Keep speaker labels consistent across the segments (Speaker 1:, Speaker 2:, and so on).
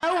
Speaker 1: Oh,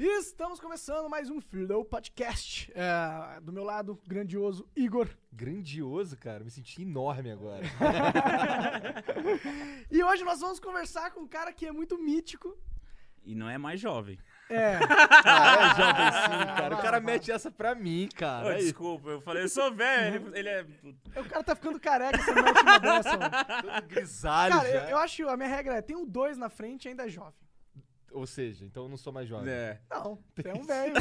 Speaker 2: Estamos começando mais um Flow Podcast. É, do meu lado, grandioso Igor.
Speaker 3: Grandioso, cara. Me senti enorme agora.
Speaker 2: E hoje nós vamos conversar com um cara que é muito mítico.
Speaker 4: E não é mais jovem.
Speaker 2: É,
Speaker 3: ah, é jovem sim, cara. O cara mete essa pra mim,
Speaker 4: Ô,
Speaker 3: cara. Aí,
Speaker 4: desculpa, eu falei, eu sou velho. Ele, ele é.
Speaker 2: o cara tá ficando careca essa última dessa, mano.
Speaker 3: todo grisalho
Speaker 2: Cara,
Speaker 3: já.
Speaker 2: eu, eu acho, a minha regra é, tem o dois na frente e ainda é jovem.
Speaker 3: Ou seja, então eu não sou mais jovem.
Speaker 4: é.
Speaker 2: Não, é um velho.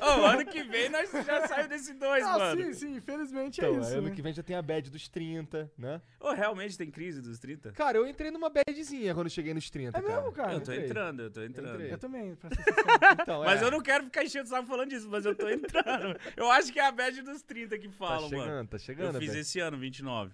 Speaker 4: Ô, ano que vem nós já saímos desse dois,
Speaker 2: Ah,
Speaker 4: mano.
Speaker 2: sim, sim, infelizmente
Speaker 3: Então,
Speaker 2: é isso.
Speaker 3: ano
Speaker 2: né?
Speaker 3: que vem já tem a bad dos 30, né?
Speaker 4: Ô, realmente tem crise dos 30?
Speaker 3: Cara, eu entrei numa badzinha quando eu cheguei nos 30,
Speaker 2: É mesmo, cara?
Speaker 4: Eu tô
Speaker 3: entrei.
Speaker 4: entrando, eu tô entrando.
Speaker 3: entrei.
Speaker 2: Eu também, pra ser sincero.
Speaker 3: Então,
Speaker 4: Mas
Speaker 3: é.
Speaker 4: eu não quero ficar enchendo o saco falando disso, mas eu tô entrando. eu acho que é a bad dos 30 que
Speaker 3: Tá
Speaker 4: falam,
Speaker 3: chegando,
Speaker 4: mano.
Speaker 3: tá chegando.
Speaker 4: Eu fiz
Speaker 3: velho.
Speaker 4: esse ano, 29.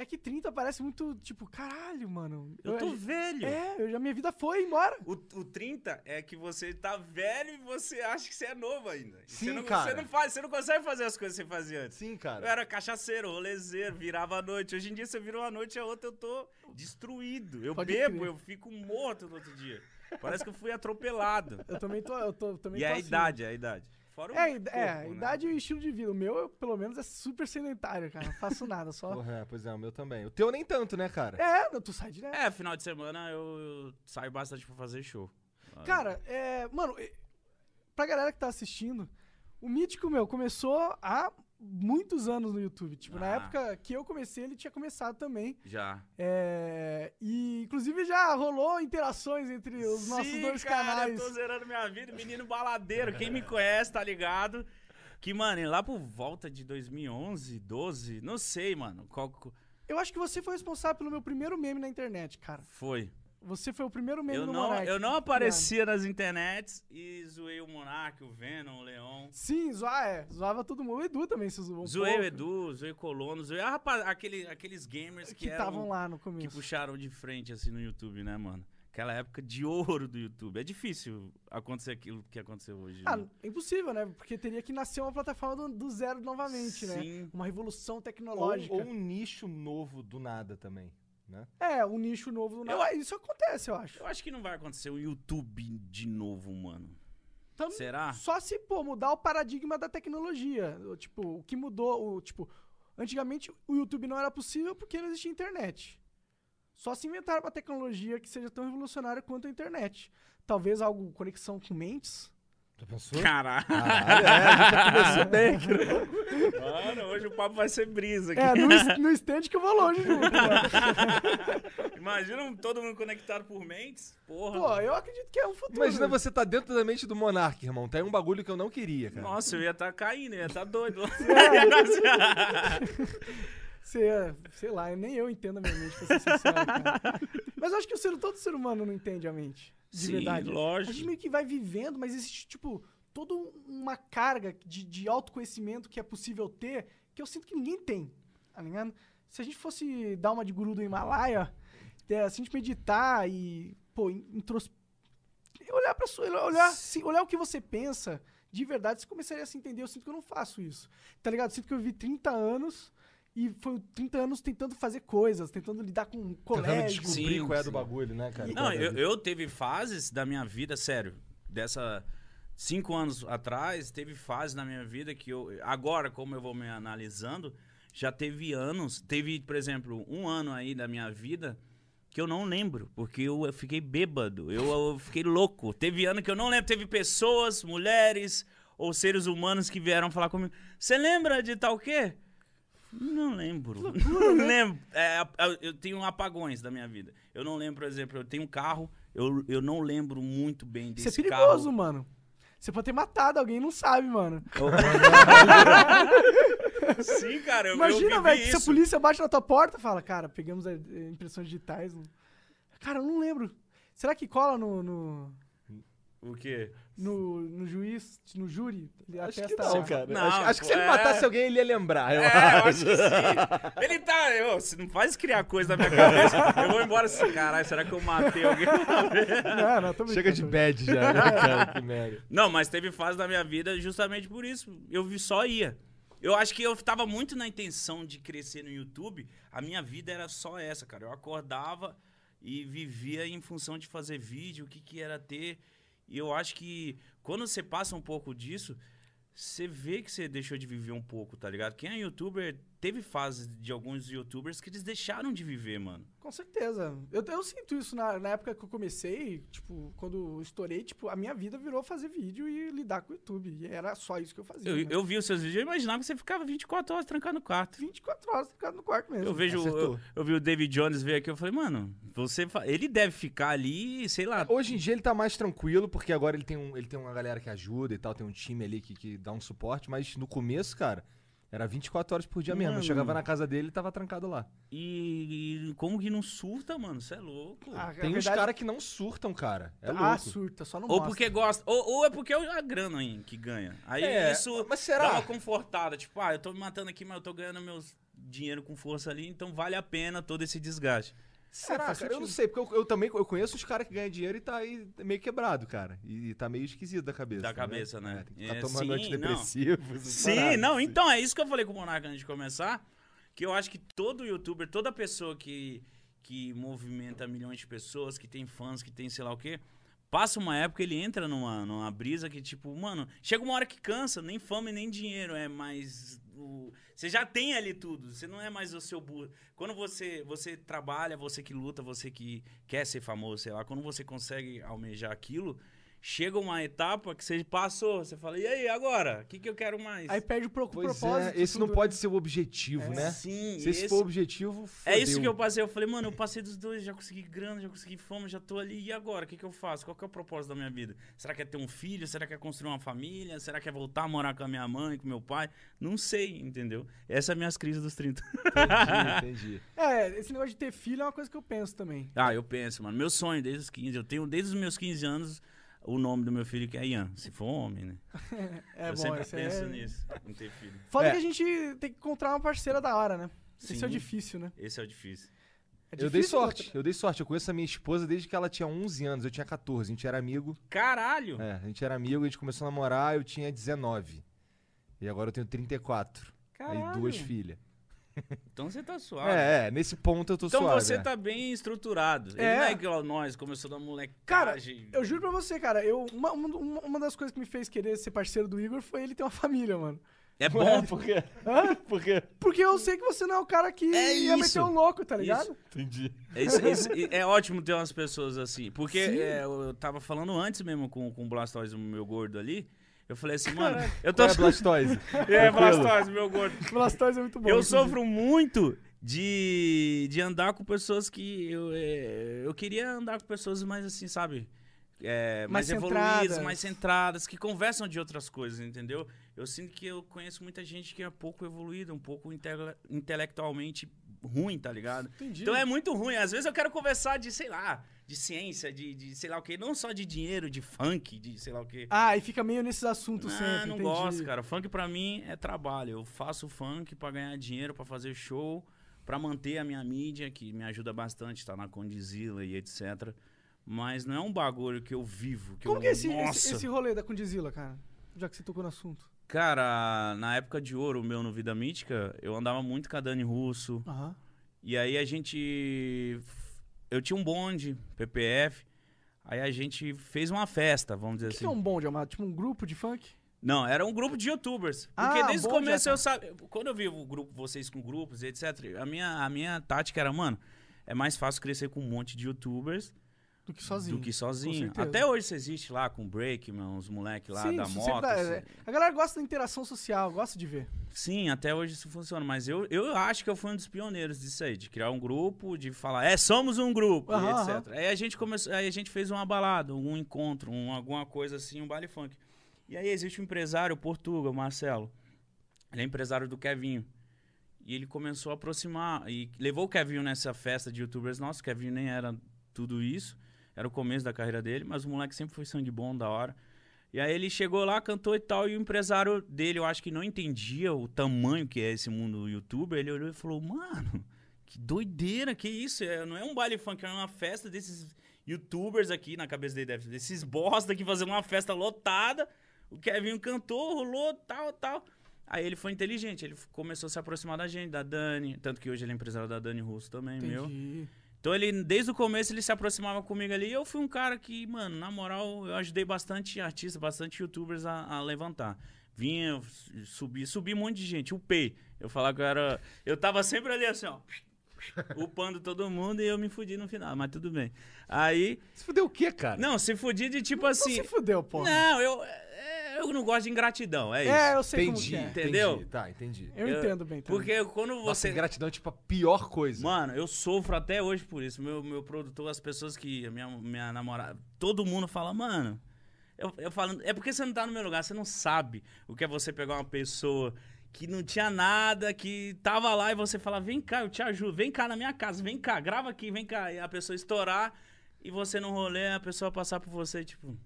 Speaker 2: É que 30 parece muito, tipo, caralho, mano.
Speaker 4: Eu tô velho.
Speaker 2: É, eu já, minha vida foi embora.
Speaker 4: O, o 30 é que você tá velho e você acha que você é novo ainda. E
Speaker 3: Sim,
Speaker 4: você não, você
Speaker 3: cara.
Speaker 4: não faz, você não consegue fazer as coisas que você fazia antes.
Speaker 3: Sim,
Speaker 4: Eu
Speaker 3: cara.
Speaker 4: era cachaceiro, rolezeiro, virava a noite. Hoje em dia, se eu viro uma noite, a outra eu tô destruído. Eu
Speaker 2: Pode
Speaker 4: bebo,
Speaker 2: crer.
Speaker 4: eu fico morto no outro dia. Parece que eu fui atropelado.
Speaker 2: Eu também tô, eu tô, também
Speaker 4: e
Speaker 2: tô
Speaker 4: é a
Speaker 2: assim.
Speaker 4: idade, é a idade. Fora o
Speaker 2: É, id- é,
Speaker 4: corpo, né?
Speaker 2: idade e estilo de vida. O meu, eu, pelo menos, é super sedentário, cara. Não faço nada, só.
Speaker 3: Porra, é, pois é, o meu também. O teu nem tanto, né, cara?
Speaker 2: É, não, tu sai direto.
Speaker 4: É, final de semana eu, eu saio bastante pra fazer show.
Speaker 2: Cara, é. Mano, é- pra galera que tá assistindo, o Mítico, meu, começou há muitos anos no YouTube. Tipo, na
Speaker 4: Ah.
Speaker 2: época que eu comecei, ele tinha começado também.
Speaker 4: Já.
Speaker 2: É, e, inclusive, já rolou interações entre os nossos
Speaker 4: Sim,
Speaker 2: dois
Speaker 4: cara,
Speaker 2: canais.
Speaker 4: Eu tô zerando minha vida, menino baladeiro. Quem me conhece tá ligado. Que, mano, lá por volta de 2011, 12, não sei, mano, qual que
Speaker 2: Eu acho que você foi responsável pelo meu primeiro meme na internet, cara.
Speaker 4: foi.
Speaker 2: Você foi o primeiro meme
Speaker 4: Eu
Speaker 2: do
Speaker 4: não,
Speaker 2: Monark.
Speaker 4: eu não
Speaker 2: Obrigado.
Speaker 4: aparecia nas internets e zoei o Monark, o Venom, o Leon.
Speaker 2: Sim, zoa, é, zoava todo mundo. O Edu também se zoou um
Speaker 4: Zoei
Speaker 2: pouco,
Speaker 4: o Edu, zoei o Colono, zoei a rapaz, aquele, aqueles gamers que
Speaker 2: Que estavam
Speaker 4: eram,
Speaker 2: lá no
Speaker 4: que
Speaker 2: começo.
Speaker 4: puxaram de frente, assim, no YouTube, né, mano? Aquela época de ouro do YouTube. É difícil acontecer aquilo que aconteceu hoje.
Speaker 2: Ah,
Speaker 4: né?
Speaker 2: é impossível, né? Porque teria que nascer uma plataforma do, do zero novamente, né?
Speaker 4: Sim.
Speaker 2: Uma revolução
Speaker 3: Ou,
Speaker 2: tecnológica.
Speaker 3: ou um nicho novo do nada também, né?
Speaker 2: É, um nicho novo. Não,
Speaker 4: Eu-
Speaker 2: é, Isso acontece, eu acho.
Speaker 4: Eu acho que não vai acontecer o YouTube de novo, mano.
Speaker 2: Tam-
Speaker 4: Será?
Speaker 2: Só se, pô, mudar o paradigma da tecnologia. O, Tipo, o que mudou, o, tipo... Antigamente, o YouTube não era possível porque não existia internet. Só se inventaram uma tecnologia que seja tão revolucionária quanto a internet. Talvez algo, conexão com mentes.
Speaker 3: Já pensou?
Speaker 4: Caralho.
Speaker 3: Caralho, é, a gente tá começando
Speaker 4: Mano, hoje o papo vai ser brisa aqui.
Speaker 2: É, no, es- no stand que eu vou longe, junto, né? mano.
Speaker 4: Imagina um- todo mundo conectado por mentes. Porra.
Speaker 2: Pô, eu acredito que é um futuro.
Speaker 3: Imagina você tá dentro da mente do Monark, irmão. Tá aí um bagulho que eu não queria, cara.
Speaker 4: Nossa, eu ia estar caindo, eu ia estar doido.
Speaker 2: Você, é, sei lá, nem eu entendo a minha mente, pra ser sincero. cara. Mas eu acho que o ser, todo ser humano não entende a mente. De
Speaker 4: Sim,
Speaker 2: verdade.
Speaker 4: lógico.
Speaker 2: A gente meio que vai vivendo, mas existe, tipo, toda uma carga de, de autoconhecimento que é possível ter que eu sinto que ninguém tem. Tá ligado? Se a gente fosse dar uma de guru do Himalaia, é, se a gente meditar e, pô, in- intros... olhar para sua, olhar, se- olhar o que você pensa de verdade, você começaria a se entender. Eu sinto que eu não faço isso. Tá ligado? Eu sinto que eu vivi 30 anos e foi 30 anos tentando fazer coisas, tentando lidar com
Speaker 3: Tentando
Speaker 2: colégio.
Speaker 3: descobrir
Speaker 4: Sim,
Speaker 3: qual é do
Speaker 4: sim.
Speaker 3: bagulho, né, cara? Qual
Speaker 4: Não,
Speaker 3: é da
Speaker 4: eu,
Speaker 3: vida.
Speaker 4: eu teve fases da minha vida, sério. Dessa. Cinco anos atrás, teve fases na minha vida que eu. Agora, como eu vou me analisando, já teve anos. Teve, por exemplo, um ano aí da minha vida que eu não lembro, porque eu fiquei bêbado, eu, eu fiquei louco. Teve ano que eu não lembro, teve pessoas, mulheres ou seres humanos que vieram falar comigo. Você lembra de tal quê? Não lembro.
Speaker 2: né?
Speaker 4: não lembro. É, a- a- eu tenho apagões da minha vida. Eu não lembro, por exemplo, eu tenho um carro, eu, eu não lembro muito bem
Speaker 2: Isso
Speaker 4: desse
Speaker 2: é perigoso,
Speaker 4: carro.
Speaker 2: mano. Você pode ter matado alguém, não sabe, mano.
Speaker 4: Sim, cara, eu,
Speaker 2: Imagina,
Speaker 4: eu
Speaker 2: velho,
Speaker 4: vivi
Speaker 2: que se a
Speaker 4: isso.
Speaker 2: polícia bate na tua porta e fala, cara, pegamos as eh, impressões digitais. Cara, eu não lembro. Será que cola no. no-
Speaker 4: O quê?
Speaker 2: No, no juiz, no júri, ele
Speaker 3: Acho que
Speaker 2: atesta...
Speaker 3: não, cara.
Speaker 4: Não,
Speaker 3: acho, acho que se ele
Speaker 4: é.
Speaker 3: matasse alguém, ele ia lembrar. Eu
Speaker 4: É, eu
Speaker 3: acho.
Speaker 4: acho que sim. Ele tá. Ô, você não faz criar coisa na minha cabeça. Eu vou embora assim, caralho, será que eu matei alguém?
Speaker 2: Não, não, tô brincando,
Speaker 3: Chega de
Speaker 2: tô
Speaker 3: bad já, né, cara? Que merda.
Speaker 4: Não, mas teve fase da minha vida justamente por isso. Eu vi- só ia. Eu acho que eu tava muito na intenção de crescer no YouTube. A minha vida era só essa, cara. Eu acordava e vivia em função de fazer vídeo, o que, que era ter. E eu acho que quando você passa um pouco disso, você vê que você deixou de viver um pouco, tá ligado? Quem é youtuber, teve fases de alguns youtubers que eles deixaram de viver, mano.
Speaker 2: Com certeza. Eu, eu sinto isso na, na época que eu comecei, tipo, quando eu estourei, tipo, a minha vida virou fazer vídeo e lidar com o YouTube. E era só isso que eu fazia.
Speaker 4: Eu,
Speaker 2: né?
Speaker 4: eu vi os seus vídeos, eu imaginava que você ficava 24 horas trancado no quarto.
Speaker 2: 24 horas ficado no quarto mesmo.
Speaker 4: Eu vejo,
Speaker 3: Acertou.
Speaker 4: eu, eu vi o David Jones veio aqui, eu falei, mano, você, fa- ele deve ficar ali, sei lá.
Speaker 3: Hoje em dia ele tá mais tranquilo, porque agora ele tem, um, ele tem uma galera que ajuda e tal, tem um time ali que, que dá um suporte, mas no começo, cara, era 24 horas por dia mesmo. Eu
Speaker 4: Mano.
Speaker 3: chegava na casa dele e tava trancado lá.
Speaker 4: E, e como que não surta, mano? Você é louco.
Speaker 2: Ah,
Speaker 3: Tem
Speaker 2: a
Speaker 3: uns
Speaker 2: verdade-
Speaker 3: caras que não surtam, cara. É louco.
Speaker 2: Ah, surta, só não
Speaker 4: ou
Speaker 2: mostra.
Speaker 4: porque gosta, ou, ou é porque é a grana aí que ganha. Aí
Speaker 3: É,
Speaker 4: isso
Speaker 3: mas será?
Speaker 4: dá uma confortada, tipo, ah, eu tô me matando aqui, mas eu tô ganhando meus dinheiro com força ali, então vale a pena todo esse desgaste.
Speaker 2: É,
Speaker 3: Será,
Speaker 2: faz
Speaker 3: cara? Eu não
Speaker 2: sentido.
Speaker 3: sei, porque eu, eu também eu conheço os caras que ganham dinheiro e tá aí meio quebrado, cara. E, tá meio esquisito da cabeça.
Speaker 4: Da cabeça, né?
Speaker 3: É, tem que ficar
Speaker 4: É,
Speaker 3: tomando
Speaker 4: sim,
Speaker 3: antidepressivo. essas
Speaker 4: Sim,
Speaker 3: paradas,
Speaker 4: não,
Speaker 3: assim.
Speaker 4: então é isso que eu falei com o Monarca antes de começar. Que eu acho que todo youtuber, toda pessoa que, que movimenta milhões de pessoas, que tem fãs, que tem sei lá o quê, passa uma época, ele entra numa, numa brisa que, tipo, mano, chega uma hora que cansa, nem fama e nem dinheiro, é mais. o- Você já tem ali tudo, você não é mais o seu burro. Quando você, você trabalha, você que luta, você que quer ser famoso, sei lá, quando você consegue almejar aquilo, chega uma etapa que você passou, você fala, e aí, agora? O que, que eu quero mais?
Speaker 2: Aí perde o pro-
Speaker 3: Pois
Speaker 2: propósito. tipo,
Speaker 3: é, esse não
Speaker 2: tudo, É.
Speaker 3: pode ser o objetivo, né?
Speaker 4: Sim,
Speaker 3: Se esse,
Speaker 4: esse-
Speaker 3: for o objetivo, fodeu.
Speaker 4: é isso que eu passei. Eu falei, mano, eu passei dos dois, já consegui grana, já consegui fama, já tô ali. E agora? O que, que eu faço? Qual que é o propósito da minha vida? Será que é ter um filho? Será que é construir uma família? Será que é voltar a morar com a minha mãe, com meu pai? Não sei, entendeu? Essa é minhas crises dos 30.
Speaker 3: Entendi, entendi.
Speaker 2: É, esse negócio de ter filho é uma coisa que eu penso também.
Speaker 4: Ah, eu penso, mano. Meu sonho desde os 15. Eu tenho desde os meus 15 anos o nome do meu filho que é Ian. Se for homem, né?
Speaker 2: É
Speaker 4: eu
Speaker 2: bom,
Speaker 4: sempre
Speaker 2: esse
Speaker 4: penso
Speaker 2: é...
Speaker 4: nisso, não ter filho.
Speaker 2: Foda
Speaker 3: É.
Speaker 2: que a gente tem que encontrar uma parceira da hora, né? Isso
Speaker 4: Sim.
Speaker 2: é o difícil, né?
Speaker 4: Esse é o difícil.
Speaker 2: É
Speaker 3: Eu dei
Speaker 2: difícil
Speaker 3: sorte,
Speaker 2: encontrar-
Speaker 3: eu dei sorte. Eu conheço a minha esposa desde que ela tinha 11 anos, eu tinha 14. A gente era amigo.
Speaker 4: Caralho!
Speaker 3: É, a gente era amigo, a gente começou a namorar, eu tinha 19. E agora eu tenho 34.
Speaker 4: Caralho.
Speaker 3: Aí duas filhas.
Speaker 4: Então você tá suave.
Speaker 3: É, é, nesse ponto eu tô
Speaker 4: Então
Speaker 3: suave.
Speaker 4: você
Speaker 3: é.
Speaker 4: tá bem estruturado. Ele
Speaker 2: É.
Speaker 4: não é igual nós, começou da molecagem.
Speaker 2: Eu juro pra você, cara, eu, uma, uma, uma das coisas que me fez querer ser parceiro do Igor foi ele ter uma família, mano.
Speaker 4: É bom, pô.
Speaker 3: quê?
Speaker 2: Hã?
Speaker 3: Por quê?
Speaker 2: Porque eu sei que você não é o cara que
Speaker 4: É
Speaker 2: ia meter
Speaker 4: isso.
Speaker 2: o louco, tá ligado?
Speaker 3: Entendi.
Speaker 4: É, isso- isso- é ótimo ter umas pessoas assim. Porque
Speaker 2: Sim.
Speaker 4: é, eu eu tava falando antes mesmo com, com o Blastoise, o meu gordo ali. Eu falei assim, mano, eu tô.
Speaker 3: Qual é a Blastoise?
Speaker 4: É,
Speaker 3: Tranquilo?
Speaker 4: Blastoise, meu gordo.
Speaker 2: Blastoise é muito bom.
Speaker 4: Eu
Speaker 2: inclusive.
Speaker 4: sofro muito de, de andar com pessoas que. Eu, é, eu queria andar com pessoas mais assim, sabe? É, mais,
Speaker 2: Mais
Speaker 4: evoluídas,
Speaker 2: centradas.
Speaker 4: mais centradas, que conversam de outras coisas, entendeu? Eu sinto que eu conheço muita gente que é pouco evoluída, um pouco intele- intelectualmente ruim, tá ligado?
Speaker 2: Entendi.
Speaker 4: Então é muito ruim. Às vezes eu quero conversar de, sei lá, de ciência, de, de sei lá o quê, não só de dinheiro, de funk, de sei lá o quê.
Speaker 2: Ah, e fica meio nesses assuntos
Speaker 4: Ah,
Speaker 2: sempre.
Speaker 4: não
Speaker 2: entendi.
Speaker 4: gosto, cara. Funk pra mim é trabalho. Eu faço funk pra ganhar dinheiro, pra fazer show, pra manter a minha mídia, que me ajuda bastante, tá na Condizila e etc. Mas não é um bagulho que eu vivo. Que
Speaker 2: Como
Speaker 4: eu,
Speaker 2: que é esse,
Speaker 4: Nossa!
Speaker 2: esse, esse rolê da Condizila, cara? Já que você tocou no assunto.
Speaker 4: Cara, na época de ouro meu no Vida Mítica, eu andava muito com a Dani Russo.
Speaker 2: Aham.
Speaker 4: E aí a gente. Eu tinha um bonde, PPF. Aí a gente fez uma festa, vamos dizer
Speaker 2: O que,
Speaker 4: assim.
Speaker 2: que é um bonde? É uma- tipo um grupo de funk?
Speaker 4: Não, era um grupo de youtubers. Porque
Speaker 2: Ah,
Speaker 4: desde o
Speaker 2: bom,
Speaker 4: começo
Speaker 2: já tá.
Speaker 4: eu sabia. Quando eu vi o grupo, vocês com grupos, etc., a minha, a minha tática era, mano, é mais fácil crescer com um monte de youtubers
Speaker 2: Do que sozinho.
Speaker 4: do que sozinho.
Speaker 2: certeza.
Speaker 4: Até hoje você existe lá com o Breakman, os moleques lá
Speaker 2: Sim,
Speaker 4: da
Speaker 2: isso
Speaker 4: moto.
Speaker 2: sempre dá-
Speaker 4: assim.
Speaker 2: é- A galera gosta da interação social, gosta de ver.
Speaker 4: Sim, até hoje isso funciona. Mas eu, eu acho que eu fui um dos pioneiros disso aí, de criar um grupo, de falar, é, somos um grupo, e
Speaker 2: Aham,
Speaker 4: etc. Aí a gente começou, aí a gente fez uma balada, um encontro, um- alguma coisa assim, um baile funk. E aí existe um empresário portuga, o Marcelo. Ele é empresário do Kevinho. E ele começou a aproximar e levou o Kevinho nessa festa de youtubers nossos. O Kevinho nem era tudo isso. Era o começo da carreira dele, mas o moleque sempre foi sangue bom, da hora. E aí ele chegou lá, cantou e tal, e o empresário dele, eu acho que não entendia o tamanho que é esse mundo youtuber, ele olhou e falou, mano, que doideira, que isso? É, não é um baile funk, é uma festa desses youtubers aqui na cabeça dele, deve ser desses bosta que fazendo uma festa lotada, o Kevin cantou, rolou, tal, tal. Aí ele foi inteligente, ele começou a se aproximar da gente, da Dani, tanto que hoje ele é empresário da Dani Russo também, meu.
Speaker 2: Entendi.
Speaker 4: Então ele, desde o começo, ele se aproximava comigo ali. E eu fui um cara que, mano, na moral, eu ajudei bastante artistas, bastante youtubers a, a levantar. Vinha, su- subi, subi um monte de gente, upei. Eu falava que eu era. Eu tava sempre ali assim, ó. Upando todo mundo e eu me fudi no final, mas tudo bem. Aí.
Speaker 3: Se fudeu o quê, cara?
Speaker 4: Não, se fudi de tipo
Speaker 2: Então
Speaker 4: assim.
Speaker 2: se fudeu, pô.
Speaker 4: Não, eu. é, Eu não gosto de ingratidão, é isso.
Speaker 2: É, eu sei como
Speaker 3: entendi,
Speaker 2: que é.
Speaker 3: entendi.
Speaker 4: Entendeu?
Speaker 3: Tá, entendi.
Speaker 2: Eu,
Speaker 4: Eu-
Speaker 2: entendo bem também.
Speaker 4: Porque quando
Speaker 3: Nossa,
Speaker 4: você.
Speaker 3: ingratidão é tipo a pior coisa.
Speaker 4: Mano, eu sofro até hoje por isso. Meu, meu produtor, as pessoas que. a Minha, minha namorada. Todo mundo fala, mano. Eu, eu falo, é porque você não tá no meu lugar, você não sabe o que é você pegar uma pessoa que não tinha nada, que tava lá e você fala, vem cá, eu te ajudo, vem cá na minha casa, vem cá, grava aqui, vem cá. E a pessoa estourar e você no rolê, a pessoa passar por você, tipo.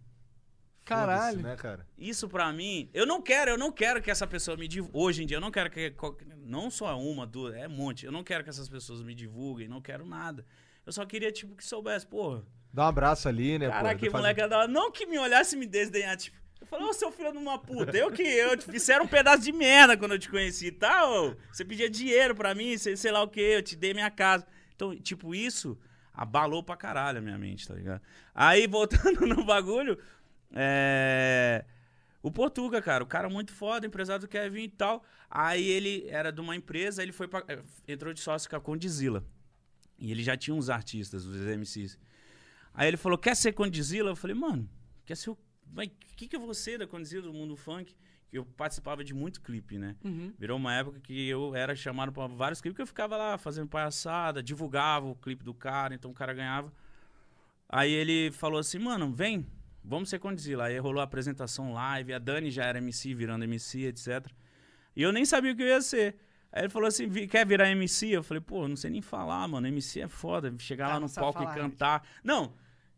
Speaker 2: Caralho.
Speaker 3: Foda-se, né, cara?
Speaker 4: Isso pra mim, eu não quero, eu não quero que essa pessoa me divulgue. Hoje em dia, eu não quero que. qual- Não só uma, duas, é um monte. Eu não quero que essas pessoas me divulguem, não quero nada. Eu só queria, tipo, que soubesse, porra.
Speaker 3: Dá um abraço ali, né,
Speaker 4: Caraca,
Speaker 3: pô?
Speaker 4: que moleque da hora. Não que me olhasse e me desdenhar, tipo. Eu falei, ô seu filho de uma puta, eu que. Eu te fizeram um pedaço de merda quando eu te conheci, tá? ô? Você pedia dinheiro pra mim, sei, sei lá o quê, eu te dei minha casa. Então, tipo, isso abalou pra caralho a minha mente, tá ligado? Aí, voltando no bagulho, é. O Portuga, cara, o cara muito foda, empresário do Kevin e tal. Aí ele era de uma empresa, ele foi pra, eh, entrou de sócio com a Condizila. E ele já tinha uns artistas, os MCs. Aí ele falou: Quer ser Condizila? Eu falei: Mano, quer ser o. Mas o que, que eu vou ser da Condizila do mundo funk? Que eu participava de muito clipe, né?
Speaker 2: Uhum.
Speaker 4: Virou uma época que eu era chamado para vários clipes, que eu ficava lá fazendo palhaçada, divulgava o clipe do cara, então o cara ganhava. Aí ele falou assim, mano, vem, vamos ser Condzilla. Aí rolou a apresentação live, a Dani já era MC, virando MC, etc. E eu nem sabia o que eu ia ser. Aí ele falou assim, "Vi- quer virar MC? Eu falei, pô, não sei nem falar, mano, MC é foda, chegar
Speaker 2: Ah,
Speaker 4: lá
Speaker 2: não
Speaker 4: no
Speaker 2: sabe
Speaker 4: palco
Speaker 2: falar,
Speaker 4: e cantar. Não,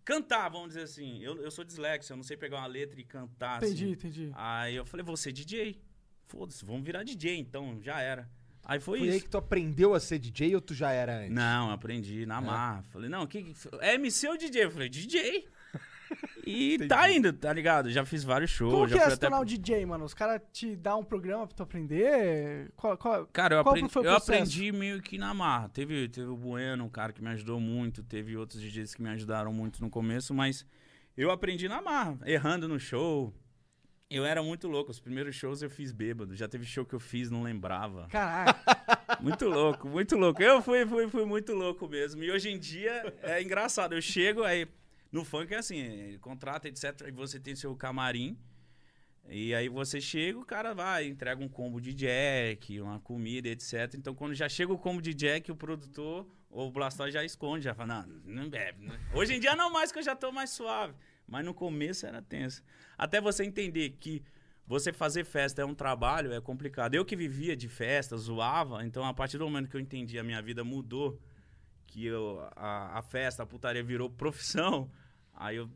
Speaker 4: cantar, vamos dizer assim, eu, eu sou dislexo, eu não sei pegar uma letra e cantar. assim.
Speaker 2: Entendi, entendi.
Speaker 4: Aí eu falei, você DJ. Foda-se, vamos virar DJ então, já era. Aí foi,
Speaker 3: Foi aí
Speaker 4: isso.
Speaker 3: que tu aprendeu a ser DJ ou tu já era antes?
Speaker 4: Não, aprendi
Speaker 2: É.
Speaker 4: na marra. Falei, não, que, que- é MC ou DJ? Eu falei, DJ. E tá indo, tá ligado? Já fiz vários shows,
Speaker 2: Como
Speaker 4: já
Speaker 2: que é
Speaker 4: fui
Speaker 2: se
Speaker 4: até.
Speaker 2: tornar um DJ, mano? Os caras te dão um programa pra tu aprender? Qual, qual...
Speaker 4: Cara, eu,
Speaker 2: Qual
Speaker 4: aprendi,
Speaker 2: foi o
Speaker 4: eu
Speaker 2: processo?
Speaker 4: aprendi meio que na marra. Teve, teve o Bueno, um cara que me ajudou muito, teve outros DJs que me ajudaram muito no começo, mas eu aprendi na marra, errando no show. Eu era muito louco, os primeiros shows eu fiz bêbado. Já teve show que eu fiz, não lembrava.
Speaker 2: Caraca,
Speaker 4: Muito louco, muito louco. Eu fui, fui, fui muito louco mesmo. E hoje em dia é engraçado. Eu chego aí. No funk é assim, é, contrata, etc. E você tem seu camarim. E aí você chega, o cara vai, entrega um combo de jack, uma comida, etc. Então quando já chega o combo de jack, o produtor ou o Blastoise já esconde, já fala, não, não bebe. né?" Hoje em dia não mais, que eu já tô mais suave. Mas no começo era tenso. Até você entender que você fazer festa é um trabalho, é complicado. Eu que vivia de festa, zoava, então a partir do momento que eu entendi, a minha vida mudou, que eu, a, a festa, a putaria virou profissão, aí eu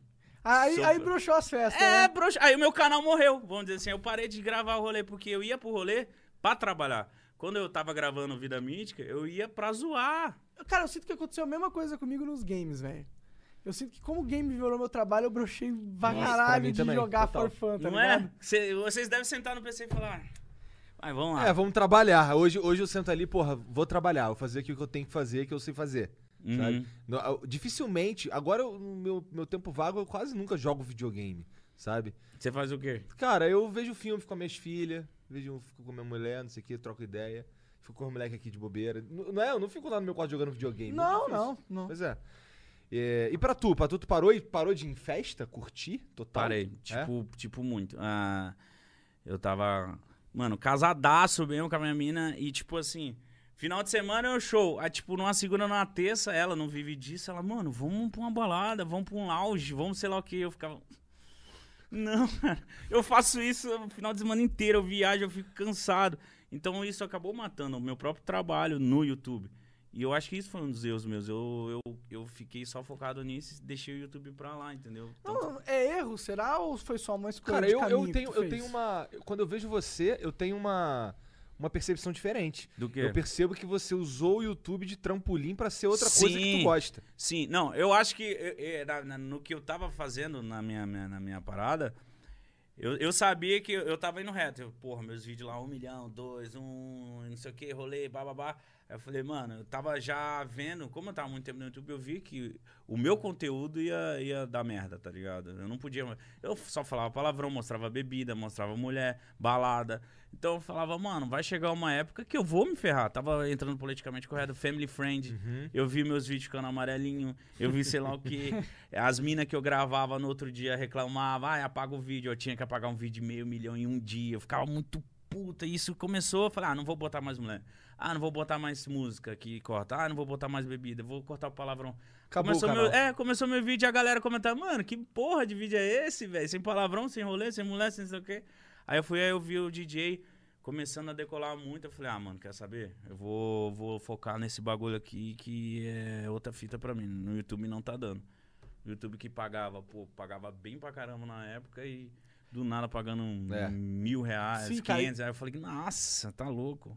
Speaker 2: aí,
Speaker 4: Sou-
Speaker 2: aí broxou as festas,
Speaker 4: é,
Speaker 2: né?
Speaker 4: broxa. Aí o meu canal morreu, vamos dizer assim. Eu parei de gravar o rolê, porque eu ia pro rolê pra trabalhar. Quando eu tava gravando Vida Mítica, eu ia pra zoar.
Speaker 2: Cara, eu sinto que aconteceu a mesma coisa comigo nos games, velho. Eu sinto que como o game violou meu trabalho, eu brochei pra
Speaker 3: Nossa, pra
Speaker 2: caralho
Speaker 3: mim
Speaker 2: de
Speaker 3: também,
Speaker 2: jogar for
Speaker 3: total.
Speaker 2: fun, tá
Speaker 4: não
Speaker 2: ligado?
Speaker 4: é? Cê- vocês devem sentar no PC e falar. Vai, vamos lá.
Speaker 3: É, vamos trabalhar. Hoje, hoje eu sento ali, porra, vou trabalhar, vou fazer aquilo que eu tenho que fazer, que eu sei fazer.
Speaker 4: Uhum.
Speaker 3: Sabe? No- ah, Dificilmente, agora eu- no meu, meu tempo vago eu quase nunca jogo videogame, sabe?
Speaker 4: Você faz o quê?
Speaker 3: Cara, eu vejo filme, fico com minhas filhas, vejo, um, fico com minha mulher, não sei o que, troco ideia, fico com o moleque aqui de bobeira. N- não é? Eu não fico lá no meu quarto jogando videogame.
Speaker 2: Não,
Speaker 3: eu
Speaker 2: não,
Speaker 3: fiz.
Speaker 2: não.
Speaker 3: Pois é. É, E, pra tu, pra tu, tu parou e parou de ir em festa, curtir, total? É?
Speaker 4: Parei. Tipo, tipo muito. Ah, eu tava, mano, casadaço mesmo com a minha mina. E, tipo assim, final de semana é o show. Aí, tipo, numa segunda, numa terça, ela não vive disso. Ela, mano, vamos pra uma balada, vamos pra um lounge, vamos sei lá o que. Eu ficava... Não, cara. Eu faço isso o final de semana inteiro. Eu viajo, eu fico cansado. Então, isso acabou matando o meu próprio trabalho no YouTube. E eu acho que isso foi um dos erros meus. Eu, eu, eu fiquei só focado nisso e deixei o YouTube pra lá, entendeu? Tanto-
Speaker 2: Não, é erro, será? Ou foi só uma escolha
Speaker 3: Cara,
Speaker 2: de
Speaker 3: eu,
Speaker 2: caminho
Speaker 3: eu,
Speaker 2: que
Speaker 3: tenho,
Speaker 2: tu
Speaker 3: eu
Speaker 2: fez?
Speaker 3: tenho uma. eu- Quando eu vejo você, eu tenho uma. Uma percepção diferente.
Speaker 4: Do quê?
Speaker 3: Eu percebo que você usou o YouTube de trampolim pra ser outra coisa que tu
Speaker 4: Sim.
Speaker 3: gosta.
Speaker 4: Sim, não, eu acho que eh, eh, na- na- no que eu tava fazendo na minha, minha- na minha parada, eu, eu sabia que eu, eu tava indo reto. Eu, porra, meus vídeos lá, um milhão, dois, um, não sei o que, rolê, bababá. Aí eu falei, mano, eu tava já vendo, como eu tava muito tempo no YouTube, eu vi que o meu conteúdo ia, ia dar merda, tá ligado? Eu não podia. Eu só falava palavrão, mostrava bebida, mostrava mulher, balada. Então eu falava, mano, vai chegar uma época que eu vou me ferrar. Tava entrando politicamente correto, family friend. Eu vi meus vídeos ficando amarelinho, eu vi sei lá o que. As minas que eu gravava no outro dia reclamavam, ah, apaga o vídeo. Eu tinha que apagar um vídeo de meio milhão em um dia. Eu ficava muito puta. E isso começou, eu falei, ah, não vou botar mais mulher. Ah, não vou botar mais música que corta. Ah, não vou botar mais bebida, vou cortar o palavrão.
Speaker 3: Acabou
Speaker 4: começou
Speaker 3: o
Speaker 4: meu,
Speaker 3: canal.
Speaker 4: É, começou meu vídeo e a galera comentava, mano, que porra de vídeo é esse, velho? Sem palavrão, sem rolê, sem mulher, sem não sei o quê. Aí eu fui, aí eu vi o DJ começando a decolar muito. Eu falei, ah, mano, quer saber? Eu vou, vou focar nesse bagulho aqui que é outra fita pra mim. No YouTube não tá dando. O YouTube que pagava, pô, pagava bem pra caramba na época e do nada pagando um
Speaker 3: É.
Speaker 4: mil reais,
Speaker 2: Sim, cara, e-
Speaker 4: 500. Aí eu falei, nossa, tá louco.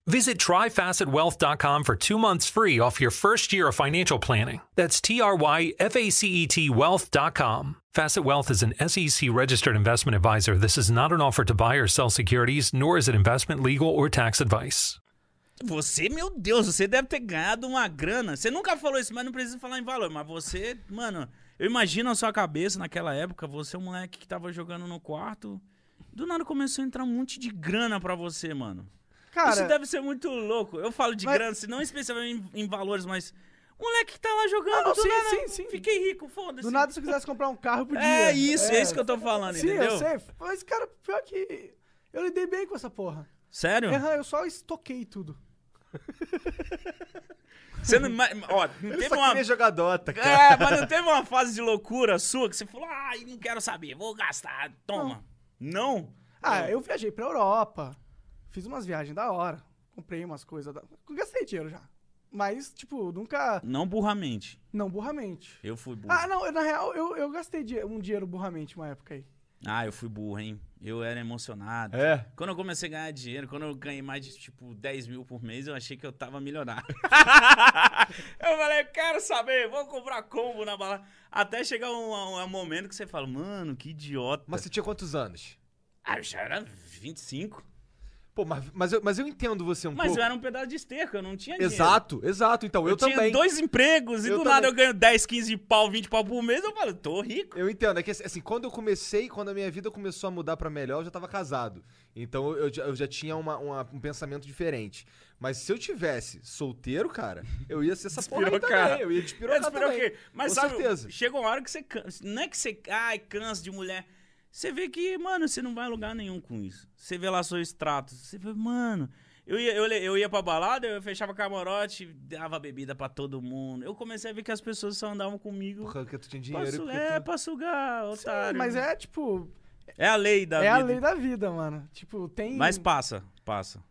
Speaker 1: Visit tryfacetwealth.com for two months free off your first year of financial planning. That's T R Y F A C E T wealth.com. Facet Wealth is an SEC registered investment advisor. This is not an offer to buy or sell securities, nor is it investment, legal, or tax advice.
Speaker 4: Você, meu Deus, você deve ter ganhado uma grana. Você nunca falou isso, mas não precisa falar em valor. Mas você, mano, eu imagino a sua cabeça naquela época, você, um moleque que tava jogando no quarto. Do nada começou a entrar um monte de grana pra você, mano.
Speaker 2: Cara,
Speaker 4: isso deve ser muito louco. Eu falo de
Speaker 2: mas-
Speaker 4: grana, se não especialmente em, em valores, mas. um Moleque que tá lá jogando,
Speaker 2: Não,
Speaker 4: do
Speaker 2: sim,
Speaker 4: nada,
Speaker 2: sim, sim.
Speaker 4: fiquei rico, foda-se.
Speaker 2: do nada se eu quisesse comprar um carro, eu podia.
Speaker 4: É isso, é, isso que eu tô falando,
Speaker 2: Sim,
Speaker 4: entendeu?
Speaker 2: eu sei. Mas, cara, pior que eu lidei bem com essa porra.
Speaker 4: Sério?
Speaker 2: Aham, eu só estoquei tudo.
Speaker 4: Você não, mas- ó, não
Speaker 3: Ele
Speaker 4: teve
Speaker 3: só
Speaker 4: uma.
Speaker 3: queria jogar Dota, cara.
Speaker 4: É, mas não teve uma fase de loucura sua que você falou, ai, não quero saber, vou gastar, toma. Não?
Speaker 2: Ah,
Speaker 4: É.
Speaker 2: eu viajei pra Europa. Fiz umas viagens da hora. Comprei umas coisas. Da... Gastei dinheiro já. Mas, tipo, nunca.
Speaker 4: Não burramente.
Speaker 2: Não burramente.
Speaker 4: Eu fui burro.
Speaker 2: Ah,
Speaker 4: Ah,
Speaker 2: não, eu- na real, eu, eu gastei dinhe- um dinheiro burramente uma época aí.
Speaker 4: Ah, eu fui burro, hein? Eu era emocionado.
Speaker 3: É.
Speaker 4: Quando eu comecei a ganhar dinheiro, quando eu ganhei mais de, tipo, 10 mil por mês, eu achei que eu tava milionário. eu falei, quero saber, vou comprar combo na bala. Até chegar um, um- um momento que você fala, mano, que idiota.
Speaker 3: Mas você tinha quantos anos?
Speaker 4: Ah, eu já era 25.
Speaker 3: Pô, mas, mas, eu, mas eu entendo você um
Speaker 4: Mas
Speaker 3: pouco.
Speaker 4: eu era um pedaço de esterco, eu não tinha dinheiro.
Speaker 3: Exato, exato. Então, eu,
Speaker 4: Eu, tinha
Speaker 3: também.
Speaker 4: dois empregos e
Speaker 3: Eu
Speaker 4: do nada
Speaker 3: também.
Speaker 4: eu ganho 10, 15 pau, 20 pau por mês. Eu falo, tô rico.
Speaker 3: Eu entendo, é que assim, quando eu comecei, quando a minha vida começou a mudar pra melhor, eu já tava casado. Então eu, já- eu já tinha uma- uma- um pensamento diferente. Mas se eu tivesse solteiro, cara, eu ia ser essa porra aí
Speaker 4: É, Despirocar.
Speaker 3: também. Eu ia despirocar
Speaker 4: Eu espero
Speaker 3: também.
Speaker 4: que- Mas
Speaker 3: com
Speaker 4: sabe,
Speaker 3: certeza.
Speaker 4: chega uma hora que você cansa. Não é que você, ai, cansa de mulher. Você vê que, mano, você não vai a lugar nenhum com isso. Você vê lá seu extrato. Você vê, mano. Eu ia, eu, le- eu ia pra balada, eu fechava camarote, dava bebida pra todo mundo. Eu comecei a ver que as pessoas só andavam comigo.
Speaker 3: Porra, porque tu tinha
Speaker 4: pra
Speaker 3: dinheiro. e
Speaker 4: su-
Speaker 3: porque
Speaker 4: é,
Speaker 3: tu...
Speaker 4: pra sugar, otário.
Speaker 2: Mas é, tipo,
Speaker 4: É a lei da
Speaker 2: é a
Speaker 4: vida.
Speaker 2: lei da vida, mano. Tipo, tem.
Speaker 4: Mas passa, passa.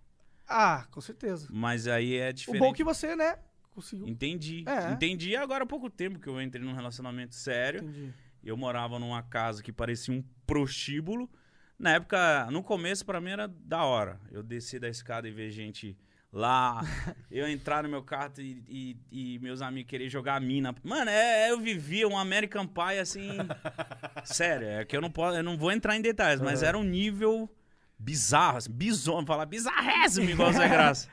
Speaker 2: Ah, com certeza.
Speaker 4: Mas aí é
Speaker 2: O
Speaker 4: diferente.
Speaker 2: bom é que você, né, conseguiu.
Speaker 4: Entendi.
Speaker 2: É.
Speaker 4: Entendi agora há pouco tempo que eu entrei num relacionamento sério.
Speaker 2: Entendi.
Speaker 4: Eu morava numa casa que parecia um prostíbulo. Na época, no começo, pra mim era da hora. Eu desci da escada e ver gente lá. eu entrar no meu carro e, e- e meus amigos querer jogar mina. Mano, é, é- eu vivia um American Pie assim. sério, é que eu não posso. Eu não vou entrar em detalhes, mas era um nível bizarro, assim, bizonho, falar bizarrésimo igual o Zé Graça.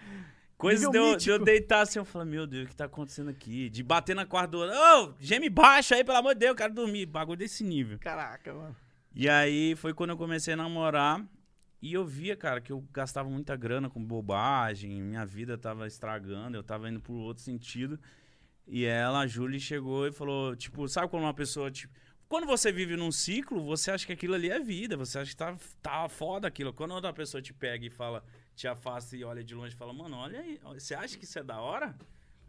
Speaker 4: Coisa
Speaker 2: Nível
Speaker 4: de eu, de
Speaker 2: mítico.
Speaker 4: eu deitar assim, eu falei, meu Deus, o que tá acontecendo aqui? De bater na quarta do outro, ô, geme baixo aí, pelo amor de Deus, eu quero dormir. Bagulho desse nível.
Speaker 2: Caraca, mano.
Speaker 4: E aí foi quando eu comecei a namorar e eu via, cara, que eu gastava muita grana com bobagem, minha vida tava estragando, eu tava indo por outro sentido. E ela, a Julie, chegou e falou, tipo, sabe quando uma pessoa, tipo, quando você vive num ciclo, você acha que aquilo ali é vida, você acha que tá, tá foda aquilo. Quando outra pessoa te pega e fala, te afasta e olha de longe e fala, mano, olha aí, ó, você acha que isso é da hora?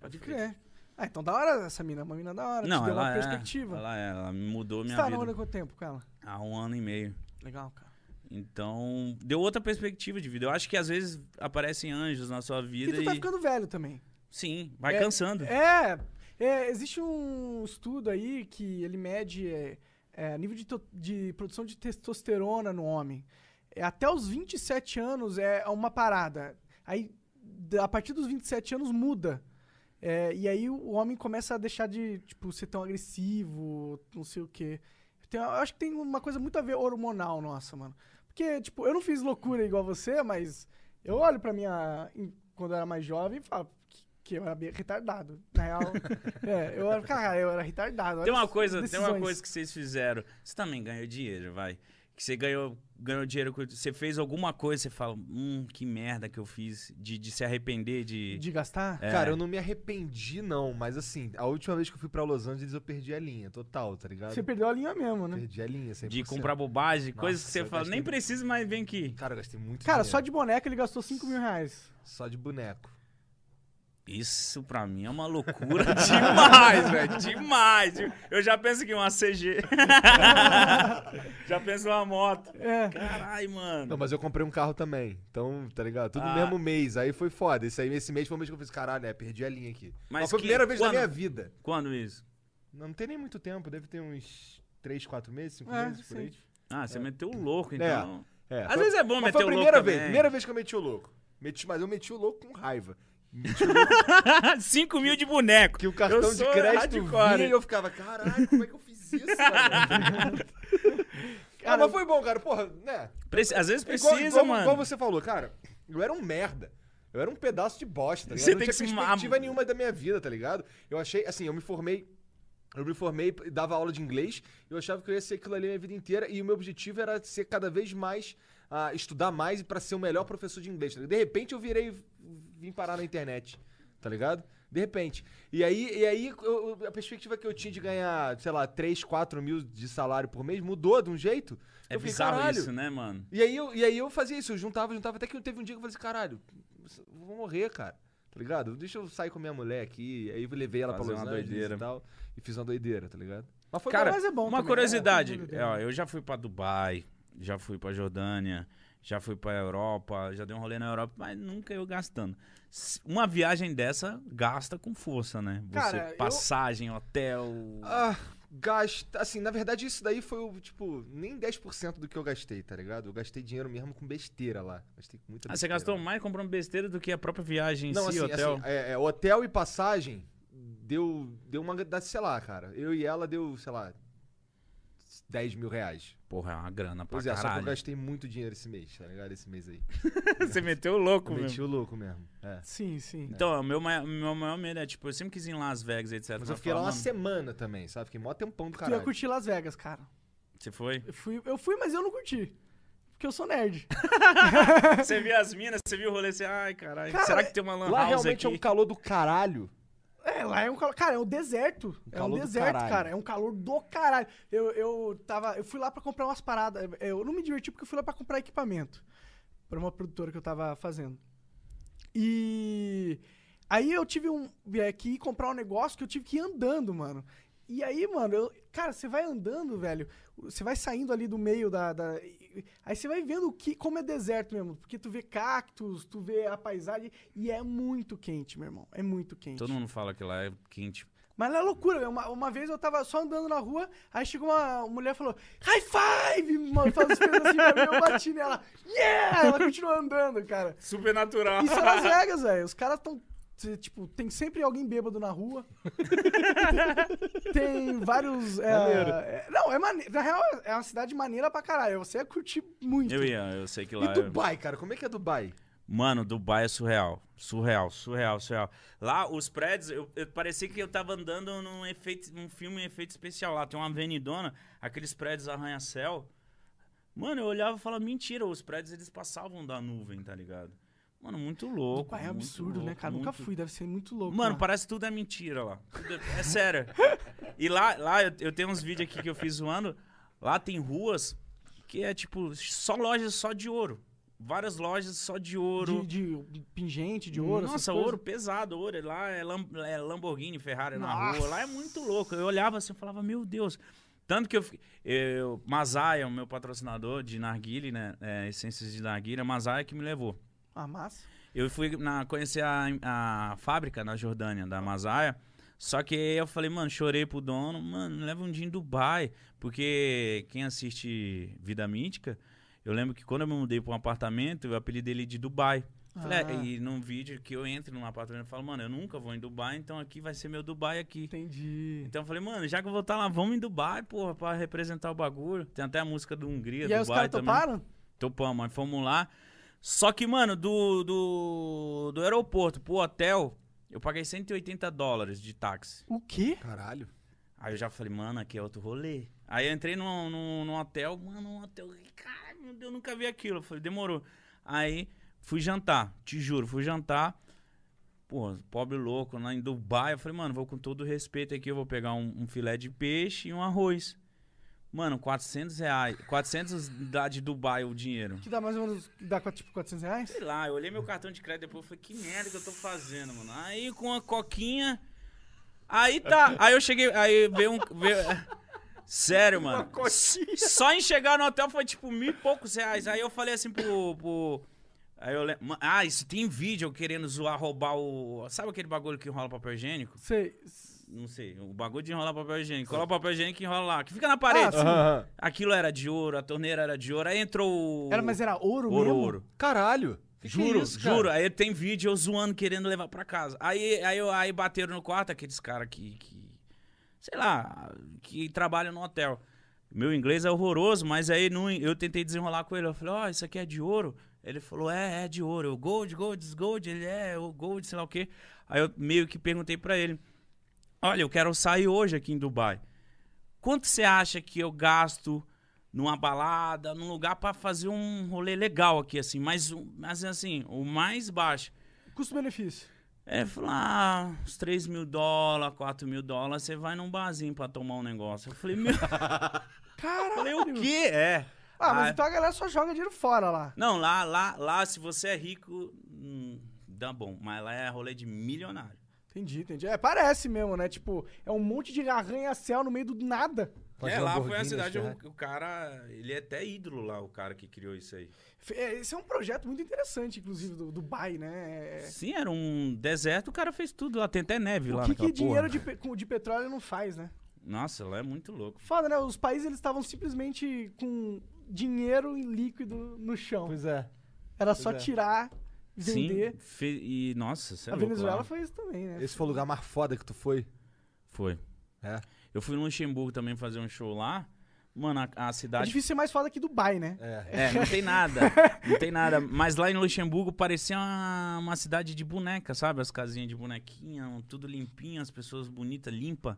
Speaker 2: Pode crer. Ah, então da hora essa mina, uma mina da hora. te deu uma
Speaker 4: é,
Speaker 2: perspectiva.
Speaker 4: ela é, ela mudou
Speaker 2: Você
Speaker 4: minha
Speaker 2: tá namorando
Speaker 4: vida
Speaker 2: há quanto tempo, cara?
Speaker 4: há um ano e meio.
Speaker 2: Legal, cara.
Speaker 4: Então, deu outra perspectiva de vida. Eu acho que às vezes aparecem anjos na sua
Speaker 2: E
Speaker 4: vida e.
Speaker 2: tu tá ficando velho também.
Speaker 4: Sim, vai
Speaker 2: É,
Speaker 4: cansando.
Speaker 2: É, é, existe um estudo aí que ele mede é, é, nível de, to- de produção de testosterona no homem. É, até os 27 anos é uma parada. Aí, da- a partir dos 27 anos, muda. É, e aí o homem começa a deixar de, tipo, ser tão agressivo, não sei o quê. Tem- eu acho que tem uma coisa muito a ver hormonal, nossa, mano. Porque, tipo, eu não fiz loucura igual você, mas eu olho pra minha... em- Quando eu era mais jovem e falo que, que eu era bem retardado. Na real, é, eu era... Cara, eu era retardado.
Speaker 4: Tem
Speaker 2: olha
Speaker 4: uma
Speaker 2: as
Speaker 4: coisa, tem uma
Speaker 2: decisões.
Speaker 4: coisa que vocês fizeram. Você também ganhou dinheiro, vai. Que você ganhou, ganhou dinheiro, com- você fez alguma coisa, você fala, hum, que merda que eu fiz. De, de se arrepender de.
Speaker 2: De gastar?
Speaker 4: É.
Speaker 3: Cara, eu não me arrependi, não, mas assim, a última vez que eu fui pra Los Angeles eu perdi a linha, total, tá ligado?
Speaker 2: Você perdeu a linha mesmo, né?
Speaker 3: Perdi a linha, 100%.
Speaker 4: de comprar bobagem,
Speaker 3: Nossa,
Speaker 4: coisas que você
Speaker 3: eu
Speaker 4: fala,
Speaker 3: gastei
Speaker 4: nem
Speaker 3: muito.
Speaker 4: preciso, mas vem aqui.
Speaker 3: Cara, eu gastei muito
Speaker 2: Cara,
Speaker 3: dinheiro.
Speaker 2: só de boneca ele gastou 5 mil reais.
Speaker 3: Só de boneco.
Speaker 4: Isso pra mim é uma loucura demais, velho. Demais. Eu já penso que uma CG. já penso uma moto.
Speaker 2: É.
Speaker 4: Caralho, mano.
Speaker 3: Não, mas eu comprei um carro também. Então, tá ligado? Tudo no
Speaker 4: Ah.
Speaker 3: mesmo mês. Aí foi foda. Esse, aí, esse mês foi o mês que eu fiz, caralho, é, perdi a linha aqui. Mas,
Speaker 4: Mas
Speaker 3: foi a
Speaker 4: que-
Speaker 3: primeira vez
Speaker 4: quando?
Speaker 3: da minha vida.
Speaker 4: Quando isso?
Speaker 3: Não, não tem nem muito tempo, deve ter uns 3, 4 meses, 5
Speaker 2: É,
Speaker 3: meses por
Speaker 2: sim.
Speaker 3: aí.
Speaker 4: Ah, você meteu o louco, então.
Speaker 3: É,
Speaker 4: Às
Speaker 3: foi-
Speaker 4: vezes é bom
Speaker 3: mas
Speaker 4: meter
Speaker 3: foi a
Speaker 4: o
Speaker 3: primeira
Speaker 4: louco
Speaker 3: vez,
Speaker 4: também.
Speaker 3: primeira vez que eu meti o louco. Meti, mas eu meti o louco com raiva. Meti o louco
Speaker 4: 5 mil de boneco.
Speaker 3: Que o cartão
Speaker 4: Eu
Speaker 3: de
Speaker 4: sou
Speaker 3: crédito
Speaker 4: hardcore.
Speaker 3: vinha e eu ficava, caralho, como é que eu fiz isso, cara? ah, mas foi bom, cara. Porra, né?
Speaker 4: Preci- Às vezes precisa,
Speaker 3: igual, igual,
Speaker 4: mano.
Speaker 3: igual você falou, cara, eu era um merda. Eu era um pedaço de bosta. tá ligado?
Speaker 4: Você
Speaker 3: eu não
Speaker 4: tem que
Speaker 3: tinha
Speaker 4: se ma-
Speaker 3: perspectiva nenhuma da minha vida, tá ligado? Eu achei, assim, eu me formei. Eu me formei e dava aula de inglês. Eu achava que eu ia ser aquilo ali a minha vida inteira. E o meu objetivo era ser cada vez mais. ah, estudar mais e pra ser o melhor professor de inglês. tá ligado? De repente eu virei. Vim parar na internet. Tá ligado? De repente. E aí, e aí eu- eu- a perspectiva que eu tinha de ganhar, sei lá, 3, 4 mil de salário por mês mudou de um jeito.
Speaker 4: É
Speaker 3: eu fiquei,
Speaker 4: bizarro
Speaker 3: caralho,
Speaker 4: isso, né, mano?
Speaker 3: e aí, eu, e aí eu fazia isso, eu juntava, juntava, até que teve um dia que eu falei assim, caralho, eu vou morrer, cara. Tá ligado? Deixa eu sair com minha mulher aqui. Aí eu levei ela
Speaker 4: Fazer
Speaker 3: pra Los
Speaker 4: uma
Speaker 3: Angeles
Speaker 4: doideira.
Speaker 3: e tal. E fiz uma doideira, tá ligado? Mas foi
Speaker 4: Cara,
Speaker 2: mas é bom
Speaker 4: uma
Speaker 2: também, né?
Speaker 4: curiosidade.
Speaker 2: Sem dúvida.
Speaker 4: é, ó, eu já fui pra Dubai, já fui pra Jordânia, já fui pra Europa, já dei um rolê na Europa, mas nunca eu gastando. S- Uma viagem dessa gasta com força, né? Você,
Speaker 2: Cara, eu-
Speaker 4: passagem, hotel.
Speaker 3: Ah, gasta. Assim, na verdade, isso daí foi o, tipo, nem 10% do que eu gastei, tá ligado? Eu gastei dinheiro mesmo com besteira lá. Gastei com muita
Speaker 4: Ah,
Speaker 3: besteira.
Speaker 4: você gastou mais comprando besteira do que a própria viagem em
Speaker 3: Não,
Speaker 4: si,
Speaker 3: assim,
Speaker 4: hotel.
Speaker 3: assim, é, é, hotel e passagem deu, deu uma. dá- Sei lá, cara. Eu e ela deu, sei lá, 10 mil reais.
Speaker 4: Porra, é uma grana pra
Speaker 3: Pois é, só que eu
Speaker 4: caralho.
Speaker 3: gastei muito dinheiro esse mês, tá ligado? Esse mês aí.
Speaker 4: você meteu o louco,
Speaker 3: Eu
Speaker 4: meu.
Speaker 3: meti o louco mesmo. É.
Speaker 2: Sim, sim.
Speaker 4: Então, o meu maior, meu maior medo é, tipo, eu sempre quis ir em Las Vegas, etc.
Speaker 3: Mas
Speaker 4: eu
Speaker 3: eu fiquei lá
Speaker 4: falo,
Speaker 3: uma
Speaker 4: mano,
Speaker 3: semana também, sabe? Fiquei mó tempão do
Speaker 4: É.
Speaker 2: Tu ia
Speaker 3: caralho.
Speaker 2: curtir Las Vegas, cara.
Speaker 4: Você foi?
Speaker 2: Eu fui, eu fui, mas eu não curti. Porque eu sou nerd.
Speaker 4: você viu as minas, você viu o rolê, você... Ai, caralho,
Speaker 2: Cara,
Speaker 4: será que tem uma lan
Speaker 3: Lá
Speaker 4: house
Speaker 3: realmente
Speaker 4: aqui?
Speaker 3: é um calor do caralho.
Speaker 2: É, lá é um calor. Cara, é um deserto. é
Speaker 3: calor
Speaker 2: um
Speaker 3: do
Speaker 2: deserto,
Speaker 3: caralho.
Speaker 2: cara. É um calor do caralho. Eu, eu tava. Eu fui lá pra comprar umas paradas. Eu não me diverti porque eu fui lá pra comprar equipamento. Pra uma produtora que eu tava fazendo. E. Aí eu tive um. É, que ir comprar um negócio que eu tive que ir andando, mano. E aí, mano, eu- cara, você vai andando, velho. Você vai saindo ali do meio da. da- aí você vai vendo o que, como é deserto mesmo. Porque tu vê cactos, tu vê a paisagem. E é muito quente, meu irmão. É muito quente.
Speaker 4: Todo mundo fala que lá é quente.
Speaker 2: Mas lá é loucura, velho. uma, uma vez eu tava só andando na rua, aí chegou uma mulher e falou, high five! Mano, faz os pesos assim pra mim, eu bati nela. Yeah! Ela continuou andando, cara.
Speaker 4: Super natural.
Speaker 2: Isso é Las Vegas, velho. Os caras tão. cê, Tipo, tem sempre alguém bêbado na rua. tem vários. é,
Speaker 3: Maneiro.
Speaker 2: é, não, é maneiro. Na real, é uma cidade maneira pra caralho. Você ia curtir muito.
Speaker 4: Eu ia, eu sei que
Speaker 3: E
Speaker 4: lá... é-
Speaker 3: Dubai, cara? Como é que é Dubai?
Speaker 4: Mano, Dubai é surreal. Surreal, surreal, surreal. Lá, os prédios, eu, eu- parecia que eu tava andando num, efeito, num filme em efeito especial. Lá tem uma avenidona, aqueles prédios arranha-céu. Mano, eu olhava e falava, mentira, os prédios eles passavam da nuvem, tá ligado? Mano, muito louco.
Speaker 2: Dubai é
Speaker 4: muito
Speaker 2: absurdo, né,
Speaker 4: louco,
Speaker 2: cara? Nunca
Speaker 4: muito-
Speaker 2: fui, deve ser muito louco. né?
Speaker 4: Mano,
Speaker 2: lá.
Speaker 4: parece que tudo é mentira lá. Tudo é, é sério. E lá, lá eu, eu tenho uns vídeos aqui que eu fiz zoando. Lá tem ruas que é tipo só lojas só de ouro. Várias lojas só de ouro.
Speaker 2: De, de- de pingente, de ouro. essas
Speaker 4: Nossa,
Speaker 2: coisas.
Speaker 4: ouro pesado, ouro. Lá é, Lam- é Lamborghini, Ferrari na
Speaker 2: Nossa.
Speaker 4: rua. Lá é muito louco. Eu olhava assim e falava, meu Deus. Tanto que eu fiquei. Eu, Mazaia, o meu patrocinador de narguile, né? É, essências de narguile, é Mazaia que me levou.
Speaker 2: Ah, massa.
Speaker 4: Eu fui na, conhecer a, a fábrica na Jordânia, da Masaia. Só que eu falei, mano, chorei pro dono, mano, leva um dia em Dubai. Porque quem assiste Vida Mítica, eu lembro que quando eu me mudei pra um apartamento, eu apelidei ele é de Dubai. Falei,
Speaker 2: Ah.
Speaker 4: "É", e num vídeo que eu entro num apartamento, eu falo, mano, eu nunca vou em Dubai, então aqui vai ser meu Dubai aqui.
Speaker 2: Entendi.
Speaker 4: Então eu falei, mano, já que eu vou estar lá, vamos em Dubai, porra, pra representar o bagulho. Tem até a música do Hungria,
Speaker 2: E aí
Speaker 4: Dubai
Speaker 2: os caras
Speaker 4: também.
Speaker 2: toparam?
Speaker 4: Topamos, aí fomos lá. Só que, mano, do, do, do aeroporto pro hotel, eu paguei 180 dólares de táxi.
Speaker 2: O quê?
Speaker 3: Caralho.
Speaker 4: Aí eu já falei, mano, aqui é outro rolê. Aí eu entrei num, num, num hotel, mano, um hotel. Caralho, meu Deus, eu nunca vi aquilo. Eu falei, demorou. Aí fui jantar, te juro, fui jantar. Pô, pobre louco, lá em Dubai. Eu falei, mano, vou com todo respeito aqui, eu vou pegar um, um filé de peixe e um arroz. Mano, 400 reais. 400 dá de Dubai o dinheiro.
Speaker 2: Que dá mais ou menos, dá quatro- tipo 400 reais?
Speaker 4: Sei lá, eu olhei meu cartão de crédito depois e falei, que merda que eu tô fazendo, mano. Aí com a coquinha. Aí tá. Aí eu cheguei. Aí veio um. veio- Sério, mano. Só em chegar no hotel foi tipo mil e poucos reais. Aí eu falei assim pro. pro- Aí eu lembro. Ah, isso tem vídeo eu querendo zoar, roubar o. Sabe aquele bagulho que enrola papel higiênico?
Speaker 2: Sei.
Speaker 4: Não sei. O bagulho de enrolar papel higiênico. Coloca o papel higiênico e enrola lá. Que fica na parede.
Speaker 2: Ah, sim.
Speaker 3: Aham, aham.
Speaker 4: Aquilo era de ouro, a torneira era de ouro. Aí entrou o.
Speaker 2: Era, mas era ouro,
Speaker 4: ouro,
Speaker 2: mesmo?
Speaker 4: ouro.
Speaker 3: Caralho. Que que é
Speaker 4: Juro,
Speaker 3: isso, cara?
Speaker 4: juro. Aí tem vídeo eu zoando, querendo levar pra casa. Aí, aí, eu- aí bateram no quarto aqueles caras que, que. Sei lá, que trabalham no hotel. Meu inglês é horroroso, mas aí não, eu tentei desenrolar com ele. Eu falei, ó, isso aqui é de ouro? Ele falou, é, é de ouro. Eu, gold, gold, is gold. Ele é, o gold, sei lá o quê. Aí eu meio que perguntei pra ele: Olha, eu quero sair hoje aqui em Dubai. Quanto você acha que eu gasto numa balada, num lugar pra fazer um rolê legal aqui, assim? Mas, um- mas assim, o mais baixo.
Speaker 2: Custo-benefício.
Speaker 4: Ele falou, ah, uns 3 mil dólares, 4 mil dólares, você vai num barzinho pra tomar um negócio. Eu falei, meu, eu
Speaker 2: Caralho.
Speaker 4: falei, o quê? É.
Speaker 2: Ah, mas
Speaker 4: Ah.
Speaker 2: então a galera só joga dinheiro fora lá.
Speaker 4: Não, lá, lá, lá, se você é rico, hum, dá bom. Mas lá é rolê de milionário.
Speaker 2: Entendi, entendi. É, parece mesmo, né? Tipo, é um monte de arranha-céu no meio do nada.
Speaker 3: Faz
Speaker 4: é, lá foi a
Speaker 3: Lamborghini,
Speaker 4: cidade,
Speaker 3: Ferrari.
Speaker 4: o, o cara, ele é até ídolo lá, o cara que criou isso aí.
Speaker 2: Fe- é, Esse é um projeto muito interessante, inclusive, do Dubai, né? É-
Speaker 4: Sim, era um deserto, o cara fez tudo lá, tem até neve
Speaker 2: O
Speaker 4: lá
Speaker 2: que,
Speaker 4: naquela
Speaker 2: que dinheiro
Speaker 4: porra.
Speaker 2: de, pe- com- de petróleo não faz, né?
Speaker 4: Nossa, lá é muito louco.
Speaker 2: Foda, né? Os países eles estavam simplesmente com dinheiro em líquido no chão.
Speaker 3: Pois é.
Speaker 2: Era só
Speaker 3: é.
Speaker 2: tirar, vender.
Speaker 4: Sim, fe- e nossa, você é
Speaker 2: a
Speaker 4: louco
Speaker 2: Venezuela
Speaker 4: lá.
Speaker 2: foi isso também, né?
Speaker 3: Esse foi o lugar mais foda que tu foi.
Speaker 4: Foi.
Speaker 3: É.
Speaker 4: Eu fui no Luxemburgo também fazer um show lá. Mano, a, a
Speaker 2: É
Speaker 4: cidade.
Speaker 2: difícil ser mais foda que Dubai, né?
Speaker 3: É.
Speaker 4: É, não tem nada. Não tem nada. Mas lá em Luxemburgo parecia uma, uma cidade de boneca, sabe? As casinhas de bonequinha, um- tudo limpinho, as pessoas bonitas, limpa.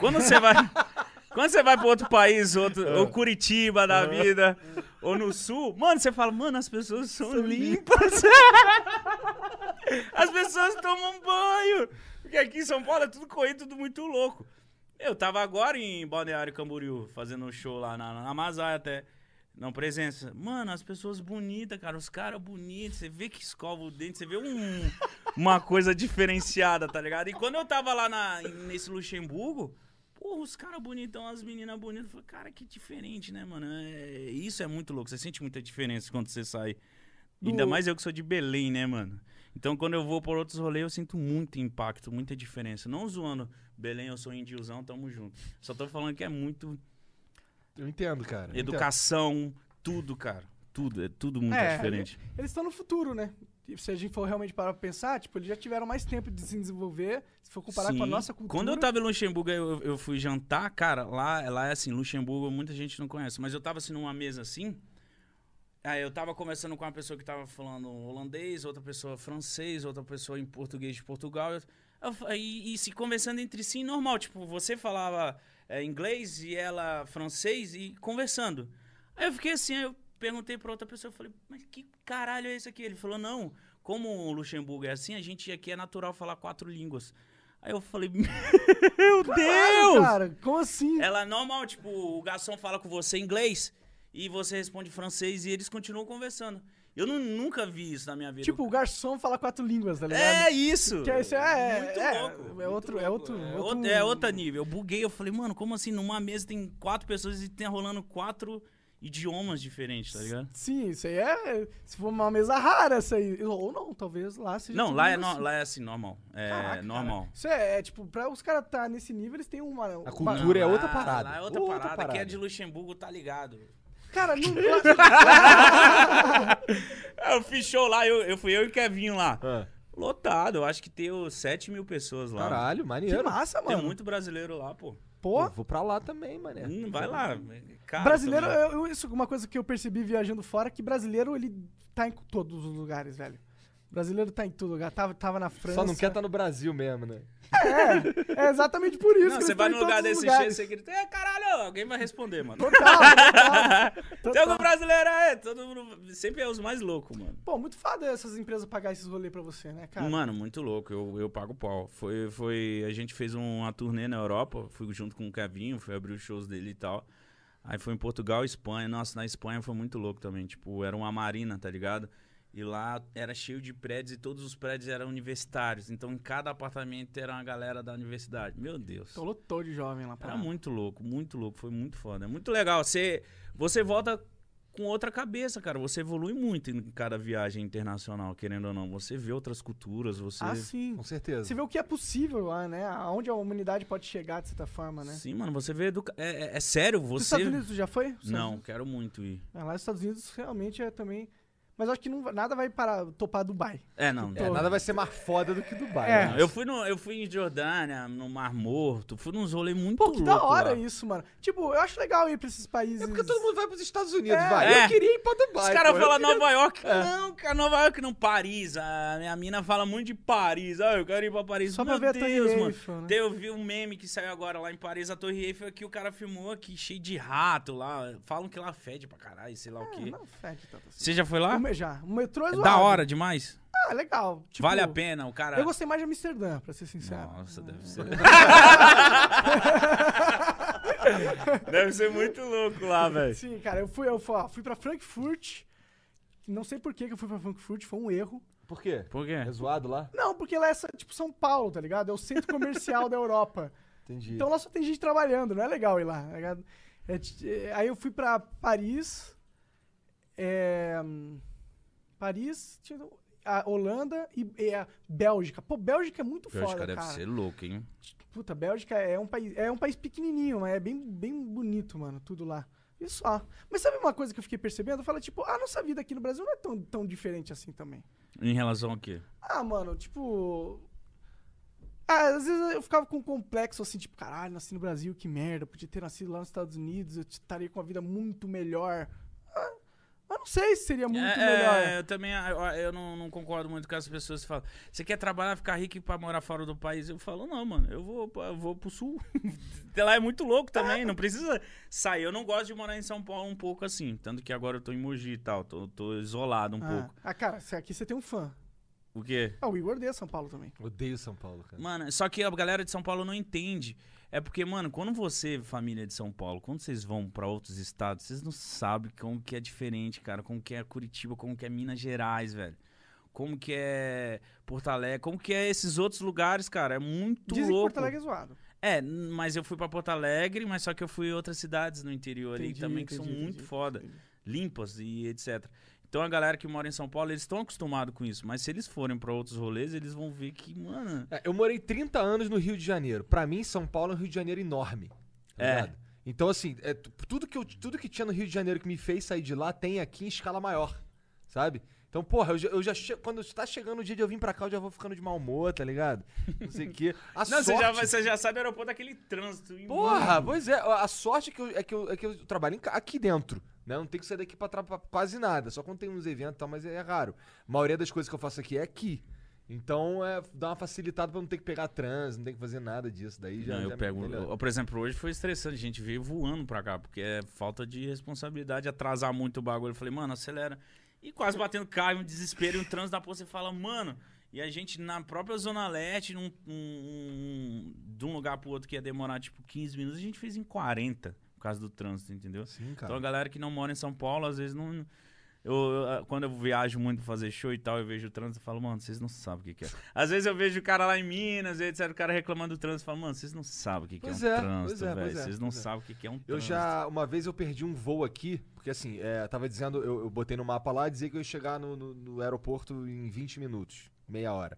Speaker 4: Quando você vai. Quando você vai pra outro país, outro, ou Curitiba da vida, ou no sul, mano, você fala, mano, as pessoas são, limpas. as pessoas tomam um banho. Porque aqui em São Paulo é tudo corrido, tudo muito louco. Eu tava agora em Balneário Camboriú, fazendo um show lá na, na Mazai até. Não, presença. Mano, as pessoas bonitas, cara. Os caras bonitos. Você vê que escova o dente, você vê um- uma coisa diferenciada, tá ligado? E quando eu tava lá na- nesse Luxemburgo, porra, os caras bonitão, as meninas bonitas. Eu falei, cara, que diferente, né, mano? É- isso é muito louco. Você sente muita diferença quando você sai. Ainda
Speaker 2: Do-
Speaker 4: mais eu que sou de Belém, né, mano? Então, quando eu vou por outros rolês, eu sinto muito impacto, muita diferença. Não zoando Belém, eu sou um indiozão, tamo junto. Só tô falando que é muito
Speaker 3: Eu entendo, cara. Eu
Speaker 4: Educação, tudo, cara. Tudo, é tudo muito
Speaker 2: É,
Speaker 4: diferente.
Speaker 2: Eles estão no futuro, né? E se a gente for realmente parar pra pensar, tipo, eles já tiveram mais tempo de se desenvolver, se for comparar com a
Speaker 4: Sim.
Speaker 2: nossa cultura.
Speaker 4: Quando eu tava em Luxemburgo, eu, eu fui jantar, cara, lá, lá é assim, Luxemburgo muita gente não conhece, mas eu tava assim numa mesa assim, Ah, eu tava conversando com uma pessoa que tava falando holandês, outra pessoa francês, outra pessoa em português de Portugal. Eu- eu fa- e, e se conversando entre si, normal. Tipo, você falava é, inglês e ela francês e conversando. Aí eu fiquei assim, aí eu perguntei pra outra pessoa, eu falei, mas que caralho é isso aqui? Ele falou, não, como o Luxemburgo é assim, a gente aqui é natural falar quatro línguas. Aí eu falei, meu
Speaker 2: Claro,
Speaker 4: Deus!
Speaker 2: cara, como assim?
Speaker 4: Ela é normal, tipo, o garçom fala com você em inglês e você responde francês e eles continuam conversando. Eu nu- nunca vi isso na minha vida.
Speaker 2: Tipo, o garçom fala quatro línguas, tá ligado?
Speaker 4: é isso!
Speaker 2: Que é, isso é,
Speaker 4: Muito
Speaker 2: é,
Speaker 4: louco.
Speaker 2: é
Speaker 4: muito
Speaker 2: outro- é outro-
Speaker 4: É,
Speaker 2: outro-
Speaker 4: outro, é outro nível. Eu buguei, eu falei, mano, como assim? Numa mesa tem quatro pessoas e tem rolando quatro idiomas diferentes, tá ligado?
Speaker 2: Sim, isso aí é. Se for uma mesa rara, isso aí. Ou não, talvez lá seja.
Speaker 4: Não,
Speaker 2: tudo
Speaker 4: lá é,
Speaker 2: assim.
Speaker 4: no- lá é assim, normal. É
Speaker 2: Caraca, cara.
Speaker 4: normal.
Speaker 2: Isso é, é, tipo, pra os caras tá nesse nível, eles têm uma. A
Speaker 3: cultura é outra
Speaker 4: lá-
Speaker 3: parada,
Speaker 4: Lá é outra,
Speaker 3: outra
Speaker 4: parada. Quem é
Speaker 3: parada.
Speaker 4: de Luxemburgo tá ligado. é
Speaker 2: Cara, não.
Speaker 4: Eu fiz show É, lá, eu, eu fui eu e o Kevinho lá.
Speaker 3: Ah.
Speaker 4: Lotado, eu acho que tem ô, 7 mil pessoas lá.
Speaker 3: Caralho,
Speaker 2: que
Speaker 3: maneiro.
Speaker 2: massa,
Speaker 4: Tem
Speaker 2: mano.
Speaker 4: muito brasileiro lá, pô.
Speaker 2: Pô.
Speaker 3: Pô, vou pra lá também, mané.
Speaker 4: Hum, vai lá. Cara,
Speaker 2: brasileiro,
Speaker 4: também.
Speaker 2: eu, eu- isso é uma coisa que eu percebi viajando fora, que brasileiro, ele tá em todos os lugares, velho. Brasileiro tá em todo lugar. Tava, tava na França.
Speaker 3: Só não
Speaker 4: tá-
Speaker 3: quer estar no Brasil mesmo, né?
Speaker 2: É exatamente por isso.
Speaker 4: Não,
Speaker 2: que
Speaker 4: você
Speaker 2: eles tão
Speaker 4: vai num
Speaker 2: em
Speaker 4: lugar
Speaker 2: todos os
Speaker 4: desse cheio,
Speaker 2: lugares.
Speaker 4: você grita, é caralho, alguém vai responder, mano.
Speaker 2: Total, total.
Speaker 4: Tem algum brasileiro aí? Todo mundo. Sempre é os mais loucos, mano.
Speaker 2: Pô, muito foda essas empresas pagar esses rolês pra você, né, cara?
Speaker 4: Mano, muito louco, eu, eu pago pau. Foi, foi, a gente fez um, uma turnê na Europa, fui junto com o Kevinho, fui abrir os shows dele e tal. Aí foi em Portugal e Espanha. Nossa, na Espanha foi muito louco também. Tipo, era uma marina, tá ligado? E lá era cheio de prédios e todos os prédios eram universitários. Então em cada apartamento era uma galera da universidade. Meu Deus.
Speaker 2: Tô lotou de jovem lá pra
Speaker 4: Era
Speaker 2: lá.
Speaker 4: Tá muito louco, muito louco, foi muito foda. É muito legal. Você, você volta com outra cabeça, cara. Você evolui muito em cada viagem internacional, querendo ou não. Você vê outras culturas, você.
Speaker 2: Ah, sim.
Speaker 3: Com certeza.
Speaker 2: Você vê o que é possível lá, né? Aonde a humanidade pode chegar, de certa forma, né?
Speaker 4: Sim, mano, você vê. Educa... É, é- é sério,
Speaker 2: Os
Speaker 4: você.
Speaker 2: Estados Unidos, tu já foi? Os
Speaker 4: Não,
Speaker 2: Estados
Speaker 4: quero muito ir.
Speaker 2: Unidos? É, lá nos Estados Unidos realmente é também... Mas eu acho que não, nada vai parar, topar Dubai.
Speaker 4: É, não.
Speaker 3: É, nada vai ser mais foda do que Dubai.
Speaker 2: É.
Speaker 3: né?
Speaker 4: Eu fui, no, eu fui em Jordânia, no Mar Morto, fui nos rolês muito
Speaker 2: Pô, que
Speaker 4: louco
Speaker 2: da hora
Speaker 4: lá.
Speaker 2: isso, mano. Tipo, eu acho legal ir pra esses países...
Speaker 3: É porque todo mundo vai pros Estados Unidos,
Speaker 2: É.
Speaker 3: vai.
Speaker 4: É.
Speaker 3: Eu queria ir pra Dubai.
Speaker 4: Os caras
Speaker 3: pô.
Speaker 4: falam Nova York. Não, cara, Nova York não, Paris. A minha mina fala muito de Paris. Ah, eu quero ir pra Paris.
Speaker 2: Só pra
Speaker 4: Meu
Speaker 2: ver a Torre
Speaker 4: Deus, mano.
Speaker 2: Eiffel, né?
Speaker 4: Tem- Eu vi um meme que saiu agora lá em Paris, a Torre Eiffel, que o cara filmou aqui, cheio de rato lá. Falam que lá fede pra caralho, sei lá o
Speaker 2: Ah,
Speaker 4: quê.
Speaker 2: não fede tanto assim.
Speaker 4: Você já foi lá?
Speaker 2: O me- já. O metrô é
Speaker 4: É
Speaker 2: zoado.
Speaker 4: da hora demais.
Speaker 2: Ah, legal. Tipo,
Speaker 4: vale a pena, o cara...
Speaker 2: Eu gostei mais de Amsterdã, pra ser sincero.
Speaker 4: Nossa, deve ser... deve ser muito louco lá, velho.
Speaker 2: Sim, cara, eu fui, eu fui, ó, fui pra Frankfurt. Não sei por que que eu fui pra Frankfurt, foi um erro.
Speaker 3: Por quê?
Speaker 4: Por quê?
Speaker 3: É zoado lá?
Speaker 2: Não, porque lá é sa- tipo São Paulo, tá ligado? É o centro comercial da Europa.
Speaker 3: Entendi.
Speaker 2: Então lá só tem gente trabalhando, não é legal ir lá. tá ligado? É ti- é, aí eu fui pra Paris. é, hum, Paris, tinha a Holanda e, e a Bélgica. Pô, Bélgica é muito
Speaker 4: Bélgica
Speaker 2: foda,
Speaker 4: deve
Speaker 2: cara.
Speaker 4: ser louco, hein?
Speaker 2: Puta, Bélgica é um país, é um país pequenininho, mas é bem, bem bonito, mano, tudo lá. E só. Mas sabe uma coisa que eu fiquei percebendo? Fala, tipo, a nossa vida aqui no Brasil não é tão, tão diferente assim também.
Speaker 4: Em relação ao quê?
Speaker 2: Ah, mano, tipo. Ah, às vezes eu ficava com um complexo assim, tipo, caralho, nasci no Brasil, que merda, podia ter nascido lá nos Estados Unidos, eu estaria com uma vida muito melhor. Ah, eu não sei se seria muito
Speaker 4: é,
Speaker 2: melhor.
Speaker 4: eu também eu, eu não, não concordo muito com as pessoas que falam. Você quer trabalhar, ficar rico e ir pra morar fora do país? Eu falo, não, mano, eu vou, pra- eu vou pro sul. Até lá é muito louco também, não precisa sair. Eu não gosto de morar em São Paulo um pouco assim. Tanto que agora eu tô em Mogi e tal, tô, tô isolado um
Speaker 2: ah,
Speaker 4: pouco.
Speaker 2: ah, cara, cê- aqui você tem um fã.
Speaker 4: O quê?
Speaker 2: Ah, o Igor odeia São Paulo também.
Speaker 3: Odeio São Paulo, cara.
Speaker 4: Mano, só que a galera de São Paulo não entende. É porque, mano, quando você, família de São Paulo, quando vocês vão pra outros estados, vocês não sabem como que é diferente, cara. Como que é Curitiba, como que é Minas Gerais, velho. Como que é Porto Alegre, como que é esses outros lugares, cara. É muito
Speaker 2: Dizem que
Speaker 4: louco.
Speaker 2: Porto Alegre é zoado.
Speaker 4: É, n- mas eu fui pra Porto Alegre, mas só que eu fui em outras cidades no interior ali
Speaker 2: Entendi,
Speaker 4: também, que são
Speaker 2: entendi,
Speaker 4: muito
Speaker 2: entendi,
Speaker 4: foda.
Speaker 2: entendi.
Speaker 4: Limpas e etc. Então a galera que mora em São Paulo, eles estão acostumados com isso. Mas se eles forem pra outros rolês, eles vão ver que, mano.
Speaker 3: É, eu morei 30 anos no Rio de Janeiro. Pra mim, São Paulo é um Rio de Janeiro enorme. tá
Speaker 4: É.
Speaker 3: ligado? Então, assim, é, tu- tudo, que eu- tudo que tinha no Rio de Janeiro que me fez sair de lá tem aqui em escala maior, sabe? Então, porra, eu já, eu já che- quando tá chegando o dia de eu vir pra cá, eu já vou ficando de mau humor, tá ligado? Não sei o quê. A
Speaker 4: Não, você já,
Speaker 3: sorte-
Speaker 4: você já sabe o aeroporto daquele trânsito. imundo.
Speaker 3: Porra, pois é. A sorte é que eu, é que eu, é que eu trabalho em ca- aqui dentro, né? Eu Não tem que sair daqui pra, tra- pra quase nada. Só quando tem uns eventos e tal, mas é raro. A maioria das coisas que eu faço aqui é aqui. Então é dá uma facilitada pra não ter que pegar trans, não tem que fazer nada disso. Daí já.
Speaker 4: Não,
Speaker 3: já
Speaker 4: eu pego. um,
Speaker 3: melhora.
Speaker 4: eu- por exemplo, hoje foi estressante. A gente veio voando pra cá, porque é falta de responsabilidade atrasar muito o bagulho. Eu falei, mano, acelera. E quase batendo carro, um desespero, e um trânsito da porra. Você fala, mano. E a gente na própria Zona Leste, num, um- um- de um lugar pro outro que ia demorar tipo 15 minutos, a gente fez em 40 por causa do trânsito, entendeu?
Speaker 3: Sim,
Speaker 4: Então a
Speaker 3: cara.
Speaker 4: galera que não mora em São Paulo, às vezes não. Eu, eu- quando eu viajo muito pra fazer show e tal, eu vejo o trânsito e falo, mano, vocês não sabem o que, que é. Às vezes eu vejo o cara lá em Minas, etc, o cara reclamando do trânsito e falo, mano, vocês não sabem o que, que é um
Speaker 3: Pois é, pois
Speaker 4: trânsito,
Speaker 3: é,
Speaker 4: velho.
Speaker 3: pois é,
Speaker 4: Vocês não
Speaker 3: pois é.
Speaker 4: sabem o que, que é um trânsito.
Speaker 3: Eu já, uma vez eu perdi um voo aqui, porque assim, é, tava dizendo, eu, eu botei no mapa lá, dizia que eu ia chegar no, no- no aeroporto em 20 minutos, meia hora.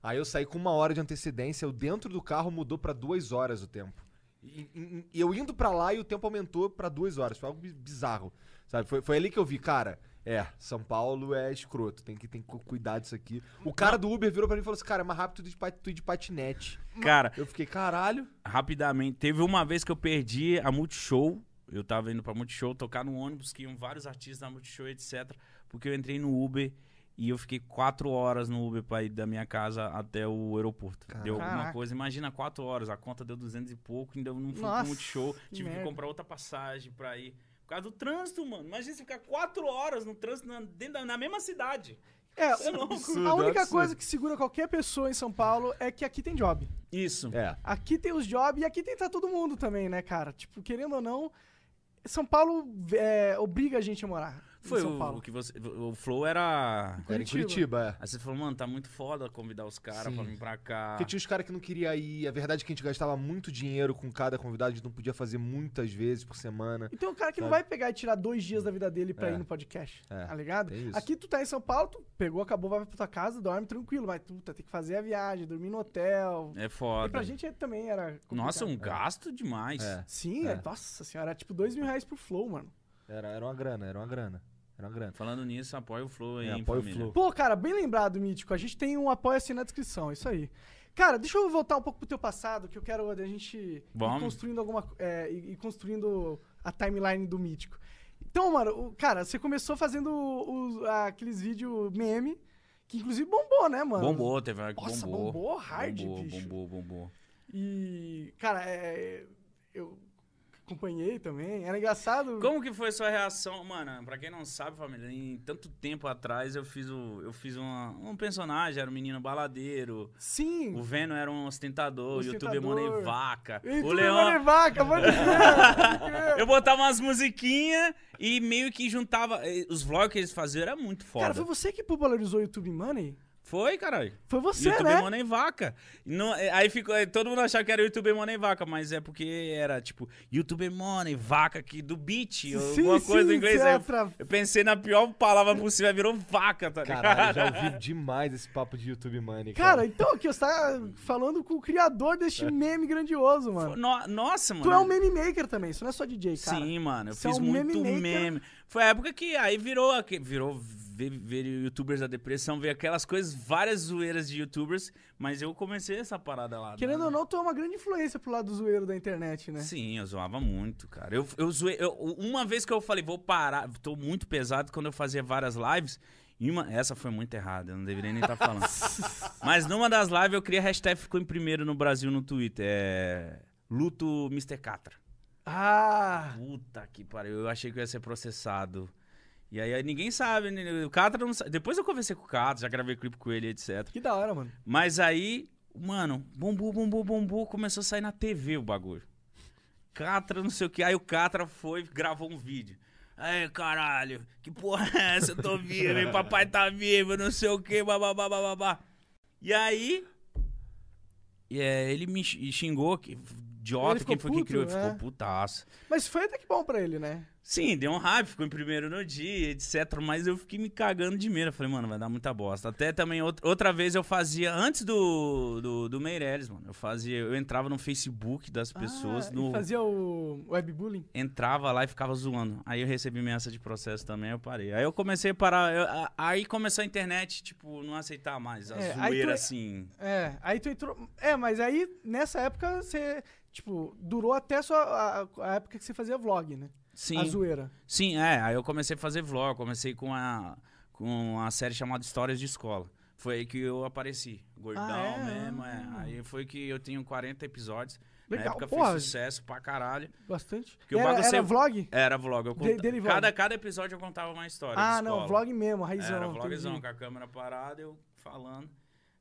Speaker 3: Aí eu saí com uma hora de antecedência, eu dentro do carro mudou pra duas horas o tempo. E, e- e eu indo pra lá e o tempo aumentou pra duas horas, foi algo bi- bizarro, sabe? Foi, foi ali que eu vi, cara, é, São Paulo é escroto, tem que, tem que cu- cuidar disso aqui. O cara do Uber virou pra mim e falou assim, cara, é mais rápido tu ir de pat- tu ir de patinete.
Speaker 4: Cara,
Speaker 3: Eu fiquei, caralho...
Speaker 4: rapidamente, teve uma vez que eu perdi a Multishow. Eu tava indo pra Multishow tocar no ônibus, que iam vários artistas da Multishow, etc. Porque eu entrei no Uber e eu fiquei quatro horas no Uber pra ir da minha casa até o aeroporto. Deu alguma
Speaker 2: Caraca.
Speaker 4: coisa, imagina quatro horas, a conta deu 200 e pouco, ainda não fui
Speaker 2: Nossa,
Speaker 4: pro Multishow.
Speaker 2: que
Speaker 4: Tive que
Speaker 2: merda.
Speaker 4: comprar outra passagem pra ir. Por causa do trânsito, mano. Imagina você ficar quatro horas no trânsito na, dentro da- na mesma cidade.
Speaker 2: É,
Speaker 4: Isso é um absurdo,
Speaker 3: é
Speaker 2: a
Speaker 3: um
Speaker 2: única
Speaker 3: absurdo.
Speaker 2: coisa que segura qualquer pessoa em São Paulo é que aqui tem job.
Speaker 4: Isso.
Speaker 3: É,
Speaker 2: Aqui tem os jobs e aqui tem tá todo mundo também, né, cara? Tipo, querendo ou não, São Paulo é, obriga a gente a morar
Speaker 4: Foi
Speaker 2: em São
Speaker 4: o-
Speaker 2: Paulo.
Speaker 4: o que você. O Flow era.
Speaker 3: era em
Speaker 2: Curitiba.
Speaker 3: Curitiba, é.
Speaker 4: Aí você falou, mano, tá muito foda convidar os caras
Speaker 3: Sim.
Speaker 4: pra vir pra cá.
Speaker 3: Porque tinha os caras que não queria ir. A verdade é que a gente gastava muito dinheiro com cada convidado, a gente não podia fazer muitas vezes por semana.
Speaker 2: E tem um cara que não
Speaker 3: Sabe?
Speaker 2: vai pegar e tirar dois dias da vida dele pra
Speaker 3: É.
Speaker 2: ir no podcast,
Speaker 3: É,
Speaker 2: tá ligado?
Speaker 3: tem isso.
Speaker 2: Aqui tu tá em São Paulo, tu pegou, acabou, vai pra tua casa, dorme tranquilo, mas tu tá, tem que fazer a viagem, dormir no hotel.
Speaker 4: É
Speaker 2: e pra
Speaker 4: foda.
Speaker 2: gente é- também era complicado.
Speaker 4: Nossa, um gasto demais.
Speaker 3: É.
Speaker 2: Sim, é. nossa senhora, era tipo dois mil reais pro Flow, mano.
Speaker 3: Era, era uma grana, era uma grana. Era uma grana.
Speaker 4: Falando nisso, apoia o Flow aí,
Speaker 3: É,
Speaker 4: hein,
Speaker 3: apoia o
Speaker 4: família.
Speaker 3: Flow.
Speaker 2: Pô, cara, bem lembrado, Mítico. A gente tem um apoia-se na descrição, isso aí. Cara, deixa eu voltar um pouco pro teu passado, que eu quero a gente ir
Speaker 4: Vamos.
Speaker 2: construindo alguma co- é, e e construindo a timeline do Mítico. Então, mano, o- cara, você começou fazendo os- aqueles vídeos meme, que inclusive bombou, né, mano?
Speaker 4: Bombou, teve uma que
Speaker 2: Nossa,
Speaker 4: bombou.
Speaker 2: bombou hard,
Speaker 4: bombou,
Speaker 2: bicho.
Speaker 4: Bombou, bombou.
Speaker 2: E, cara, é, eu acompanhei também. Era engraçado.
Speaker 4: Como que foi a sua reação? Mano, pra quem não sabe, família, em tanto tempo atrás eu fiz, o, eu fiz uma- um personagem, era um menino baladeiro.
Speaker 2: Sim.
Speaker 4: O Venom era um ostentador, o
Speaker 2: Ostentador.
Speaker 4: YouTube Money Vaca.
Speaker 2: Eita,
Speaker 4: o Leão,
Speaker 2: Vaca, pode crer.
Speaker 4: Eu botava umas musiquinhas e meio que juntava. eh, Os vlogs que eles faziam era muito foda.
Speaker 2: Cara, foi você que popularizou o YouTube Money?
Speaker 4: Foi, caralho.
Speaker 2: Foi você,
Speaker 4: YouTube
Speaker 2: né?
Speaker 4: Money Vaca. Não, eh, aí ficou, eh, todo mundo achava que era YouTube Money Vaca, mas é porque era tipo YouTube Money Vaca que do beat, ou alguma coisa do inglês.
Speaker 2: você
Speaker 4: aí eu-
Speaker 2: atra-
Speaker 4: eu pensei na pior palavra possível, aí virou vaca, tá ligado?
Speaker 3: Caralho, já ouvi demais esse papo de YouTube Money.
Speaker 2: Cara, então aqui você tá falando com o criador
Speaker 4: É.
Speaker 2: deste meme grandioso, mano.
Speaker 4: No- nossa, mano.
Speaker 2: Tu é um meme maker também, isso não é só DJ, cara.
Speaker 4: né? Sim, mano, eu
Speaker 2: Você é
Speaker 4: fiz
Speaker 2: um meme
Speaker 4: muito
Speaker 2: maker.
Speaker 4: meme. Foi a época que aí virou, aque- virou ver, ver youtubers da depressão, ver aquelas coisas, várias zoeiras de youtubers, mas eu comecei essa parada lá.
Speaker 2: Querendo
Speaker 4: né?
Speaker 2: ou não, tu é uma grande influência pro lado zoeiro da internet, né?
Speaker 4: Sim, eu zoava muito, cara. Eu, eu zoei. eu- uma vez que eu falei, vou parar, tô muito pesado quando eu fazia várias lives. E uma, essa foi muito errada, eu não deveria nem estar falando. Mas numa das lives eu criei a hashtag ficou em primeiro no Brasil no Twitter. É. Luto Mr. Catra.
Speaker 2: Ah,
Speaker 4: Puta que pariu, eu achei que eu ia ser processado. E aí, aí ninguém sabe, né? O Catra não sabe. Depois eu conversei com o Catra, já gravei clipe com ele, etc.
Speaker 2: que da hora, mano.
Speaker 4: Mas aí, mano, bombou, bombou, bombou, começou a sair na TV o bagulho. Catra, não sei o que. Aí o Catra foi e gravou um vídeo. Aí, caralho, que porra é essa? Eu tô vivo, hein? papai tá vivo, não sei o que, bababá, bababá. E aí, e, é, ele me xi- xingou, que idiota,
Speaker 2: Ele
Speaker 4: quem
Speaker 2: ficou
Speaker 4: foi que
Speaker 2: puto,
Speaker 4: criou, ele ficou
Speaker 2: né?
Speaker 4: putaço.
Speaker 2: Mas foi até que bom pra ele, né?
Speaker 4: Sim, deu um hype, ficou em primeiro no dia, etc. Mas eu fiquei me cagando de medo. Eu falei, mano, vai dar muita bosta. Até também, out- outra vez eu fazia, antes do, do, do Meirelles, mano, eu fazia, eu entrava no Facebook das pessoas,
Speaker 2: Ah,
Speaker 4: no,
Speaker 2: e fazia o webbullying.
Speaker 4: entrava lá e ficava zoando. Aí eu recebi ameaça de processo também, eu parei. Aí eu comecei a parar, eu- a- aí começou a internet, tipo, não aceitar mais, a
Speaker 2: É, aí
Speaker 4: zoeira
Speaker 2: tu-
Speaker 4: assim.
Speaker 2: É, aí tu entrou. É, mas aí nessa época você, tipo, durou até só a, a época que você fazia vlog, né?
Speaker 4: Sim.
Speaker 2: a zoeira.
Speaker 4: Sim, é. Aí eu comecei a fazer vlog, comecei com a, com a série chamada Histórias de Escola. Foi aí que eu apareci. Gordão
Speaker 2: Ah, é?
Speaker 4: mesmo, é. Aí foi que eu tenho 40 episódios.
Speaker 2: Legal,
Speaker 4: Na época
Speaker 2: porra.
Speaker 4: fez sucesso pra caralho.
Speaker 2: Bastante.
Speaker 4: Porque o
Speaker 2: era,
Speaker 4: bagulho
Speaker 2: era
Speaker 4: sem-
Speaker 2: vlog?
Speaker 4: Era vlog. Eu
Speaker 2: De-
Speaker 4: conta-
Speaker 2: dele vlog.
Speaker 4: cada, cada episódio eu contava uma história. de
Speaker 2: Ah, não,
Speaker 4: escola.
Speaker 2: vlog mesmo, raizão.
Speaker 4: Era vlogzão,
Speaker 2: entendi.
Speaker 4: com a câmera parada, eu falando.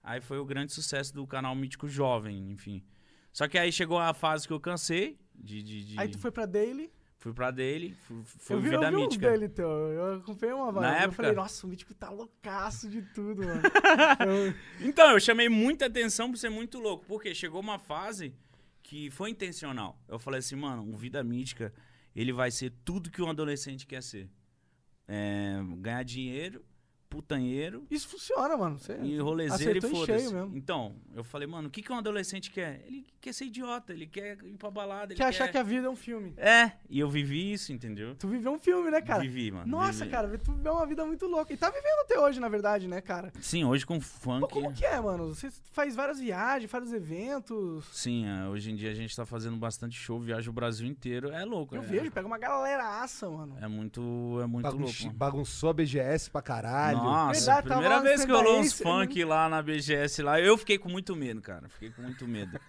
Speaker 4: Aí foi o grande sucesso do canal Mítico Jovem, enfim. Só que aí chegou a fase que eu cansei de. de, de-
Speaker 2: Aí tu foi pra Daily.
Speaker 4: Fui pra dele, fui, fui
Speaker 2: eu vi,
Speaker 4: vida
Speaker 2: eu vi um uns
Speaker 4: um mítica.
Speaker 2: Daily teu. Eu acompanhei uma vibe. eu
Speaker 4: época?
Speaker 2: falei, nossa, o Mítico tá loucaço de tudo, mano. Eu-
Speaker 4: Então, eu chamei muita atenção por ser muito louco, porque chegou uma fase que foi intencional. Eu falei assim, mano, o Vida Mítica, ele vai ser tudo que um adolescente quer ser. É, ganhar dinheiro, putanheiro,
Speaker 2: Isso funciona, mano. Você
Speaker 4: E rolezeiro e
Speaker 2: É, acertou em
Speaker 4: foda-se.
Speaker 2: cheio mesmo.
Speaker 4: Então, eu falei, mano, o que, que um adolescente quer? Ele quer ser idiota, ele quer ir pra balada, ele
Speaker 2: Quer achar que a vida é um filme.
Speaker 4: É, e eu vivi isso, entendeu?
Speaker 2: Tu viveu um filme, né, cara?
Speaker 4: Vivi, mano,
Speaker 2: Nossa,
Speaker 4: vivi.
Speaker 2: cara, tu viveu uma vida muito louca. E tá vivendo até hoje, na verdade, né, cara?
Speaker 4: Sim, hoje com
Speaker 2: Pô,
Speaker 4: funk...
Speaker 2: como que é, mano? Você faz várias viagens, vários eventos.
Speaker 4: Sim, é, hoje em dia a gente tá fazendo bastante show, viaja o Brasil inteiro, é louco.
Speaker 2: Eu
Speaker 4: é,
Speaker 2: vejo, pega uma galeraça, mano.
Speaker 4: É muito, é muito louco,
Speaker 3: Bagunci-
Speaker 4: mano.
Speaker 3: Bagunçou a BGS pra caralho.
Speaker 4: Nossa,
Speaker 2: Verdade, tava
Speaker 4: primeira
Speaker 2: lá
Speaker 4: vez que eu rolou uns
Speaker 2: Spendaense, eu
Speaker 4: funk lá na BGS lá, eu fiquei com muito medo, cara. Fiquei com muito medo.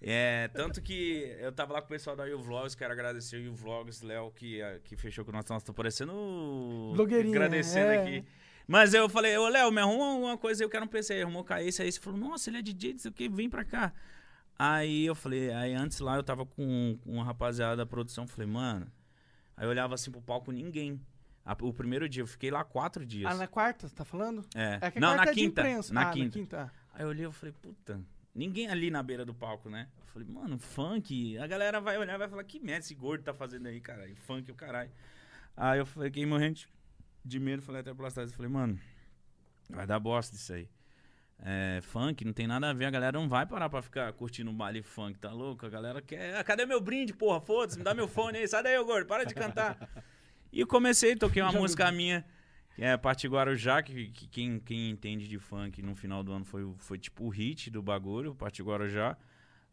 Speaker 4: É, tanto que eu tava lá com o pessoal da YouVlogs, quero agradecer o YouVlogs, Léo, que, ah, que fechou com nós. Nossa, tô parecendo. o-
Speaker 2: Blogueirinha,
Speaker 4: Agradecendo
Speaker 2: é.
Speaker 4: aqui. Mas eu falei, ô Léo, me arruma uma coisa, eu quero um PC. Aí Arrumou com a Ace, a Ace falou, nossa, ele é DJ, não sei o que, vem pra cá. Aí eu falei, aí antes lá eu tava com uma rapaziada da produção, falei, mano. Aí eu olhava assim pro palco, ninguém. A- O primeiro dia, eu fiquei lá quatro dias.
Speaker 2: Ah, na quarta, você tá falando?
Speaker 4: É.
Speaker 2: que a
Speaker 4: Não,
Speaker 2: quarta
Speaker 4: na
Speaker 2: é de
Speaker 4: quinta.
Speaker 2: imprensa.
Speaker 4: Na
Speaker 2: Ah,
Speaker 4: quinta.
Speaker 2: quinta.
Speaker 4: Aí eu olhei e falei, puta, ninguém ali na beira do palco, né? Eu falei, mano, funk. A galera vai olhar e vai falar, que merda esse gordo tá fazendo aí, caralho. Funk, o caralho. Aí eu fiquei morrendo de- de medo, falei até pelas trás. Eu falei, mano, vai dar bosta disso aí. É, funk, não tem nada a ver, a galera não vai parar pra ficar curtindo um baile funk, tá louco? A galera quer. Ah, cadê meu brinde, porra? Foda-se, me dá meu fone aí, sai daí, ô gordo, para de cantar. E eu comecei, toquei uma música minha, que é a parte Guarujá, que, que quem, quem entende de funk no final do ano foi, o- foi tipo o hit do bagulho, parte Guarujá.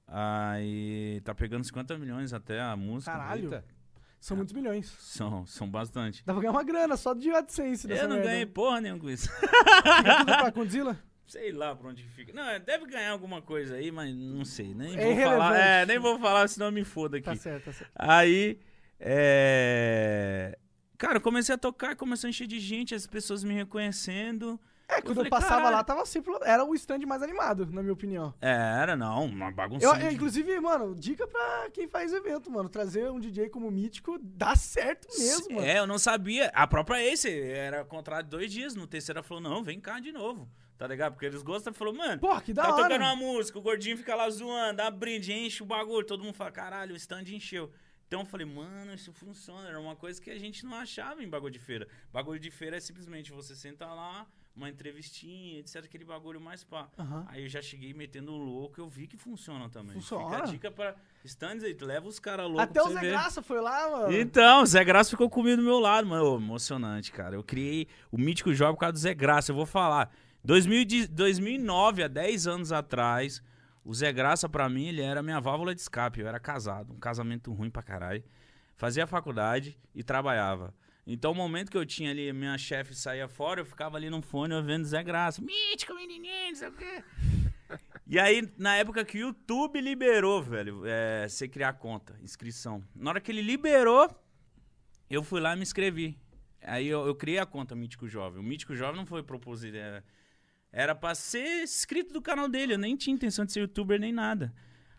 Speaker 4: Aí tá pegando 50 milhões até a música.
Speaker 2: Caralho.
Speaker 3: Eita.
Speaker 4: É.
Speaker 2: São muitos milhões.
Speaker 4: São, são bastante.
Speaker 2: Dá pra ganhar uma grana só de AdSense dessa
Speaker 4: Eu não
Speaker 2: merda.
Speaker 4: ganhei porra nenhuma com isso.
Speaker 2: Fica tudo pra Condzilla?
Speaker 4: Sei lá pra onde que fica. Não, é, deve ganhar alguma coisa aí, mas não sei.
Speaker 2: É
Speaker 4: Nem vou falar.
Speaker 2: irrelevante.
Speaker 4: É, nem vou falar, senão eu me foda aqui.
Speaker 2: Tá certo, tá certo.
Speaker 4: Aí, é... Cara, eu comecei a tocar, começou a encher de gente, as pessoas me reconhecendo.
Speaker 2: É, quando eu,
Speaker 4: falei,
Speaker 2: passava
Speaker 4: "Caralho."
Speaker 2: lá, tava sempre. Era o stand mais animado, na minha opinião.
Speaker 4: É, era não, uma bagunça.
Speaker 2: Eu, eu, inclusive, mano, dica pra quem faz evento, mano. Trazer um DJ como mítico dá certo mesmo, mano.
Speaker 4: É, eu não sabia. A própria Ace era contrato dois dias. No terceiro ela falou, não, vem cá de novo. Tá ligado? Porque eles gostam. Falou, mano,
Speaker 2: Porra, que da
Speaker 4: tá
Speaker 2: hora.
Speaker 4: tocando uma música, o gordinho fica lá zoando, dá brinde, enche o bagulho. Todo mundo fala, caralho, o stand encheu. Então eu falei, mano, isso funciona. Era uma coisa que a gente não achava em bagulho de feira. Bagulho de feira é simplesmente você sentar lá, uma entrevistinha, etc. Aquele bagulho mais pá.
Speaker 2: Aham.
Speaker 4: Aí eu já cheguei metendo o louco, eu vi que funciona também. Fica
Speaker 2: Funciona.
Speaker 4: a dica pra stands aí, leva os caras loucos
Speaker 2: Até
Speaker 4: pra
Speaker 2: o
Speaker 4: você
Speaker 2: Zé
Speaker 4: ver.
Speaker 2: Graça foi lá, mano.
Speaker 4: Então, o Zé Graça ficou comigo do meu lado, mano. Ô, emocionante, cara. Eu criei o Mítico Jovem por causa do Zé Graça, eu vou falar. 2010 2009, há 10 anos atrás, o Zé Graça, pra mim, ele era minha válvula de escape. Eu era casado, um casamento ruim pra caralho. Fazia faculdade e trabalhava. Então, o momento que eu tinha ali, minha chefe saía fora, eu ficava ali no fone ouvindo Zé Graça. Mítico, menininho, não sei o quê. E aí, na época que o YouTube liberou, velho, é, você criar conta, inscrição. Na hora que ele liberou, eu fui lá e me inscrevi. Aí eu, eu criei a conta Mítico Jovem. O Mítico Jovem não foi proposito. Era, era pra ser inscrito do canal dele. Eu nem tinha intenção de ser youtuber nem nada.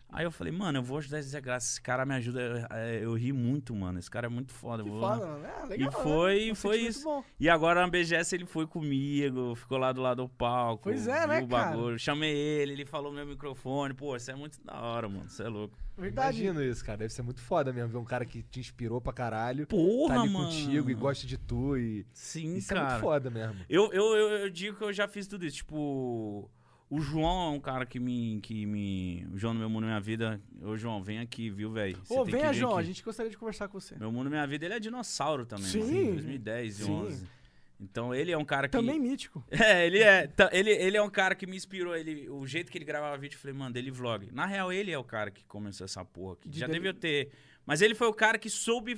Speaker 4: Aí eu falei, mano, eu vou ajudar esse Zé Graça. Esse cara me ajuda. Eu, eu ri muito, mano. Esse cara é muito foda.
Speaker 2: Que
Speaker 4: eu vou lá.
Speaker 2: foda, mano. É, legal,
Speaker 4: E foi-
Speaker 2: né? Um
Speaker 4: foi
Speaker 2: sentimento
Speaker 4: isso.
Speaker 2: Bom.
Speaker 4: E agora na BGS ele foi comigo, ficou lá do lado do palco.
Speaker 2: Pois é,
Speaker 4: viu
Speaker 2: né,
Speaker 4: o bagulho. Chamei ele, ele falou meu microfone. Pô, isso é muito da hora, mano. Isso é
Speaker 2: Tá
Speaker 4: louco.
Speaker 2: Verdade.
Speaker 3: Imagino isso, cara. Deve ser muito foda mesmo. Ver um cara que te inspirou pra caralho.
Speaker 4: Porra,
Speaker 3: tá ali
Speaker 4: mano.
Speaker 3: contigo e gosta de tu. E...
Speaker 4: Sim,
Speaker 3: isso
Speaker 4: cara.
Speaker 3: é muito foda mesmo.
Speaker 4: Eu, eu, eu, eu digo que eu já fiz tudo isso. Tipo, o João é um cara que me. Que me o João do Meu Mundo Minha Vida. Ô, João, vem aqui, viu, velho? Você
Speaker 2: Ô,
Speaker 4: tem
Speaker 2: vem,
Speaker 4: que
Speaker 2: a
Speaker 4: vir
Speaker 2: João,
Speaker 4: aqui.
Speaker 2: a gente gostaria de conversar com você.
Speaker 4: Meu Mundo Minha Vida, ele é dinossauro também.
Speaker 2: Sim.
Speaker 4: mano, 2010 e
Speaker 2: Sim.
Speaker 4: 11. Então ele é um cara que.
Speaker 2: Também mítico.
Speaker 4: É, ele é. tá- Ele, ele é um cara que me inspirou. Ele, o jeito que ele gravava vídeo, eu falei, mano, ele vlog. Na real, ele é o cara que começou essa porra aqui.
Speaker 2: De
Speaker 4: Já
Speaker 2: dele-
Speaker 4: devia ter. Mas ele foi o cara que soube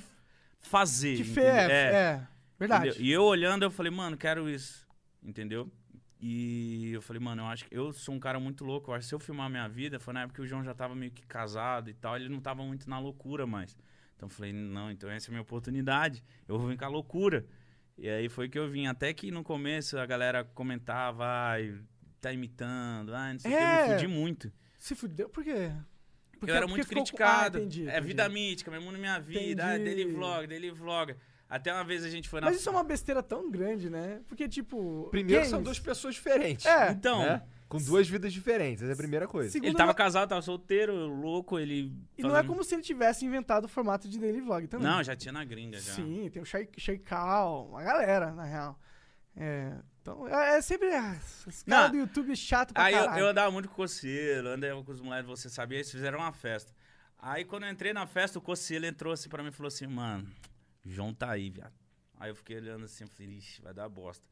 Speaker 4: fazer.
Speaker 2: Que fé,
Speaker 4: entendeu?
Speaker 2: é, é, verdade.
Speaker 4: Entendeu? E eu olhando, eu falei, mano, quero isso. Entendeu? E eu falei, mano, eu acho que eu sou um cara muito louco. Eu acho que se eu filmar minha vida, foi na época que o João já tava meio que casado e tal. Ele não tava muito na loucura mais. Então eu falei, não, então essa é a minha oportunidade. Eu vou vir com a loucura. E aí foi que eu vim. Até que no começo a galera comentava, ai, tá imitando, ai, não sei o que. Eu me
Speaker 2: É.
Speaker 4: fudi muito.
Speaker 2: Se fudeu, por quê? Porque é
Speaker 4: eu
Speaker 2: porque
Speaker 4: era muito
Speaker 2: ficou com-
Speaker 4: criticado.
Speaker 2: Ah, entendi,
Speaker 4: É
Speaker 2: entendi.
Speaker 4: vida mítica, meu mundo, minha vida. Ah,
Speaker 2: Entendi.
Speaker 4: dele vlog, dele vlog. Até uma vez a gente foi na
Speaker 2: Mas isso é uma besteira tão grande, né? Porque, tipo.
Speaker 3: Primeiro,
Speaker 2: games-
Speaker 3: são duas pessoas diferentes.
Speaker 2: É.
Speaker 4: é Então,
Speaker 3: né? Com duas vidas diferentes, essa é a primeira coisa.
Speaker 2: Segundo,
Speaker 4: ele tava
Speaker 2: não-
Speaker 4: casado, tava solteiro, louco, ele.
Speaker 2: E não é como se ele tivesse inventado o formato de daily vlog também.
Speaker 4: Não, já tinha na gringa já.
Speaker 2: Sim, tem o Sheikal, uma galera, na real. É, então, é, é sempre. ah, Os
Speaker 4: Não.
Speaker 2: caras do YouTube é chato pra
Speaker 4: Aí eu,
Speaker 2: caralho.
Speaker 4: eu andava muito com o Coceiro, andava com os moleques, você sabia, eles fizeram uma festa. Aí quando eu entrei na festa, o Coceiro entrou assim pra mim e falou assim, mano, João tá aí, viado. Aí eu fiquei olhando assim, falei, ixi, vai dar bosta.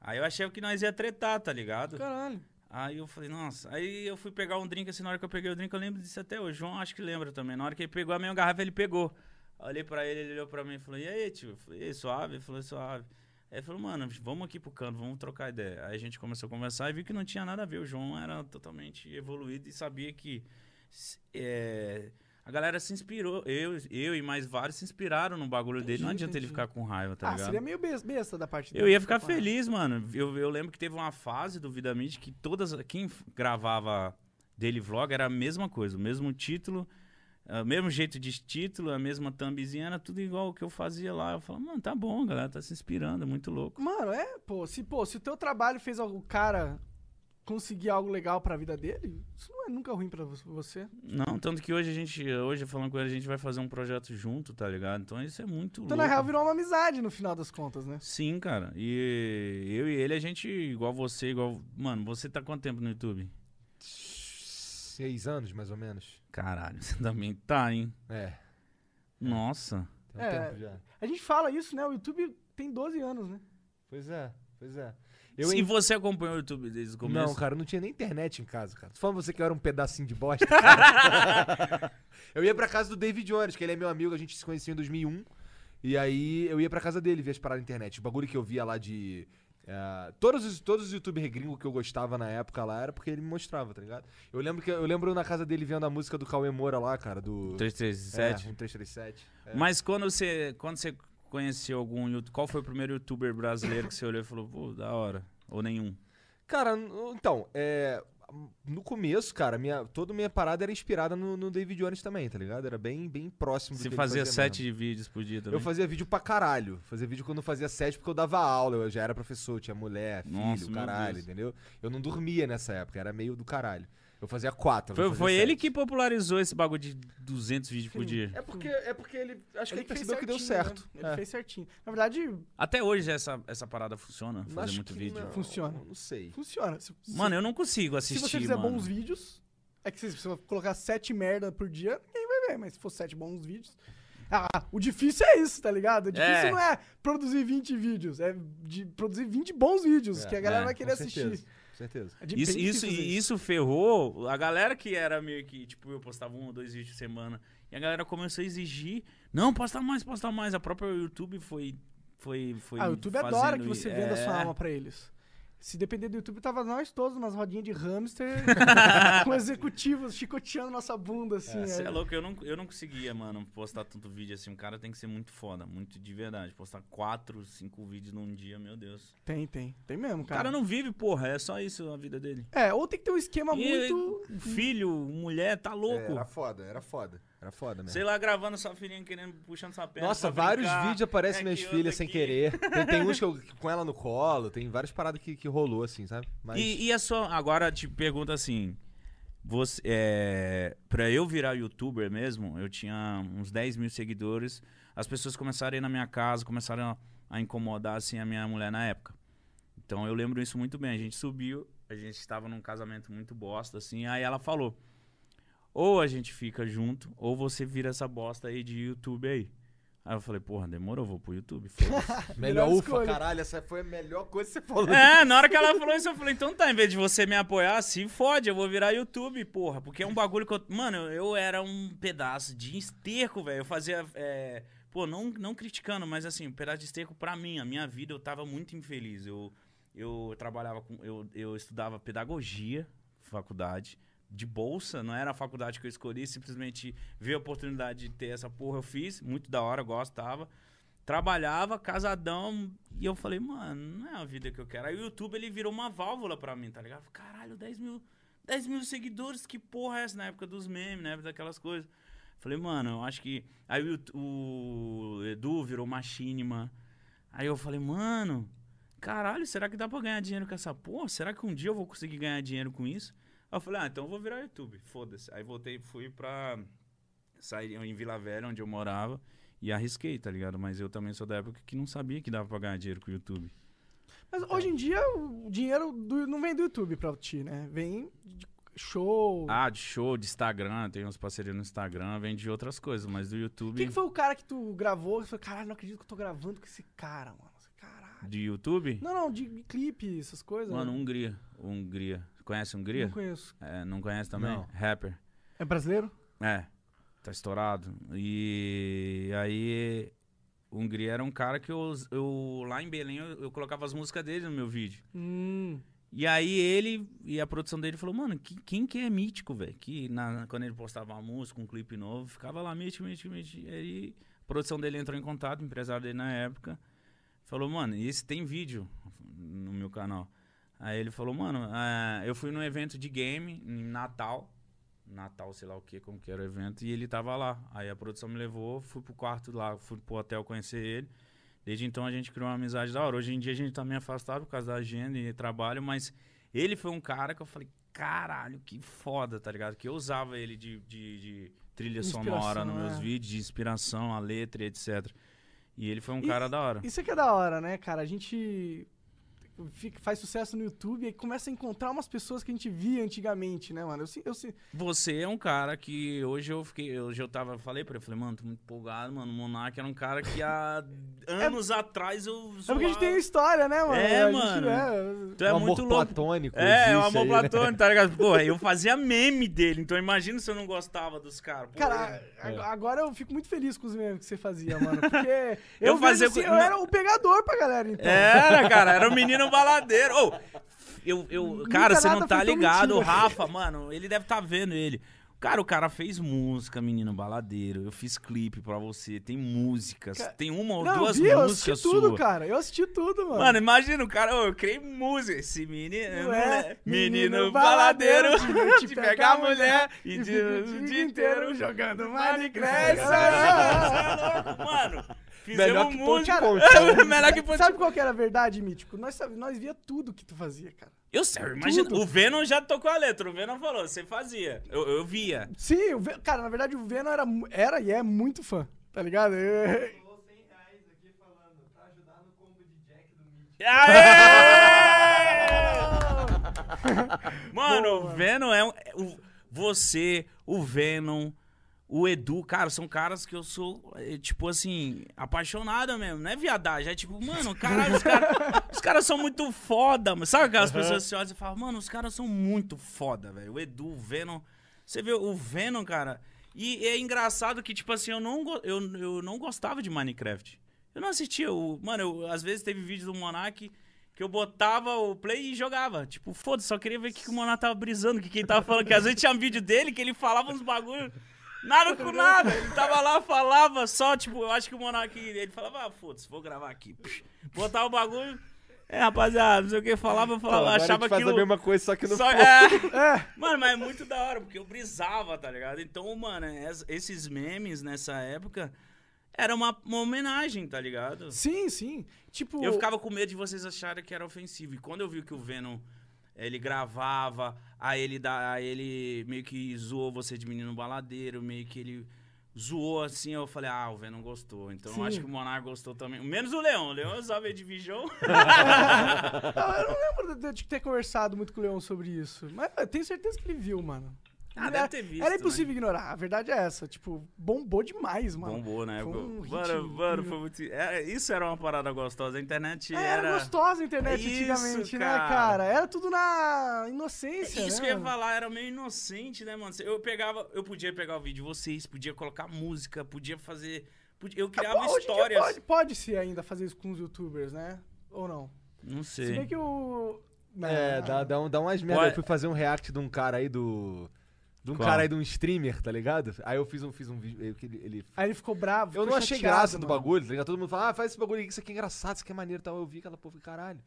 Speaker 4: Aí eu achei que nós ia tretar, tá ligado?
Speaker 2: Caralho.
Speaker 4: Aí eu falei, nossa. Aí eu fui pegar um drink, assim, na hora que eu peguei o drink, eu lembro disso até hoje. João acho que lembra também. Na hora que ele pegou a minha garrafa, ele pegou. Olhei pra ele, ele olhou pra mim e falou, e aí, tio? Eu falei, e aí, suave? Ele falou, suave. Aí ele falou, mano, vamos aqui pro canto, vamos trocar ideia. Aí a gente começou a conversar e viu que não tinha nada a ver. O João era totalmente evoluído e sabia que... s- é, a galera se inspirou, eu, eu e mais vários se inspiraram no bagulho dele. Não
Speaker 2: Entendi,
Speaker 4: adianta ele
Speaker 2: entendi.
Speaker 4: ficar com raiva, tá
Speaker 2: ah,
Speaker 4: ligado?
Speaker 2: seria meio bes- besta da parte
Speaker 4: Eu
Speaker 2: dele,
Speaker 4: ia
Speaker 2: tá
Speaker 4: ficar
Speaker 2: falando.
Speaker 4: feliz, mano. Eu, eu lembro que teve uma fase do Vida Mídia que todas. Quem f- gravava dele vlog era a mesma coisa, o mesmo título, é, o mesmo jeito de título, a mesma thumbzinha, era tudo igual o que eu fazia lá. Eu falava, mano, tá bom, galera, tá se inspirando, é muito louco.
Speaker 2: Mano, é, pô. Se, pô, se o teu trabalho fez o cara conseguir algo legal pra vida dele, isso não é nunca ruim pra vo- você.
Speaker 4: Não, tanto que hoje a gente, hoje falando com ele, a gente vai fazer um projeto junto, tá ligado? Então isso é muito
Speaker 2: Então,
Speaker 4: louco.
Speaker 2: na real, virou uma amizade no final das contas, né?
Speaker 4: Sim, cara. E eu e ele, a gente, igual você, igual. Mano, você tá quanto tempo no YouTube?
Speaker 3: Seis anos, mais ou menos.
Speaker 4: Caralho, você também tá, hein?
Speaker 3: É,
Speaker 4: Nossa.
Speaker 3: tem um
Speaker 2: É.
Speaker 3: tempo já.
Speaker 2: A gente fala isso, né? O YouTube tem 12 anos, né?
Speaker 3: Pois é, pois é. Eu
Speaker 4: Se
Speaker 3: en-
Speaker 4: você acompanhou o YouTube desde o começo.
Speaker 3: Não, cara, não tinha nem internet em casa, cara. Só você que eu era um pedacinho de bosta. cara. eu ia pra casa do David Jones, que ele é meu amigo, a gente se conhecia em 2001. E aí eu ia pra casa dele ver as paradas na internet. O bagulho que eu via lá de. eh, todos os, todos os youtubers gringos que eu gostava na época lá era porque ele me mostrava, tá ligado? Eu lembro que eu lembro na casa dele vendo a música do Cauê Moura lá, cara, do.
Speaker 4: 337.
Speaker 3: É, um 337. É.
Speaker 4: Mas quando você, quando você conheceu algum youtuber, qual foi o primeiro youtuber brasileiro que você olhou e falou, pô, da hora? Ou nenhum?
Speaker 3: Cara, n- então, é. No começo, cara, minha, toda minha parada era inspirada no, no David Jones também, tá ligado? Era bem, bem próximo do que
Speaker 4: Você
Speaker 3: ele
Speaker 4: fazia
Speaker 3: fazia
Speaker 4: sete
Speaker 3: mesmo.
Speaker 4: vídeos por dia também?
Speaker 3: Eu fazia vídeo pra caralho. Fazia vídeo quando eu fazia sete porque eu dava aula. Eu já era professor, tinha mulher, filho,
Speaker 4: Nossa, meu
Speaker 3: caralho,
Speaker 4: Deus.
Speaker 3: entendeu? Eu não dormia nessa época, era meio do caralho. Eu fazia quatro. eu não
Speaker 4: Foi,
Speaker 3: fazia
Speaker 4: foi
Speaker 3: sete.
Speaker 4: ele que popularizou esse bagulho de 200 vídeos por dia.
Speaker 3: É porque, é porque ele. Acho que ele
Speaker 2: fez
Speaker 3: percebeu que deu
Speaker 2: certinho,
Speaker 3: certo.
Speaker 2: né? Ele
Speaker 3: É.
Speaker 2: fez certinho. Na verdade,
Speaker 4: Até hoje essa, essa parada funciona? Fazer
Speaker 3: Acho
Speaker 4: muito
Speaker 3: que
Speaker 4: vídeo?
Speaker 3: não,
Speaker 2: Funciona.
Speaker 3: Não sei.
Speaker 2: funciona. Se, se-
Speaker 4: Mano, eu não consigo
Speaker 2: se
Speaker 4: assistir,
Speaker 2: você fizer
Speaker 4: mano.
Speaker 2: bons vídeos, é que se você colocar sete merda por dia, ninguém vai ver. Mas se for sete bons vídeos. Ah, o difícil é isso, tá ligado? O difícil
Speaker 4: É.
Speaker 2: não é produzir 20 vídeos, é de produzir 20 bons vídeos
Speaker 3: É,
Speaker 2: que a galera
Speaker 4: é,
Speaker 2: vai querer
Speaker 3: Com
Speaker 2: assistir.
Speaker 3: certeza. Com certeza.
Speaker 2: É difícil
Speaker 4: Isso, isso,
Speaker 2: fazer
Speaker 4: e isso ferrou a galera que era meio que, tipo, eu postava um ou dois vídeos por semana. E a galera começou a exigir. Não, posta mais, posta mais. A própria YouTube foi. foi, foi
Speaker 2: ah, o YouTube adora
Speaker 4: fazendo
Speaker 2: que você
Speaker 4: i-
Speaker 2: venda
Speaker 4: é.
Speaker 2: sua alma pra eles. Se depender do YouTube, tava nós todos nas rodinhas de hamster, com executivos chicoteando nossa bunda, assim.
Speaker 4: Você
Speaker 2: aí.
Speaker 4: é louco, eu não, eu não conseguia, mano, postar tanto vídeo assim. O cara tem que ser muito foda, muito de verdade. Postar quatro, cinco vídeos num dia, meu Deus.
Speaker 2: Tem, tem. Tem mesmo,
Speaker 4: O
Speaker 2: cara.
Speaker 4: cara não vive, porra, é só isso a vida dele.
Speaker 2: É, ou tem que ter um esquema
Speaker 4: E- um
Speaker 2: muito.
Speaker 4: Filho, mulher, tá louco.
Speaker 3: É, Era foda, era foda. Era foda mesmo.
Speaker 4: Sei lá, gravando sua filhinha, querendo, puxando sua perna.
Speaker 3: Nossa,
Speaker 4: pra
Speaker 3: vários
Speaker 4: brincar.
Speaker 3: vídeos aparecem
Speaker 4: É
Speaker 3: minhas
Speaker 4: que
Speaker 3: filhas
Speaker 4: outra
Speaker 3: sem
Speaker 4: que-
Speaker 3: querer. Tem, tem uns que eu com ela no colo, tem várias paradas que, que rolou, assim, sabe? Mas.
Speaker 4: E, e a sua. Agora te pergunta assim. Você, é, pra eu virar youtuber mesmo, eu tinha uns 10 mil seguidores. As pessoas começaram a ir na minha casa, começaram a, a incomodar assim, a minha mulher na época. Então eu lembro isso muito bem. A gente subiu, a gente estava num casamento muito bosta, assim. Aí ela falou: Ou a gente fica junto, ou você vira essa bosta aí de YouTube aí. Aí eu falei: Porra, demorou, vou pro YouTube. foda-se."
Speaker 3: Melhor,
Speaker 2: Melhor
Speaker 3: ufa,
Speaker 2: escolha.
Speaker 3: caralho, essa foi a melhor coisa que você falou.
Speaker 4: É, na hora que ela falou isso, eu falei, então tá, em vez de você me apoiar, se fode, eu vou virar YouTube, porra. Porque é um bagulho que eu. Mano, eu era um pedaço de esterco, velho. Eu fazia é, Pô, não, não criticando, mas assim, o pedaço de esterco, pra mim, a minha vida, eu tava muito infeliz. Eu, eu trabalhava com. Eu, eu estudava pedagogia, faculdade, de bolsa, não era a faculdade que eu escolhi, simplesmente vi a oportunidade de ter essa porra, eu fiz, muito da hora, eu gostava. Trabalhava, casadão, e eu falei, mano, não é a vida que eu quero. Aí o YouTube, ele virou uma válvula pra mim, tá ligado? Eu falei, Caralho, 10 mil, 10 mil seguidores, que porra é essa? Na época dos memes, na época daquelas coisas. Falei, mano, eu acho que... Aí o, o Edu virou machinima. Aí eu falei, mano, caralho, será que dá pra ganhar dinheiro com essa porra? Será que um dia eu vou conseguir ganhar dinheiro com isso? Aí eu falei, ah, então eu vou virar YouTube, foda-se. Aí voltei, fui pra. Saí em Vila Velha, onde eu morava, e arrisquei, tá ligado? Mas eu também sou da época que não sabia que dava pra ganhar dinheiro com o YouTube.
Speaker 2: Mas
Speaker 4: É.
Speaker 2: hoje em dia o dinheiro do- não vem do YouTube pra ti, né? Vem de show.
Speaker 4: Ah, de show, de Instagram, tem uns parceiros no Instagram, vende de outras coisas, mas do
Speaker 2: O
Speaker 4: YouTube.
Speaker 2: que, que foi o cara que tu gravou? que Tu falou, caralho, não acredito que eu tô gravando com esse cara, mano. Caralho.
Speaker 4: De YouTube?
Speaker 2: Não, não, de, de clipe, essas coisas.
Speaker 4: Mano,
Speaker 2: né?
Speaker 4: Hungria. Hungria. Conhece Hungria?
Speaker 2: não conheço.
Speaker 4: É, não conhece também?
Speaker 3: Não.
Speaker 4: Rapper.
Speaker 2: É brasileiro?
Speaker 4: É, tá estourado. E aí, Hungria era um cara que eu, eu lá em Belém, eu, eu colocava as músicas dele no meu vídeo.
Speaker 2: Hum.
Speaker 4: E aí ele e a produção dele falou, mano, que- quem que é mítico, velho? Que na- quando ele postava uma música, um clipe novo, ficava lá mítico, mítico, mítico. E aí a produção dele entrou em contato, o empresário dele na época, falou, mano, esse tem vídeo no meu canal. Aí ele falou, mano, ah, eu fui num evento de game em Natal, Natal, sei lá o que, como que era o evento, e ele tava lá. Aí a produção me levou, fui pro quarto lá, fui pro hotel conhecer ele. Desde então a gente criou uma amizade da hora. Hoje em dia a gente tá meio afastado por causa da agenda e trabalho, mas ele foi um cara que eu falei, caralho, que foda, tá ligado? Que eu usava ele de, de- de trilha sonora
Speaker 2: Inspiração,
Speaker 4: nos meus
Speaker 2: é.
Speaker 4: vídeos, de inspiração, a letra, e etc. E ele foi um
Speaker 2: E-
Speaker 4: cara da hora.
Speaker 2: Isso aqui é da hora, né, cara? A gente fica- faz sucesso no YouTube e começa a encontrar umas pessoas que a gente via antigamente, né, mano? Eu, se- eu, se-
Speaker 4: Você é um cara que hoje eu fiquei, hoje eu tava, falei pra ele, falei, mano, tô muito empolgado, mano. O Monark era um cara que há anos atrás eu.
Speaker 2: é porque a gente tem
Speaker 4: zoava.
Speaker 2: história, né, mano?
Speaker 4: É,
Speaker 2: A gente,
Speaker 4: mano.
Speaker 2: né,
Speaker 4: Tu é
Speaker 3: o Um amor
Speaker 4: muito louco.
Speaker 3: platônico.
Speaker 4: É, o
Speaker 3: existe
Speaker 4: amor
Speaker 3: aí, né?
Speaker 4: platônico, tá ligado? Pô, eu fazia meme dele, então imagina se eu não gostava dos caras. Pô,
Speaker 2: Cara,
Speaker 4: É.
Speaker 2: ag- agora eu fico muito feliz com os memes que você fazia, mano. Porque eu,
Speaker 4: Eu fazia
Speaker 2: vejo assim,
Speaker 4: com-
Speaker 2: eu era o pegador pra galera, então.
Speaker 4: Era, cara, era um menino baladeiro. Ô, eu, eu, cara, você não
Speaker 2: nada
Speaker 4: tá
Speaker 2: foi tão
Speaker 4: ligado, o
Speaker 2: mentira.
Speaker 4: Rafa, mano, ele deve tá vendo ele. Cara, o cara fez música, menino baladeiro. Eu fiz clipe pra você, tem músicas,
Speaker 2: Ca-
Speaker 4: tem uma ou
Speaker 2: Não,
Speaker 4: duas
Speaker 2: vi, eu assisti
Speaker 4: músicas
Speaker 2: tudo,
Speaker 4: sua.
Speaker 2: cara. Eu assisti tudo, mano.
Speaker 4: Mano, imagina o cara, ô, eu criei música. Esse menino.
Speaker 2: Não
Speaker 4: não
Speaker 2: é?
Speaker 4: é? Menino,
Speaker 2: Menino
Speaker 4: baladeiro
Speaker 2: baladeiro
Speaker 4: de, pegar a mulher e de, o dia inteiro jogando Minecraft. Você é louco, mano.
Speaker 3: Melhor
Speaker 4: Fizemos
Speaker 3: que Ponte
Speaker 4: música.
Speaker 3: Concha. né?
Speaker 4: Melhor é que Ponte
Speaker 2: Sabe qual que era a verdade, Mítico? Nós, sabe- nós via tudo que tu fazia, cara.
Speaker 4: Eu sei, imagina. O Venom já tocou a letra. O Venom falou, você fazia. Eu, eu via.
Speaker 2: Sim, o Ve- cara, na verdade o Venom era, mu- era e é muito fã, tá ligado? Eu-
Speaker 4: Aê! Mano, o Venom é um. é o- você, o Venom, o Edu, cara, são caras que eu sou, é, tipo assim, apaixonado mesmo. Não é viadagem, é tipo, mano, caralho, os caras os caras são muito foda, mano. Sabe aquelas pessoas que olham e falam, mano, os caras são muito foda, velho. O Edu, o Venom. Você vê o Venom, cara. E é engraçado que, tipo assim, eu não, go- eu, eu não gostava de Minecraft. Eu não assistia. O, mano, eu- às vezes teve vídeo do Monark que eu botava o play e jogava. Tipo, foda, só queria ver o que, que o Monark tava brisando, o que, que ele tava falando. Que às vezes tinha vídeo dele que ele falava uns bagulho. Nada com nada. Ele tava lá, falava só, tipo, eu acho que o Monark. Ele falava, ah, foda-se, vou gravar aqui. Psh, Botava o bagulho. É, rapaziada, não sei o que, falava, eu falava,
Speaker 3: Agora a gente
Speaker 4: achava
Speaker 3: faz
Speaker 4: aquilo.
Speaker 3: a mesma coisa, só que não
Speaker 4: Só,
Speaker 3: foi.
Speaker 4: é. Mano, mas é muito da hora, porque eu brisava, tá ligado? Então, mano, es- esses memes nessa época era uma, uma homenagem, tá ligado?
Speaker 2: Sim, sim. Tipo,
Speaker 4: Eu ficava com medo de vocês acharem que era ofensivo. E quando eu vi que o Venom ele gravava, aí ele, dá, aí ele meio que zoou você de menino baladeiro, meio que ele zoou assim, eu falei, ah, o Venom gostou. Então
Speaker 2: Sim.
Speaker 4: eu acho que o Monark gostou também. Menos o Leão. O Leão usava ele de bijão.
Speaker 2: não, eu não lembro de- de ter conversado muito com o Leon sobre isso, mas eu tenho certeza que ele viu, mano.
Speaker 4: Ah,
Speaker 2: Ele
Speaker 4: deve
Speaker 2: era-
Speaker 4: ter visto,
Speaker 2: Era impossível ignorar, a verdade é essa. Tipo, bombou demais, mano.
Speaker 4: Bombou na
Speaker 2: Foi
Speaker 4: época.
Speaker 2: um hit
Speaker 4: mano, mano,
Speaker 2: incrível.
Speaker 4: foi muito. é, isso era uma parada gostosa. A internet
Speaker 2: É,
Speaker 4: era.
Speaker 2: era gostosa a internet
Speaker 4: Isso,
Speaker 2: antigamente, né,
Speaker 4: cara. É
Speaker 2: cara? Era tudo na inocência, né,
Speaker 4: Isso que eu ia
Speaker 2: mano?
Speaker 4: falar, era meio inocente, né, mano? Eu pegava, eu podia pegar o vídeo de vocês, podia colocar música, podia fazer Podia- Eu criava
Speaker 2: Hoje em dia
Speaker 4: histórias.
Speaker 2: Pode, pode se ainda fazer isso com os youtubers, né? Ou não?
Speaker 4: Não
Speaker 2: Se bem
Speaker 4: sei.
Speaker 2: que o.
Speaker 3: É,
Speaker 2: Não.
Speaker 3: dá, dá, um, dá umas merda.
Speaker 4: Olha-
Speaker 3: Eu fui fazer um react de um cara aí do. De um
Speaker 4: Qual?
Speaker 3: cara aí de um streamer, tá ligado? Aí eu fiz um, fiz um vídeo. eu- que Ele, ele-
Speaker 2: Aí ele ficou bravo.
Speaker 3: Eu
Speaker 2: ficou
Speaker 3: não achei
Speaker 2: chateado,
Speaker 3: graça do
Speaker 2: mano.
Speaker 3: bagulho, tá ligado? Todo mundo fala, ah, faz esse bagulho aqui, isso aqui é engraçado, isso aqui é maneiro e tal. Eu vi aquela porra, caralho.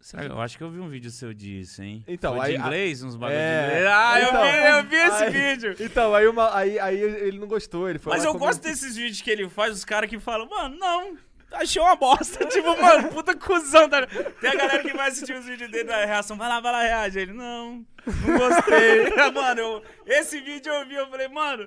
Speaker 4: Será que- eu acho que eu vi um vídeo seu disso, hein?
Speaker 3: Então,
Speaker 4: Foi
Speaker 3: aí-
Speaker 4: de inglês, uns bagulho
Speaker 3: É.
Speaker 4: de inglês. Ah,
Speaker 3: Então,
Speaker 4: eu vi, eu vi esse
Speaker 3: aí-
Speaker 4: vídeo.
Speaker 3: Então, aí, uma, aí, aí ele não gostou, ele foi
Speaker 4: Mas
Speaker 3: lá
Speaker 4: eu
Speaker 3: e comentou.
Speaker 4: gosto desses vídeos que ele faz, os caras que falam, mano, não, achei uma bosta. tipo, mano, puta cuzão. Tá... Tem a galera que vai assistir os vídeos dele da reação, vai lá, vai lá, reage. Ele, não, não gostei. mano, eu- esse vídeo eu vi, eu falei, mano,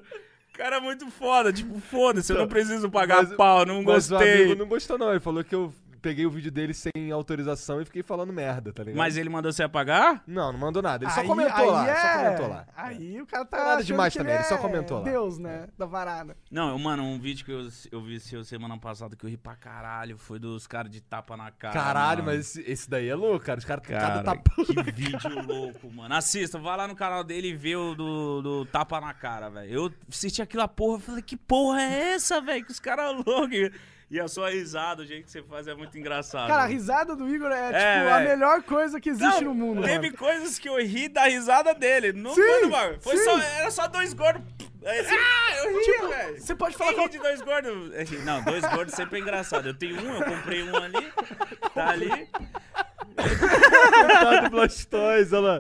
Speaker 4: o cara é muito foda. Tipo, foda-se, eu não preciso pagar
Speaker 3: mas-
Speaker 4: pau, não
Speaker 3: Mas o
Speaker 4: gostei.
Speaker 3: amigo não gostou, não. Ele falou que eu peguei o vídeo dele sem autorização e fiquei falando merda, tá ligado?
Speaker 4: Mas ele mandou você apagar?
Speaker 3: Não, não mandou nada. Ele só
Speaker 2: Aí-
Speaker 3: comentou
Speaker 2: aí
Speaker 3: lá.
Speaker 2: é-
Speaker 3: Só comentou lá.
Speaker 2: Aí o cara tá.
Speaker 3: Não é nada
Speaker 2: achando
Speaker 3: demais
Speaker 2: que
Speaker 3: também, ele só
Speaker 2: é
Speaker 3: comentou lá.
Speaker 2: Deus, né? Da varada.
Speaker 4: Não, eu- mano, um vídeo que eu, eu vi seu semana passada que eu ri pra caralho foi dos caras de tapa na cara.
Speaker 3: Caralho,
Speaker 4: mano.
Speaker 3: mas esse, esse daí é louco, cara. Os caras cada
Speaker 4: Cara,
Speaker 3: tapão.
Speaker 4: que vídeo louco, mano. Assista, vai lá no canal dele e vê o do, do tapa na cara, velho. Eu assisti aquela porra, falei, que porra é essa, velho? Que os caras loucos. E- E a sua risada, o jeito que você faz é muito engraçado.
Speaker 2: Cara, a
Speaker 4: mano.
Speaker 2: risada do Igor é, tipo a
Speaker 4: velho.
Speaker 2: melhor coisa que existe no
Speaker 4: Não,
Speaker 2: mundo.
Speaker 4: Teve
Speaker 2: mano. É,
Speaker 4: coisas que eu ri da risada dele. Não
Speaker 2: Sim,
Speaker 4: foi do bagulho. Foi
Speaker 2: sim.
Speaker 4: só, era só dois gordos. Aí, assim, ah, eu ri,
Speaker 2: Tipo,
Speaker 4: velho.
Speaker 2: você pode falar
Speaker 4: Quem ri
Speaker 2: qualquer
Speaker 4: de dois gordos? É, Não, dois gordos sempre é engraçado. Eu tenho um, eu comprei um ali, tá ali.
Speaker 3: Coitado do Blastoise, olha lá.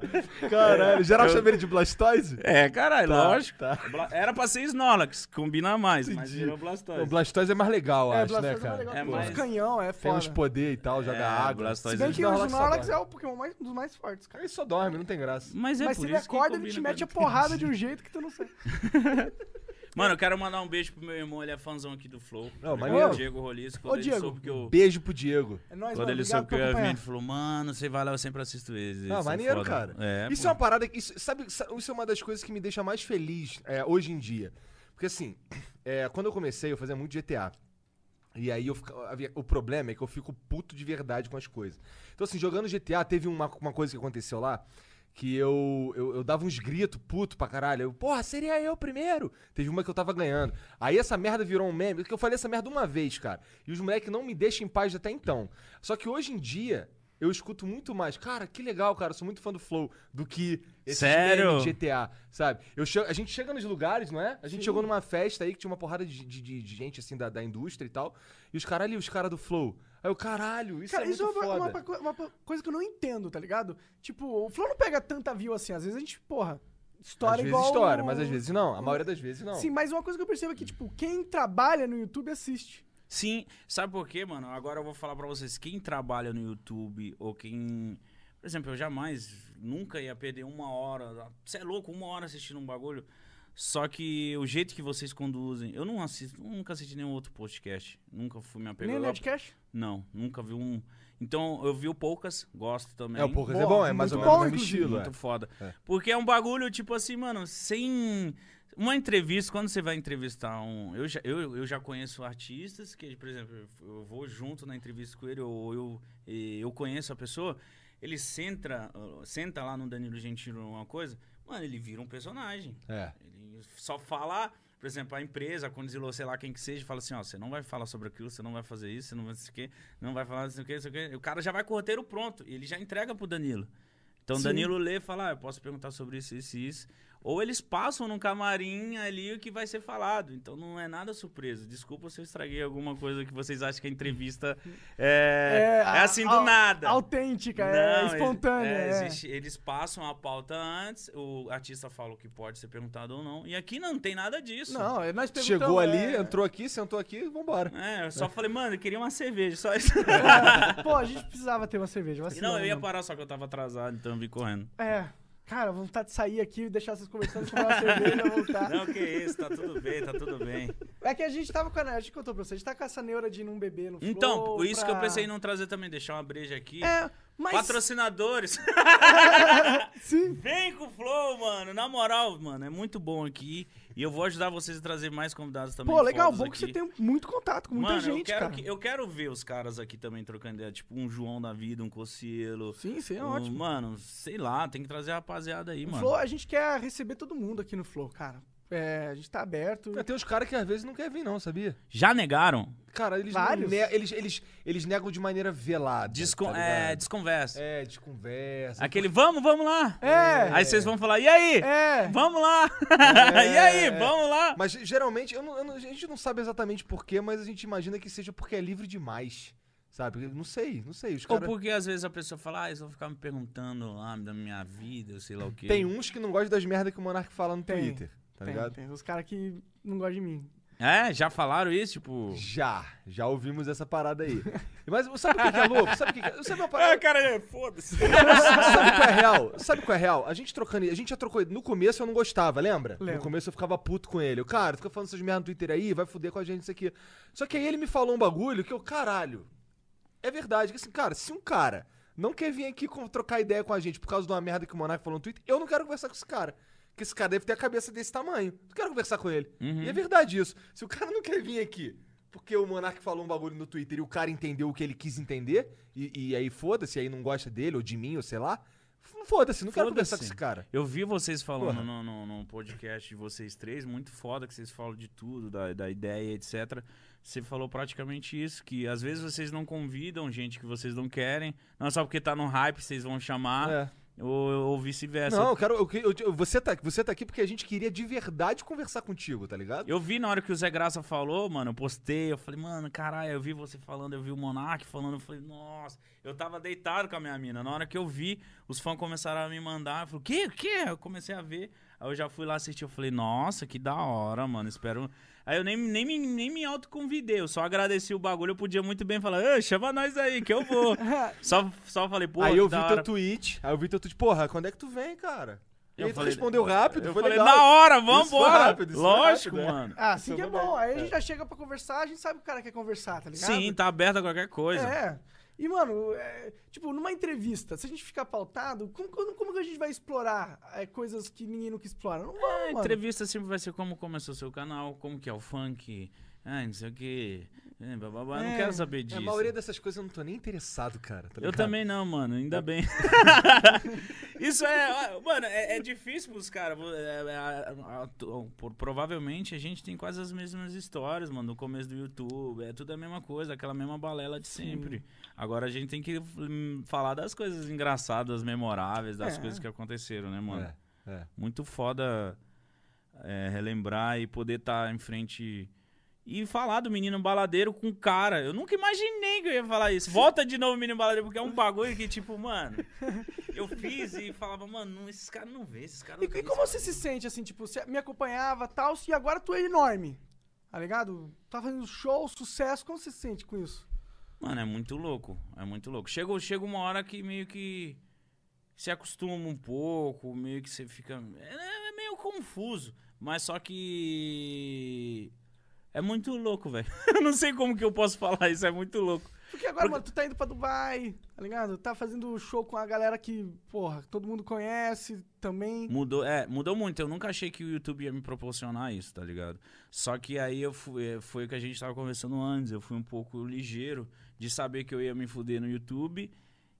Speaker 3: Caralho. Geral chama ele de Blastoise?
Speaker 4: É, caralho,
Speaker 3: Tá,
Speaker 4: lógico.
Speaker 3: tá.
Speaker 4: Bla- Era pra ser Snorlax, combina mais, mas
Speaker 3: Entendi.
Speaker 4: virou
Speaker 3: O
Speaker 4: Blastoise.
Speaker 3: Blastoise é mais legal,
Speaker 2: É,
Speaker 3: acho,
Speaker 2: Blastoise é
Speaker 3: né,
Speaker 2: mais
Speaker 3: cara?
Speaker 2: legal.
Speaker 4: É
Speaker 2: Tem
Speaker 4: mais-
Speaker 2: uns canhão, é
Speaker 3: Tem
Speaker 2: foda.
Speaker 3: uns poder e tal, joga
Speaker 4: É,
Speaker 3: água.
Speaker 4: Blastoise
Speaker 2: Se bem
Speaker 4: Mas
Speaker 2: que o
Speaker 3: o
Speaker 2: Snorlax
Speaker 3: só
Speaker 2: é
Speaker 3: dorme.
Speaker 2: o Pokémon mais, um dos mais fortes, cara.
Speaker 3: Ele só dorme, não tem graça.
Speaker 4: Mas é
Speaker 2: Mas
Speaker 4: por
Speaker 2: se ele
Speaker 4: isso que
Speaker 2: acorda, ele te
Speaker 4: combina
Speaker 2: mete a
Speaker 4: com ele.
Speaker 2: porrada de um jeito que tu não sabe.
Speaker 4: Mano, eu quero mandar um beijo pro meu irmão, ele é fãzão aqui do Flow.
Speaker 3: Não,
Speaker 4: Obrigado,
Speaker 3: maneiro.
Speaker 4: Diego Rolisso, quando
Speaker 2: Ô,
Speaker 4: ele
Speaker 2: Diego.
Speaker 4: soube que eu...
Speaker 3: Beijo pro Diego.
Speaker 2: É nóis,
Speaker 4: Quando
Speaker 2: mano.
Speaker 4: ele
Speaker 2: Obrigado
Speaker 4: soube que
Speaker 2: por
Speaker 4: eu ia vir,
Speaker 2: acompanhar.
Speaker 4: ele falou, mano, você vai lá, eu sempre assisto eles. eles
Speaker 3: Ah,
Speaker 4: são
Speaker 3: maneiro,
Speaker 4: foda."
Speaker 3: cara.
Speaker 4: É,
Speaker 3: isso
Speaker 4: pô.
Speaker 3: é uma parada que. Isso, sabe, sa- isso é uma das coisas que me deixa mais feliz é, hoje em dia. Porque assim, é, quando eu comecei, eu fazia muito GTA. E aí eu fica- havia- o problema é que eu fico puto de verdade com as coisas. Então, assim, jogando GTA, teve uma, uma coisa que aconteceu lá. Que eu, eu, eu dava uns gritos puto pra caralho. Eu, porra, seria eu primeiro. Teve uma que eu tava ganhando. Aí essa merda virou um meme. Porque eu falei essa merda uma vez, cara. E os moleques não me deixam em paz até então. Só que hoje em dia, eu escuto muito mais. Cara, que legal, cara. Eu sou muito fã do Flow. Do que esse
Speaker 4: Sério?
Speaker 3: de GTA, sabe? Eu che- a gente chega nos lugares, não é? A gente chegou numa festa aí que tinha uma porrada de, de- de- de gente, assim, da, da indústria e tal. E os caras ali, os caras do Flow. Aí eu, caralho, isso
Speaker 2: Cara,
Speaker 3: é
Speaker 2: isso é
Speaker 3: muito
Speaker 2: uma, uma
Speaker 3: foda.
Speaker 2: co- uma co- coisa que eu não entendo, tá ligado? Tipo, o Flow não pega tanta view assim. Às vezes a gente, porra, história
Speaker 3: às vezes
Speaker 2: igual. um
Speaker 3: história, mas às vezes não. A maioria das vezes não.
Speaker 2: Sim, mas uma coisa que eu percebo é que, tipo, quem trabalha no YouTube assiste.
Speaker 4: Sim, sabe por quê, mano? Agora eu vou falar pra vocês, quem trabalha no YouTube ou quem... Por exemplo, eu jamais, nunca ia perder uma hora. Você é louco, uma hora assistindo um bagulho. Só que o jeito que vocês conduzem... Eu não assisto, nunca assisti nenhum outro podcast. Nunca fui me
Speaker 2: Nem
Speaker 4: apegando.
Speaker 2: o
Speaker 4: a-
Speaker 2: Nerdcast.
Speaker 4: Não, nunca vi um... Então, eu vi o Poucas, gosto também.
Speaker 3: É, o Poucas é
Speaker 2: Boa,
Speaker 3: bom, é mais ou
Speaker 2: muito
Speaker 3: menos
Speaker 2: bom,
Speaker 3: o mesmo
Speaker 2: inclusive,
Speaker 3: estilo.
Speaker 4: Muito
Speaker 3: é.
Speaker 4: foda.
Speaker 3: É.
Speaker 4: Porque é um bagulho, tipo assim, mano, sem. Uma entrevista, quando você vai entrevistar um. Eu já, eu, eu já conheço artistas que, por exemplo, eu- eu vou junto na entrevista com ele, ou eu, e eu conheço a pessoa, ele senta, ah, senta lá no Danilo Gentili ou uma coisa, mano, ele vira um personagem.
Speaker 3: É.
Speaker 4: Ele só fala, por exemplo, a empresa, quando zilou, sei lá quem que seja, fala assim, ó, você não vai falar sobre aquilo, você não vai fazer isso, você não vai fazer isso aqui, não vai falar isso aqui, isso aqui. O cara já vai com o roteiro pronto, e ele já entrega pro Danilo. Então o
Speaker 2: Sim.
Speaker 4: Danilo lê e fala, ah, eu posso perguntar sobre isso, isso e isso. Ou eles passam num camarim ali o que vai ser falado. Então não é nada surpresa. Desculpa se eu estraguei alguma coisa que vocês acham que a entrevista é, é
Speaker 2: a-
Speaker 4: assim do
Speaker 2: a-
Speaker 4: nada.
Speaker 2: Autêntica, é
Speaker 4: Não,
Speaker 2: espontânea.
Speaker 4: é,
Speaker 2: é.
Speaker 4: existe- eles passam a pauta antes, o artista fala o que pode ser perguntado ou não. E aqui não tem nada disso.
Speaker 2: Não, é- nós perguntamos.
Speaker 3: Chegou ali,
Speaker 2: é-
Speaker 3: entrou aqui, sentou aqui, vambora.
Speaker 4: É, eu só falei, mano, eu queria uma cerveja, só isso.
Speaker 2: É, Pô, a gente precisava ter uma cerveja.
Speaker 4: E
Speaker 2: vacilão,
Speaker 4: não, eu ia
Speaker 2: mano.
Speaker 4: parar, só que eu tava atrasado, então eu vim correndo.
Speaker 2: É. Cara, vontade de sair aqui e deixar vocês conversando, tomar uma cerveja, voltar.
Speaker 4: Não, que isso, tá tudo bem, tá tudo bem.
Speaker 2: É que a gente tava com a. A gente contou pra vocês, a gente tá com essa neura de não beber no
Speaker 4: Então,
Speaker 2: flow,
Speaker 4: por isso que eu
Speaker 2: pra-
Speaker 4: pensei em não trazer também, deixar uma breja aqui.
Speaker 2: É, mas.
Speaker 4: Patrocinadores,
Speaker 2: Sim.
Speaker 4: vem com o Flow, mano. Na moral, mano, é muito bom aqui. E eu vou ajudar vocês a trazer mais convidados também.
Speaker 2: Pô, legal,
Speaker 4: fodas
Speaker 2: bom que você
Speaker 4: aqui.
Speaker 2: tem muito contato com muita
Speaker 4: Mano,
Speaker 2: gente,
Speaker 4: eu quero,
Speaker 2: cara.
Speaker 4: que- eu quero ver os caras aqui também trocando ideia, tipo um João da vida, um Cocielo.
Speaker 2: Sim, sim, é
Speaker 4: um-
Speaker 2: ótimo.
Speaker 4: Mano, sei lá, tem que trazer a rapaziada aí,
Speaker 2: No
Speaker 4: mano.
Speaker 2: Flow, a gente quer receber todo mundo aqui no Flow, cara. É, a gente tá aberto.
Speaker 3: Tem uns caras que às vezes não quer vir, não, sabia?
Speaker 4: Já negaram?
Speaker 3: Cara, eles, não
Speaker 2: Vários.
Speaker 3: ne- eles, eles, eles negam de maneira velada.
Speaker 4: Desco-
Speaker 3: tá
Speaker 4: é,
Speaker 3: ligado?
Speaker 4: desconversa.
Speaker 3: é, desconversa.
Speaker 4: Aquele, vamos, vamos lá.
Speaker 2: É.
Speaker 4: Aí vocês vão falar, e aí?
Speaker 2: É.
Speaker 4: Vamos lá. e aí, vamos lá.
Speaker 3: Mas geralmente, eu não- eu não- a gente não sabe exatamente porquê, mas a gente imagina que seja porque é livre demais. Sabe? Eu Não sei, não sei. Os
Speaker 4: Ou
Speaker 3: cara...
Speaker 4: porque às vezes a pessoa fala, ah, eles vão ficar me perguntando lá da minha vida, eu sei lá o quê.
Speaker 2: um
Speaker 3: Tem uns que não gostam das merdas que o Monark fala no
Speaker 2: Tem.
Speaker 3: Twitter, tá
Speaker 2: tem,
Speaker 3: ligado?
Speaker 2: tem. Os caras que não gostam de mim.
Speaker 4: É, já falaram isso, tipo...
Speaker 3: Já, já ouvimos essa parada aí. Mas sabe o que que é louco? Sabe o que que é? Sabe uma parada?
Speaker 4: cara, foda-se.
Speaker 3: Sabe qual é real? Sabe qual é real? A gente trocando, a gente já trocou, no começo eu não gostava, lembra?
Speaker 2: Lembro.
Speaker 3: No começo eu ficava puto com ele. Eu, cara, fica falando essas merda no Twitter aí, vai foder com a gente isso aqui. Só que aí ele me falou um bagulho que eu, caralho. É verdade, que assim, cara, se um cara não quer vir aqui com- trocar ideia com a gente por causa de uma merda que o Monark falou no Twitter, eu não quero conversar com esse cara. Porque esse cara deve ter a cabeça desse tamanho. Não quero conversar com ele. E é verdade isso. Se o cara não quer vir aqui porque o Monark falou um bagulho no Twitter e o cara entendeu o que ele quis entender, e, e aí foda-se, aí não gosta dele ou de mim, ou sei lá. f- Foda-se, não quero
Speaker 4: Foda-se.
Speaker 3: conversar com esse cara.
Speaker 4: Eu vi vocês falando
Speaker 3: Porra.
Speaker 4: no, no, no podcast de vocês três, muito foda que vocês falam de tudo, da, da ideia, etc. Você falou praticamente isso, que às vezes vocês não convidam gente que vocês não querem, não é só porque tá no hype vocês vão chamar,
Speaker 3: É.
Speaker 4: ou, ou vice-versa.
Speaker 3: Não, eu quero. eu que- eu- eu- você, tá, você tá aqui porque a gente queria de verdade conversar contigo, tá ligado?
Speaker 4: Eu vi na hora que o Zé Graça falou, mano, eu postei, eu falei, mano, caralho, eu vi você falando, eu vi o Monark falando, eu falei, nossa, eu tava deitado com a minha mina. Na hora que eu vi, os fãs começaram a me mandar, eu falei, o quê, o quê? Eu comecei a ver, aí eu já fui lá assistir, eu falei, nossa, que da hora, mano, espero... Aí eu nem, nem, me- nem me autoconvidei, eu só agradeci o bagulho, eu podia muito bem falar, "Ô, chama nós aí, que eu vou. só, só falei, pô,
Speaker 3: aí eu
Speaker 4: que da
Speaker 3: vi
Speaker 4: hora.
Speaker 3: teu tweet, aí eu vi teu tweet, porra, quando é que tu vem, cara? E
Speaker 4: Eu
Speaker 3: aí tu
Speaker 4: falei-
Speaker 3: respondeu rápido,
Speaker 4: Eu
Speaker 3: foi
Speaker 4: falei,
Speaker 3: legal.
Speaker 4: da hora,
Speaker 3: foi
Speaker 4: vambora.
Speaker 3: rápido, isso foi
Speaker 4: Lógico,
Speaker 3: rápido, é.
Speaker 4: mano.
Speaker 2: Ah, assim
Speaker 3: Então
Speaker 2: que é
Speaker 3: vamos
Speaker 2: bom. Aí a gente já chega pra conversar, a gente sabe que o cara quer conversar, tá ligado?
Speaker 4: Sim, tá aberto a qualquer coisa.
Speaker 2: É. E, mano, é, tipo, numa entrevista, se a gente ficar pautado, como, como, como que a gente vai explorar é, coisas que ninguém nunca explora? Não vamos,
Speaker 4: A
Speaker 2: mano.
Speaker 4: Ah, entrevista sempre vai ser como começou seu canal, como que é o funk, ah, não sei o que, blá, blá, blá.
Speaker 2: É,
Speaker 4: não quero saber
Speaker 3: A
Speaker 4: disso.
Speaker 3: maioria dessas coisas eu não tô nem interessado, cara. tá
Speaker 4: Eu
Speaker 3: ligado?
Speaker 4: também não, mano, ainda bem. Isso é, ó, mano, é, é difícil pros caras. vo- é, é, a- a- to- por- Provavelmente a gente tem quase as mesmas histórias, mano, no começo do YouTube, é tudo a mesma coisa, aquela mesma balela de sempre. Agora a gente tem que hum, falar das coisas engraçadas, memoráveis, das
Speaker 2: É.
Speaker 4: coisas que aconteceram, né, mano?
Speaker 3: É, é.
Speaker 4: Muito foda é, relembrar e poder estar em frente e falar do menino baladeiro com cara. Eu nunca imaginei que eu ia falar isso. Volta de novo, menino baladeiro, porque é um bagulho que, tipo, mano, eu fiz e falava, mano, não, esses caras não vê, esses caras
Speaker 2: E,
Speaker 4: não vê.
Speaker 2: e como você se sente, assim, tipo, você me acompanhava e tal, e agora tu é enorme, tá ligado? Tá fazendo show, sucesso, como você se sente com isso?
Speaker 4: Mano, é muito louco. É muito louco. Chega, chega uma hora que meio que se acostuma um pouco, meio que você fica. É, é meio confuso. Mas só que. É muito louco, velho. Eu não sei como que eu posso falar isso, é muito louco.
Speaker 2: Porque agora, mano, tu tá indo pra Dubai, tá ligado? Tá fazendo show com a galera que, porra, todo mundo conhece também.
Speaker 4: Mudou, é, mudou muito. Eu nunca achei que o YouTube ia me proporcionar isso, tá ligado? Só que aí eu fui, é, foi o que a gente tava conversando antes. Eu fui um pouco ligeiro de saber que eu ia me fuder no YouTube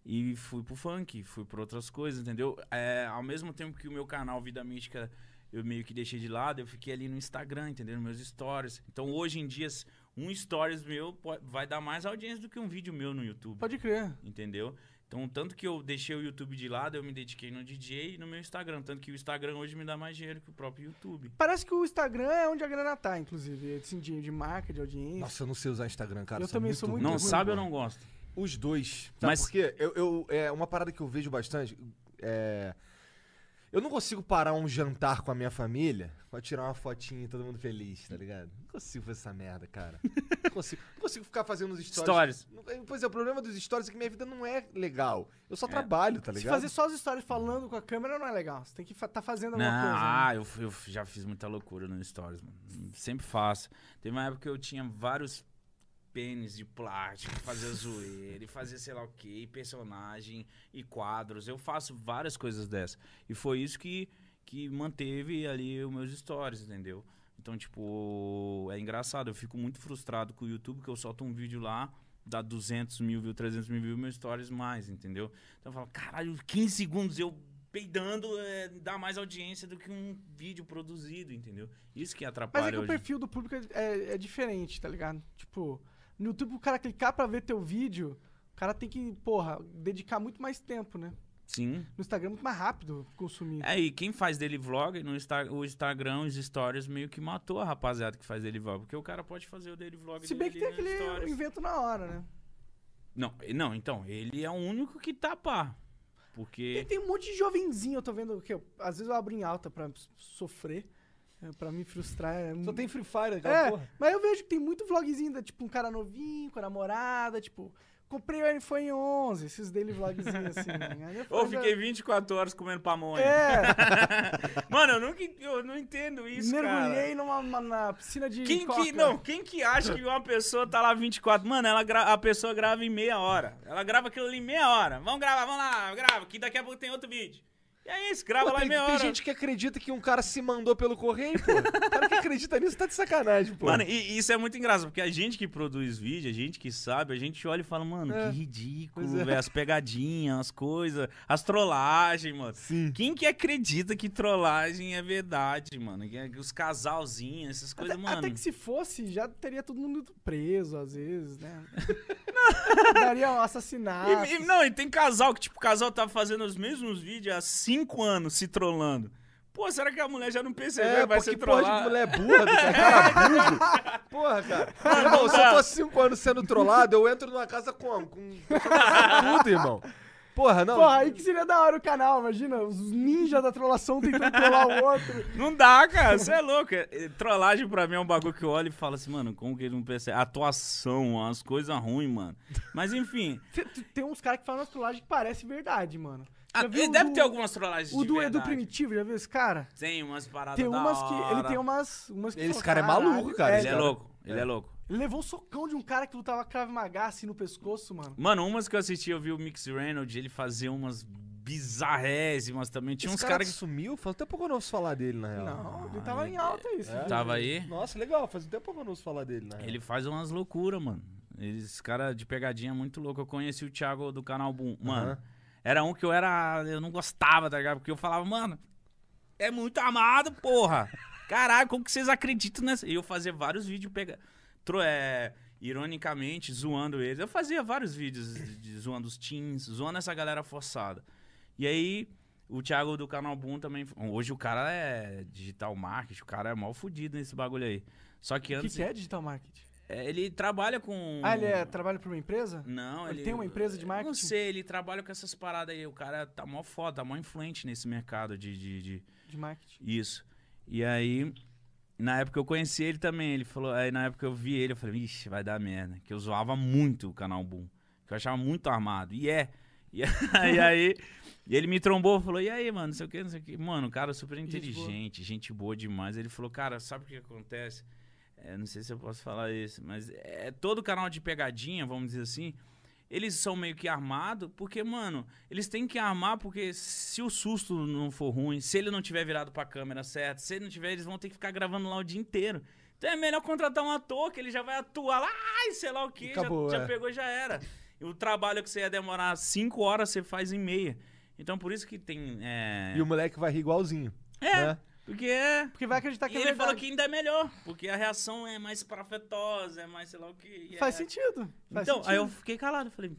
Speaker 4: e fui pro funk, fui pra outras coisas, entendeu? É, ao mesmo tempo que o meu canal Vida Mística eu meio que deixei de lado, eu fiquei ali no Instagram, entendeu? Nos meus stories. Então hoje em dia, um stories meu po- vai dar mais audiência do que um vídeo meu no YouTube
Speaker 2: Pode crer.
Speaker 4: entendeu? Então, tanto que eu deixei o YouTube de lado, eu me dediquei no DJ e no meu Instagram. Tanto que o Instagram hoje me dá mais dinheiro que o próprio YouTube.
Speaker 2: Parece que o Instagram é onde a grana tá, inclusive. Assim, de, de marca, de audiência.
Speaker 3: Nossa, eu não sei usar Instagram, cara.
Speaker 2: Eu também sou muito
Speaker 4: não
Speaker 2: ruim,
Speaker 4: sabe, eu
Speaker 3: não
Speaker 4: não gosto.
Speaker 3: Os dois. Sabe
Speaker 4: Mas-
Speaker 3: Mas... por quê? Eu, eu- é uma parada que eu vejo bastante. É... Eu não consigo parar um jantar com a minha família pra tirar uma fotinha e todo mundo feliz, tá ligado? Não consigo fazer essa merda, cara. não, consigo, não consigo ficar fazendo os stories.
Speaker 4: Stories.
Speaker 3: Não- Pois é, o problema dos stories é que minha vida não é legal. Eu só trabalho, tá
Speaker 2: Se
Speaker 3: ligado?
Speaker 2: fazer só as histórias falando com a câmera não é legal. Você tem que estar tá fazendo
Speaker 4: Não,
Speaker 2: alguma coisa. né?
Speaker 4: ah, eu, f- eu f- já fiz muita loucura no Stories, mano. Sempre faço. Teve uma época que eu tinha vários pênis de plástico, fazia zoeira, e fazia sei lá o que, e personagem, e quadros. Eu faço várias coisas dessas. E foi isso que, que manteve ali os meus stories, entendeu? Então, tipo, é engraçado. Eu fico muito frustrado com o YouTube, que eu solto um vídeo lá, dá 200 mil views, 300 mil views, meus stories mais, entendeu? Então eu falo, caralho, 15 segundos eu peidando é, dá mais audiência do que um vídeo produzido, entendeu? Isso que
Speaker 2: Mas
Speaker 4: atrapalha
Speaker 2: é que o
Speaker 4: hoje.
Speaker 2: perfil do público é- é, é diferente, tá ligado? Tipo, no YouTube o cara clicar pra ver teu vídeo, o cara tem que, porra, dedicar muito mais tempo, né?
Speaker 4: Sim.
Speaker 2: No Instagram é muito mais rápido consumir.
Speaker 4: É, e quem faz dele vlog, no Insta- o Instagram, os stories meio que matou a rapaziada que faz dele vlog. Porque o cara pode fazer o dele vlog
Speaker 2: Se
Speaker 4: dele
Speaker 2: bem que tem
Speaker 4: ali no
Speaker 2: aquele
Speaker 4: stories.
Speaker 2: invento na hora, né?
Speaker 4: Não, e- não, então, ele é o único que tá pá.
Speaker 2: E
Speaker 4: Porque.
Speaker 2: tem um monte de jovenzinho, eu tô vendo que eu- às vezes eu abro em alta pra s- sofrer, é, pra me frustrar. é
Speaker 3: Só
Speaker 2: um-
Speaker 3: tem Free Fire aquela
Speaker 2: É,
Speaker 3: porra.
Speaker 2: mas eu vejo que tem muito vlogzinho, da, tipo, um cara novinho, com a namorada, tipo, comprei o iPhone 11, esses dele vlogzinhos assim. né? Aí eu
Speaker 4: Ou
Speaker 2: falo,
Speaker 3: é.
Speaker 4: fiquei 24 horas comendo pamonha.
Speaker 2: É,
Speaker 4: Mano, eu, nunca, eu não entendo isso, cara.
Speaker 2: mergulhei numa, uma- na piscina de
Speaker 4: Quem
Speaker 2: coca.
Speaker 4: que, não, quem que acha que uma pessoa tá lá 24? Mano, ela gra- a pessoa grava em meia hora. Ela grava aquilo ali em meia hora. Vamos gravar, vamos lá, grava, que daqui a pouco tem outro vídeo. E é isso, grava
Speaker 3: Pô,
Speaker 4: lá
Speaker 3: tem,
Speaker 4: em meia
Speaker 3: tem
Speaker 4: hora.
Speaker 3: gente que acredita que um cara se mandou pelo correio, pô. O cara que acredita nisso tá de sacanagem, pô.
Speaker 4: Mano, e e isso é muito engraçado, porque a gente que produz vídeo, a gente que sabe, a gente olha e fala, mano,
Speaker 3: É.
Speaker 4: que ridículo,
Speaker 3: Pois é.
Speaker 4: velho, as pegadinhas, as coisas, as trollagens, mano.
Speaker 3: Sim.
Speaker 4: Quem que acredita que trollagem é verdade, mano? Que- que Os casalzinhos, essas
Speaker 2: Até,
Speaker 4: coisas, mano.
Speaker 2: até que se fosse, já teria todo mundo ido preso, às vezes, né? Daria um assassinato.
Speaker 4: E- e- não, e tem casal que, tipo, o casal tá fazendo os mesmos vídeos há cinco anos se trollando. Pô, será que a mulher já não percebeu
Speaker 3: é,
Speaker 4: que vai
Speaker 3: pô,
Speaker 4: ser
Speaker 3: que porra de
Speaker 4: trollada?
Speaker 3: mulher burra, do cara, cara burro. Porra, cara. irmão, se eu tô há cinco anos sendo trollado, eu entro numa casa como? Com tudo, irmão. Porra, não.
Speaker 2: Porra, aí que seria da hora o canal, imagina, os ninjas da trollação tentando trollar o outro.
Speaker 4: Não dá, cara, você é louco. É, é, Trollagem pra mim é um bagulho que eu olho e falo assim, mano, como que ele não percebe? Atuação, as coisas ruins, mano. Mas enfim.
Speaker 2: Tem, tem uns caras que falam umas trollagens que parece verdade, mano. Já
Speaker 4: Ah,
Speaker 2: viu
Speaker 4: e
Speaker 2: o
Speaker 4: deve
Speaker 2: um do-
Speaker 4: ter algumas trollagens
Speaker 2: O
Speaker 4: de
Speaker 2: do Edu
Speaker 4: verdade.
Speaker 2: Primitivo, já viu esse cara?
Speaker 4: Tem umas paradas
Speaker 2: Tem
Speaker 4: da
Speaker 2: umas que. Ele
Speaker 4: hora.
Speaker 2: tem umas. umas que
Speaker 3: Esse
Speaker 2: fala,
Speaker 3: cara é maluco,
Speaker 2: "Caralho".
Speaker 3: cara,
Speaker 2: É,
Speaker 4: Ele é
Speaker 3: cara.
Speaker 4: louco, ele é louco.
Speaker 2: ele levou um socão de um cara que lutava Krav Maga assim no pescoço, mano.
Speaker 4: Mano, umas que eu assisti, eu vi o Mix Reynolds, ele fazia umas bizarrésimas também. Tinha
Speaker 3: Esse
Speaker 4: uns caras
Speaker 3: que
Speaker 4: que...
Speaker 3: sumiu, faz um tempo que eu não ouço falar dele, na real.
Speaker 2: Não, ele tava
Speaker 4: é-
Speaker 2: em alta isso. viu?
Speaker 4: Tava aí...
Speaker 3: Nossa, legal, faz um tempo que eu não ouço falar dele,
Speaker 2: É.
Speaker 3: na real.
Speaker 4: é. Ele faz umas loucuras, mano. Esse cara de pegadinha é muito louco. Eu conheci o Thiago do canal Boom. Mano,
Speaker 3: Aham.
Speaker 4: era um que eu era. Eu não gostava, tá ligado? Porque eu falava, mano, é muito amado, porra. Caralho, como que vocês acreditam nessa. E eu fazia vários vídeos pega... tro- é, ironicamente, zoando eles. Eu fazia vários vídeos de- de- zoando os teens, zoando essa galera forçada. E aí, o Thiago do canal Boom também. Hoje o cara é digital marketing, o cara é mal fudido nesse bagulho aí. Só que
Speaker 2: O que,
Speaker 4: antes.
Speaker 2: que é digital marketing?
Speaker 4: É, Ele trabalha com.
Speaker 2: Ah, ele é, trabalha pra uma empresa?
Speaker 4: Não,
Speaker 2: Ele
Speaker 4: ele.
Speaker 2: tem uma empresa de marketing?
Speaker 4: Não sei, ele trabalha com essas paradas aí. O cara tá mó foda, tá mó influente nesse mercado de. de, de-
Speaker 2: De marketing.
Speaker 4: Isso. E aí. Na época eu conheci ele também. Ele falou. Aí na época eu vi ele, eu falei, ixi, vai dar merda. Que eu zoava muito o canal Boom. Que eu achava muito armado. E é. E aí. aí e ele me trombou falou, e aí, mano, não sei o que, não sei o que. Mano, o cara é super
Speaker 2: Gente boa.
Speaker 4: inteligente, gente boa demais. Ele falou, cara, sabe o que acontece? É, não sei se eu posso falar isso, mas é todo canal de pegadinha, vamos dizer assim, eles são meio que armados, porque, mano, eles têm que armar porque se o susto não for ruim, se ele não tiver virado pra câmera certa, se ele não tiver, eles vão ter que ficar gravando lá o dia inteiro. Então é melhor contratar um ator que ele já vai atuar lá, ai, sei lá o que, já,
Speaker 3: Acabou,
Speaker 4: já
Speaker 3: é.
Speaker 4: pegou já era. E o trabalho que você ia demorar cinco horas, você faz em meia. Então por isso que tem. É,
Speaker 3: E o moleque vai rir igualzinho.
Speaker 4: é
Speaker 3: né?
Speaker 4: porque é.
Speaker 2: Porque vai acreditar que
Speaker 4: E
Speaker 2: é
Speaker 4: ele
Speaker 2: verdade.
Speaker 4: falou que ainda é melhor, porque a reação é mais parafetosa, é mais sei lá o que. e é-
Speaker 2: Faz sentido. Faz
Speaker 4: Então,
Speaker 2: sentido.
Speaker 4: aí eu fiquei calado, falei,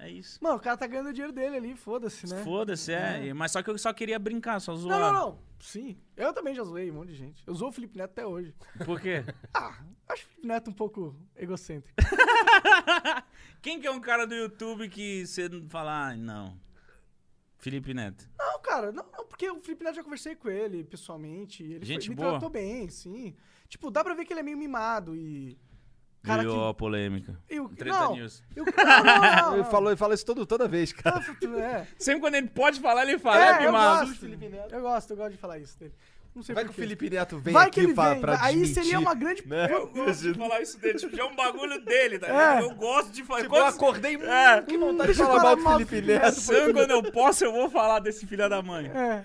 Speaker 4: é isso.
Speaker 2: Mano, o cara tá ganhando o dinheiro dele ali, foda-se, né?
Speaker 4: Foda-se, é. e- Mas só que eu só queria brincar, só zoar.
Speaker 2: Não, não, não. Sim. Eu também já zoei um monte de gente. Eu zoo o Felipe Neto até hoje.
Speaker 4: Por quê?
Speaker 2: Ah, acho o Felipe Neto um pouco egocêntrico.
Speaker 4: Quem que é um cara do YouTube que você não fala, ah, não. Felipe Neto.
Speaker 2: Não, cara, não, não, porque o Felipe Neto já conversei com ele pessoalmente. e Ele
Speaker 4: Gente
Speaker 2: foi, me
Speaker 4: boa.
Speaker 2: tratou bem, sim. Tipo, dá pra ver que ele é meio mimado e. Cara,
Speaker 4: Criou
Speaker 2: que.
Speaker 4: a polêmica.
Speaker 2: E o-
Speaker 4: Treta
Speaker 2: não.
Speaker 4: News.
Speaker 2: Eu, não, não, não,
Speaker 3: Ele
Speaker 2: não.
Speaker 3: falou, ele fala isso todo, toda vez, cara.
Speaker 2: É,
Speaker 4: Sempre quando ele pode falar, ele fala, é,
Speaker 2: é, eu
Speaker 4: mimado.
Speaker 2: gosto. Eu gosto, eu gosto de falar isso dele. Não sei
Speaker 3: Vai que
Speaker 2: por
Speaker 3: o
Speaker 2: quê.
Speaker 3: Felipe Neto vem
Speaker 2: Vai que
Speaker 3: aqui
Speaker 2: ele
Speaker 3: pra,
Speaker 2: vem.
Speaker 3: pra
Speaker 2: vai- aí
Speaker 3: desmentir,
Speaker 2: seria uma grande.
Speaker 3: né?
Speaker 4: Eu gosto de falar isso dele, tipo, já é um bagulho dele,
Speaker 2: É.
Speaker 4: tá ligado? Eu gosto de falar.
Speaker 3: Tipo, eu acordei muito,
Speaker 4: É.
Speaker 3: que vontade de
Speaker 2: Deixa eu
Speaker 3: falar mal do Felipe
Speaker 2: Neto.
Speaker 3: Neto.
Speaker 4: Sangue, quando eu posso, eu vou falar desse filho da mãe.
Speaker 2: É.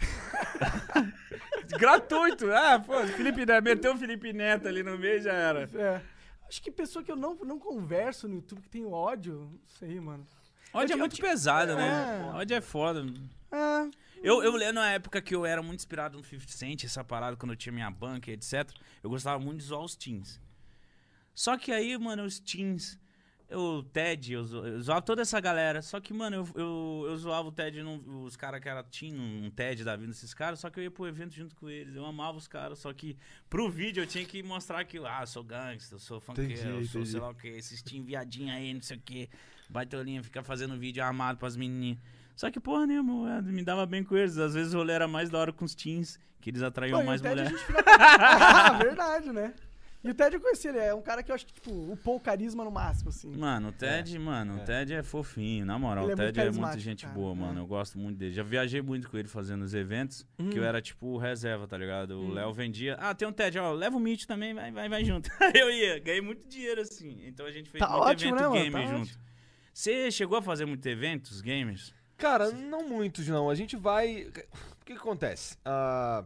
Speaker 4: Gratuito. Ah, pô, Felipe Neto. Meteu o Felipe Neto ali no meio já era.
Speaker 2: É. Acho que pessoa que eu não, não converso no YouTube, que tem ódio, não sei, mano.
Speaker 4: Ódio é muito pesado,
Speaker 2: né?
Speaker 4: né? Ódio é foda.
Speaker 2: Ah,
Speaker 4: Eu, eu lembro na época que eu era muito inspirado no 50 Cent, essa parada, quando eu tinha minha banca e etc. Eu gostava muito de zoar os teens. Só que aí, mano, os teens. eu- O Ted, eu, zo- eu zoava toda essa galera. Só que, mano, eu, eu, eu zoava o Ted, num- os caras que era teen, um Ted da vida desses caras. Só que eu ia pro evento junto com eles. Eu amava os caras. Só que pro vídeo eu tinha que mostrar que, ah, eu sou gangster, eu sou funkeiro,
Speaker 3: Entendi,
Speaker 4: eu sou
Speaker 3: entendi.
Speaker 4: sei lá o que, esses teen viadinho aí, não sei o que. Baitolinha, fica fazendo vídeo armado pras menininhas. Só que, porra nenhuma, eu me dava bem com eles. Às vezes o rolê era mais da hora com os teens, que eles atraíam
Speaker 2: Pô, e o
Speaker 4: mais
Speaker 2: Ted a
Speaker 4: mulher.
Speaker 2: gente fica... ah, verdade, né? E o Ted eu conheci, ele é um cara que eu acho que, tipo, upou o carisma no máximo, assim.
Speaker 4: Mano, o Ted, mano, o Ted é fofinho, na moral.
Speaker 2: Ele é
Speaker 4: o
Speaker 2: muito
Speaker 4: Ted é muita
Speaker 2: carismático,
Speaker 4: gente
Speaker 2: cara,
Speaker 4: boa, mano. Eu gosto muito dele. Já viajei muito com ele fazendo os eventos, que
Speaker 2: Uhum.
Speaker 4: eu era tipo reserva, tá ligado? O Léo vendia. Ah, tem um Ted, ó, leva o Mitch também, vai, vai, vai junto. Aí eu ia, ganhei muito dinheiro assim. Então a gente fez
Speaker 2: Tá
Speaker 4: muito
Speaker 2: ótimo, né,
Speaker 4: evento
Speaker 2: mano?
Speaker 4: gamer
Speaker 2: Tá
Speaker 4: junto. Você chegou a fazer muito eventos gamers?
Speaker 3: Cara, não muitos, não. A gente vai. O que, que acontece? Ah,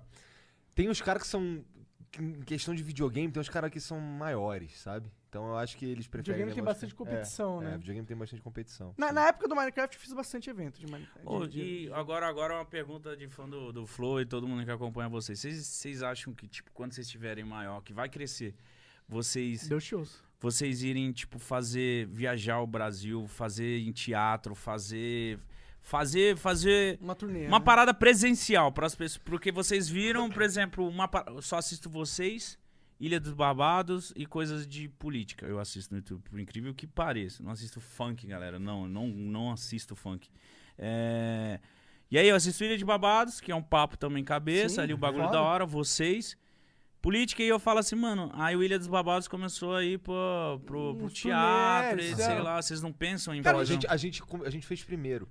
Speaker 3: tem uns caras que são. que Em questão de videogame, tem uns caras que são maiores, sabe? Então eu acho que eles preferem.
Speaker 2: Videogame tem
Speaker 3: negócio-
Speaker 2: bastante
Speaker 3: É,
Speaker 2: competição,
Speaker 3: É,
Speaker 2: né?
Speaker 3: videogame tem bastante competição.
Speaker 2: Na, na época do Minecraft eu fiz bastante evento de Minecraft.
Speaker 4: Ô,
Speaker 2: de- de-
Speaker 4: e agora, agora é uma pergunta de fã do, do Flow e todo mundo que acompanha vocês. Vocês- Vocês acham que, tipo, quando vocês estiverem maior, que vai crescer, vocês
Speaker 2: Deu shows.
Speaker 4: vocês irem, tipo, fazer, viajar o Brasil, fazer em teatro, fazer, fazer, fazer
Speaker 2: Uma turnê.
Speaker 4: uma
Speaker 2: né?
Speaker 4: parada presencial para as pessoas, porque vocês viram, por exemplo, uma pa- eu só assisto vocês, Ilha dos Barbados e coisas de política. Eu assisto no YouTube, por incrível que pareça. Não assisto funk, galera. Não, não, não assisto funk. É, E aí eu assisto Ilha de Barbados, que é um papo também cabeça,
Speaker 2: Sim,
Speaker 4: ali o bagulho
Speaker 2: foda.
Speaker 4: da hora, vocês. Política, e eu falo assim, mano, aí o Ilha dos Barbados começou a ir pro, pro, pro
Speaker 2: Uns
Speaker 4: teatro,
Speaker 2: turnês,
Speaker 4: e sei
Speaker 2: é.
Speaker 4: lá, vocês não pensam em
Speaker 3: Cara, a
Speaker 4: fazer um-
Speaker 3: gente, a, gente, com- a gente fez primeiro.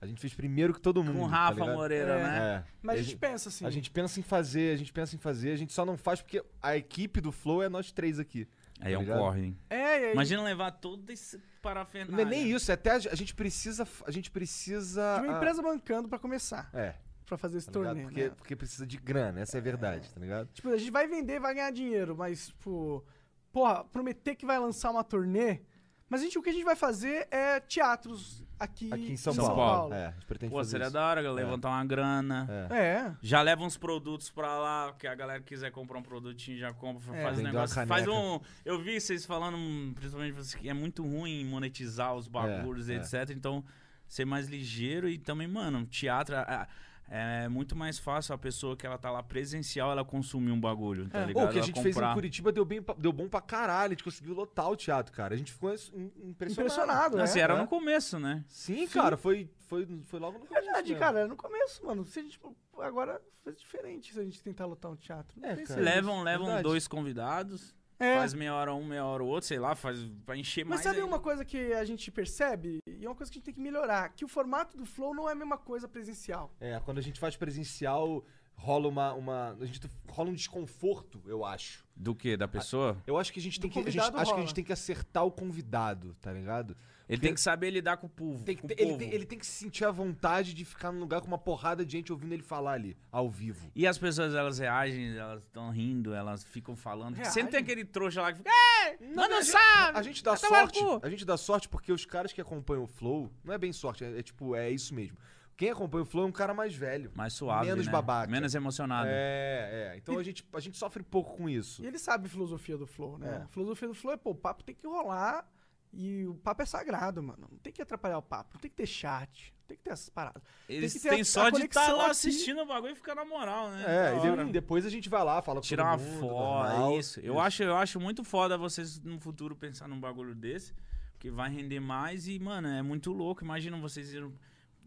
Speaker 3: A gente fez primeiro que todo mundo.
Speaker 4: um, com o
Speaker 3: tá
Speaker 4: Rafa
Speaker 3: ligado?
Speaker 4: Moreira,
Speaker 2: É.
Speaker 4: né?
Speaker 3: É.
Speaker 2: Mas
Speaker 3: E
Speaker 2: a gente pensa assim.
Speaker 3: a gente pensa em fazer, a gente pensa em fazer, a gente só não faz porque a equipe do Flow é nós três aqui.
Speaker 4: Aí é um
Speaker 3: ligado?
Speaker 4: corre, hein?
Speaker 2: É, e aí,
Speaker 4: Imagina levar todo esse
Speaker 3: Não
Speaker 2: Ah,
Speaker 4: parafernália.
Speaker 3: é nem isso, é até a ge- a gente precisa. f- A gente precisa.
Speaker 2: tinha tá uma
Speaker 3: ah,
Speaker 2: empresa bancando pra começar,
Speaker 3: É,
Speaker 2: pra fazer esse
Speaker 3: tá ligado?
Speaker 2: torneio.
Speaker 3: Porque,
Speaker 2: né?
Speaker 3: porque precisa de grana, essa é a verdade, tá ligado?
Speaker 2: Tipo, a gente vai vender, vai ganhar dinheiro, mas, tipo, porra, prometer que vai lançar uma turnê. Mas, gente, o que a gente vai fazer é teatros aqui,
Speaker 3: Aqui em São,
Speaker 4: São
Speaker 3: Paulo.
Speaker 4: Paulo.
Speaker 3: É, a gente pretende
Speaker 4: Pô,
Speaker 3: fazer
Speaker 4: seria
Speaker 3: isso.
Speaker 4: da hora levantar uma grana.
Speaker 3: É.
Speaker 2: É.
Speaker 4: Já leva uns produtos pra lá, que a galera que quiser comprar um produtinho, já compra,
Speaker 2: É.
Speaker 4: faz um
Speaker 3: Vender uma
Speaker 4: negócio. Faz
Speaker 3: caneca.
Speaker 4: um. Eu vi vocês falando, hum, principalmente vocês, que é muito ruim monetizar os bagulhos
Speaker 3: É,
Speaker 4: e
Speaker 3: é.
Speaker 4: etc. Então, ser mais ligeiro e também, mano, teatro. a- a- É muito mais fácil a pessoa que ela tá lá presencial, ela consumir um bagulho, tá
Speaker 3: Pô,
Speaker 4: ligado?
Speaker 3: É. o que a
Speaker 4: Ela
Speaker 3: gente fez em
Speaker 4: comprar.
Speaker 3: Curitiba deu, bem, pra- deu bom pra caralho. A gente conseguiu lotar o teatro, cara. A gente ficou es- im- impressionado.
Speaker 2: Impressionado, né?
Speaker 4: Assim, era
Speaker 3: É.
Speaker 4: no começo, né?
Speaker 3: Sim, cara, foi, foi, foi logo no começo.
Speaker 2: Verdade,
Speaker 3: mesmo.
Speaker 2: cara, no começo, mano. Se a gente, tipo, agora faz diferente se a gente tentar lotar um teatro. Não
Speaker 3: É,
Speaker 2: tem
Speaker 3: cara.
Speaker 2: sentido.
Speaker 4: Levam, levam
Speaker 3: verdade.
Speaker 4: dois convidados.
Speaker 2: É.
Speaker 4: Faz meia hora um, meia hora o outro, sei lá, faz pra encher
Speaker 2: Mas
Speaker 4: mais.
Speaker 2: sabe
Speaker 4: ainda.
Speaker 2: uma coisa que a gente percebe? E é uma coisa que a gente tem que melhorar. Que o formato do Flow não é a mesma coisa presencial.
Speaker 3: É, quando a gente faz presencial, rola uma. uma a gente rola um desconforto, eu acho.
Speaker 4: Do que? Da pessoa?
Speaker 3: Eu acho que a gente
Speaker 2: Do
Speaker 3: tem que. a gente-
Speaker 2: convidado
Speaker 3: acho que a
Speaker 2: rola.
Speaker 3: gente tem que acertar o convidado, tá ligado?
Speaker 4: Ele tem que saber lidar com o povo.
Speaker 3: Tem que
Speaker 4: com o
Speaker 3: ter- ele,
Speaker 4: povo.
Speaker 3: tem, ele tem que se sentir à vontade de ficar num lugar com uma porrada de gente ouvindo ele falar ali, ao vivo.
Speaker 4: E as pessoas, elas reagem, elas estão rindo, elas ficam falando.
Speaker 2: Reagem?
Speaker 4: Sempre tem aquele trouxa lá que fica. "É, manda um salve!
Speaker 3: A gente dá
Speaker 4: vai tomar no
Speaker 3: sorte.
Speaker 4: cu."
Speaker 3: A gente dá sorte porque os caras que acompanham o Flow, não é bem sorte, é, é tipo, é isso mesmo. Quem acompanha o Flow é um cara mais velho.
Speaker 4: Mais suave.
Speaker 3: Menos
Speaker 4: né?
Speaker 3: babaca.
Speaker 4: Menos emocionado.
Speaker 3: É, é. Então a gente, a gente sofre pouco com isso.
Speaker 2: E ele sabe a filosofia do Flow, né?
Speaker 3: É.
Speaker 2: A filosofia do Flow é, pô, o papo tem que rolar e o papo é sagrado, mano. Não tem que atrapalhar o papo, não tem que ter chat, não tem que ter essas paradas.
Speaker 4: Eles
Speaker 2: que ter
Speaker 4: têm
Speaker 2: a-
Speaker 4: só
Speaker 2: a
Speaker 4: de estar
Speaker 2: conexão
Speaker 4: lá
Speaker 2: aqui.
Speaker 4: assistindo o bagulho e ficar na moral, né?
Speaker 3: É,
Speaker 4: Da
Speaker 3: e de-
Speaker 4: hora.
Speaker 3: depois a gente vai lá, fala com
Speaker 4: Tirar uma
Speaker 3: todo mundo, normal.
Speaker 4: foto. Isso. Eu, Acho, eu acho muito foda vocês no futuro pensar num bagulho desse. Porque vai render mais e, mano, é muito louco. Imagina vocês irem.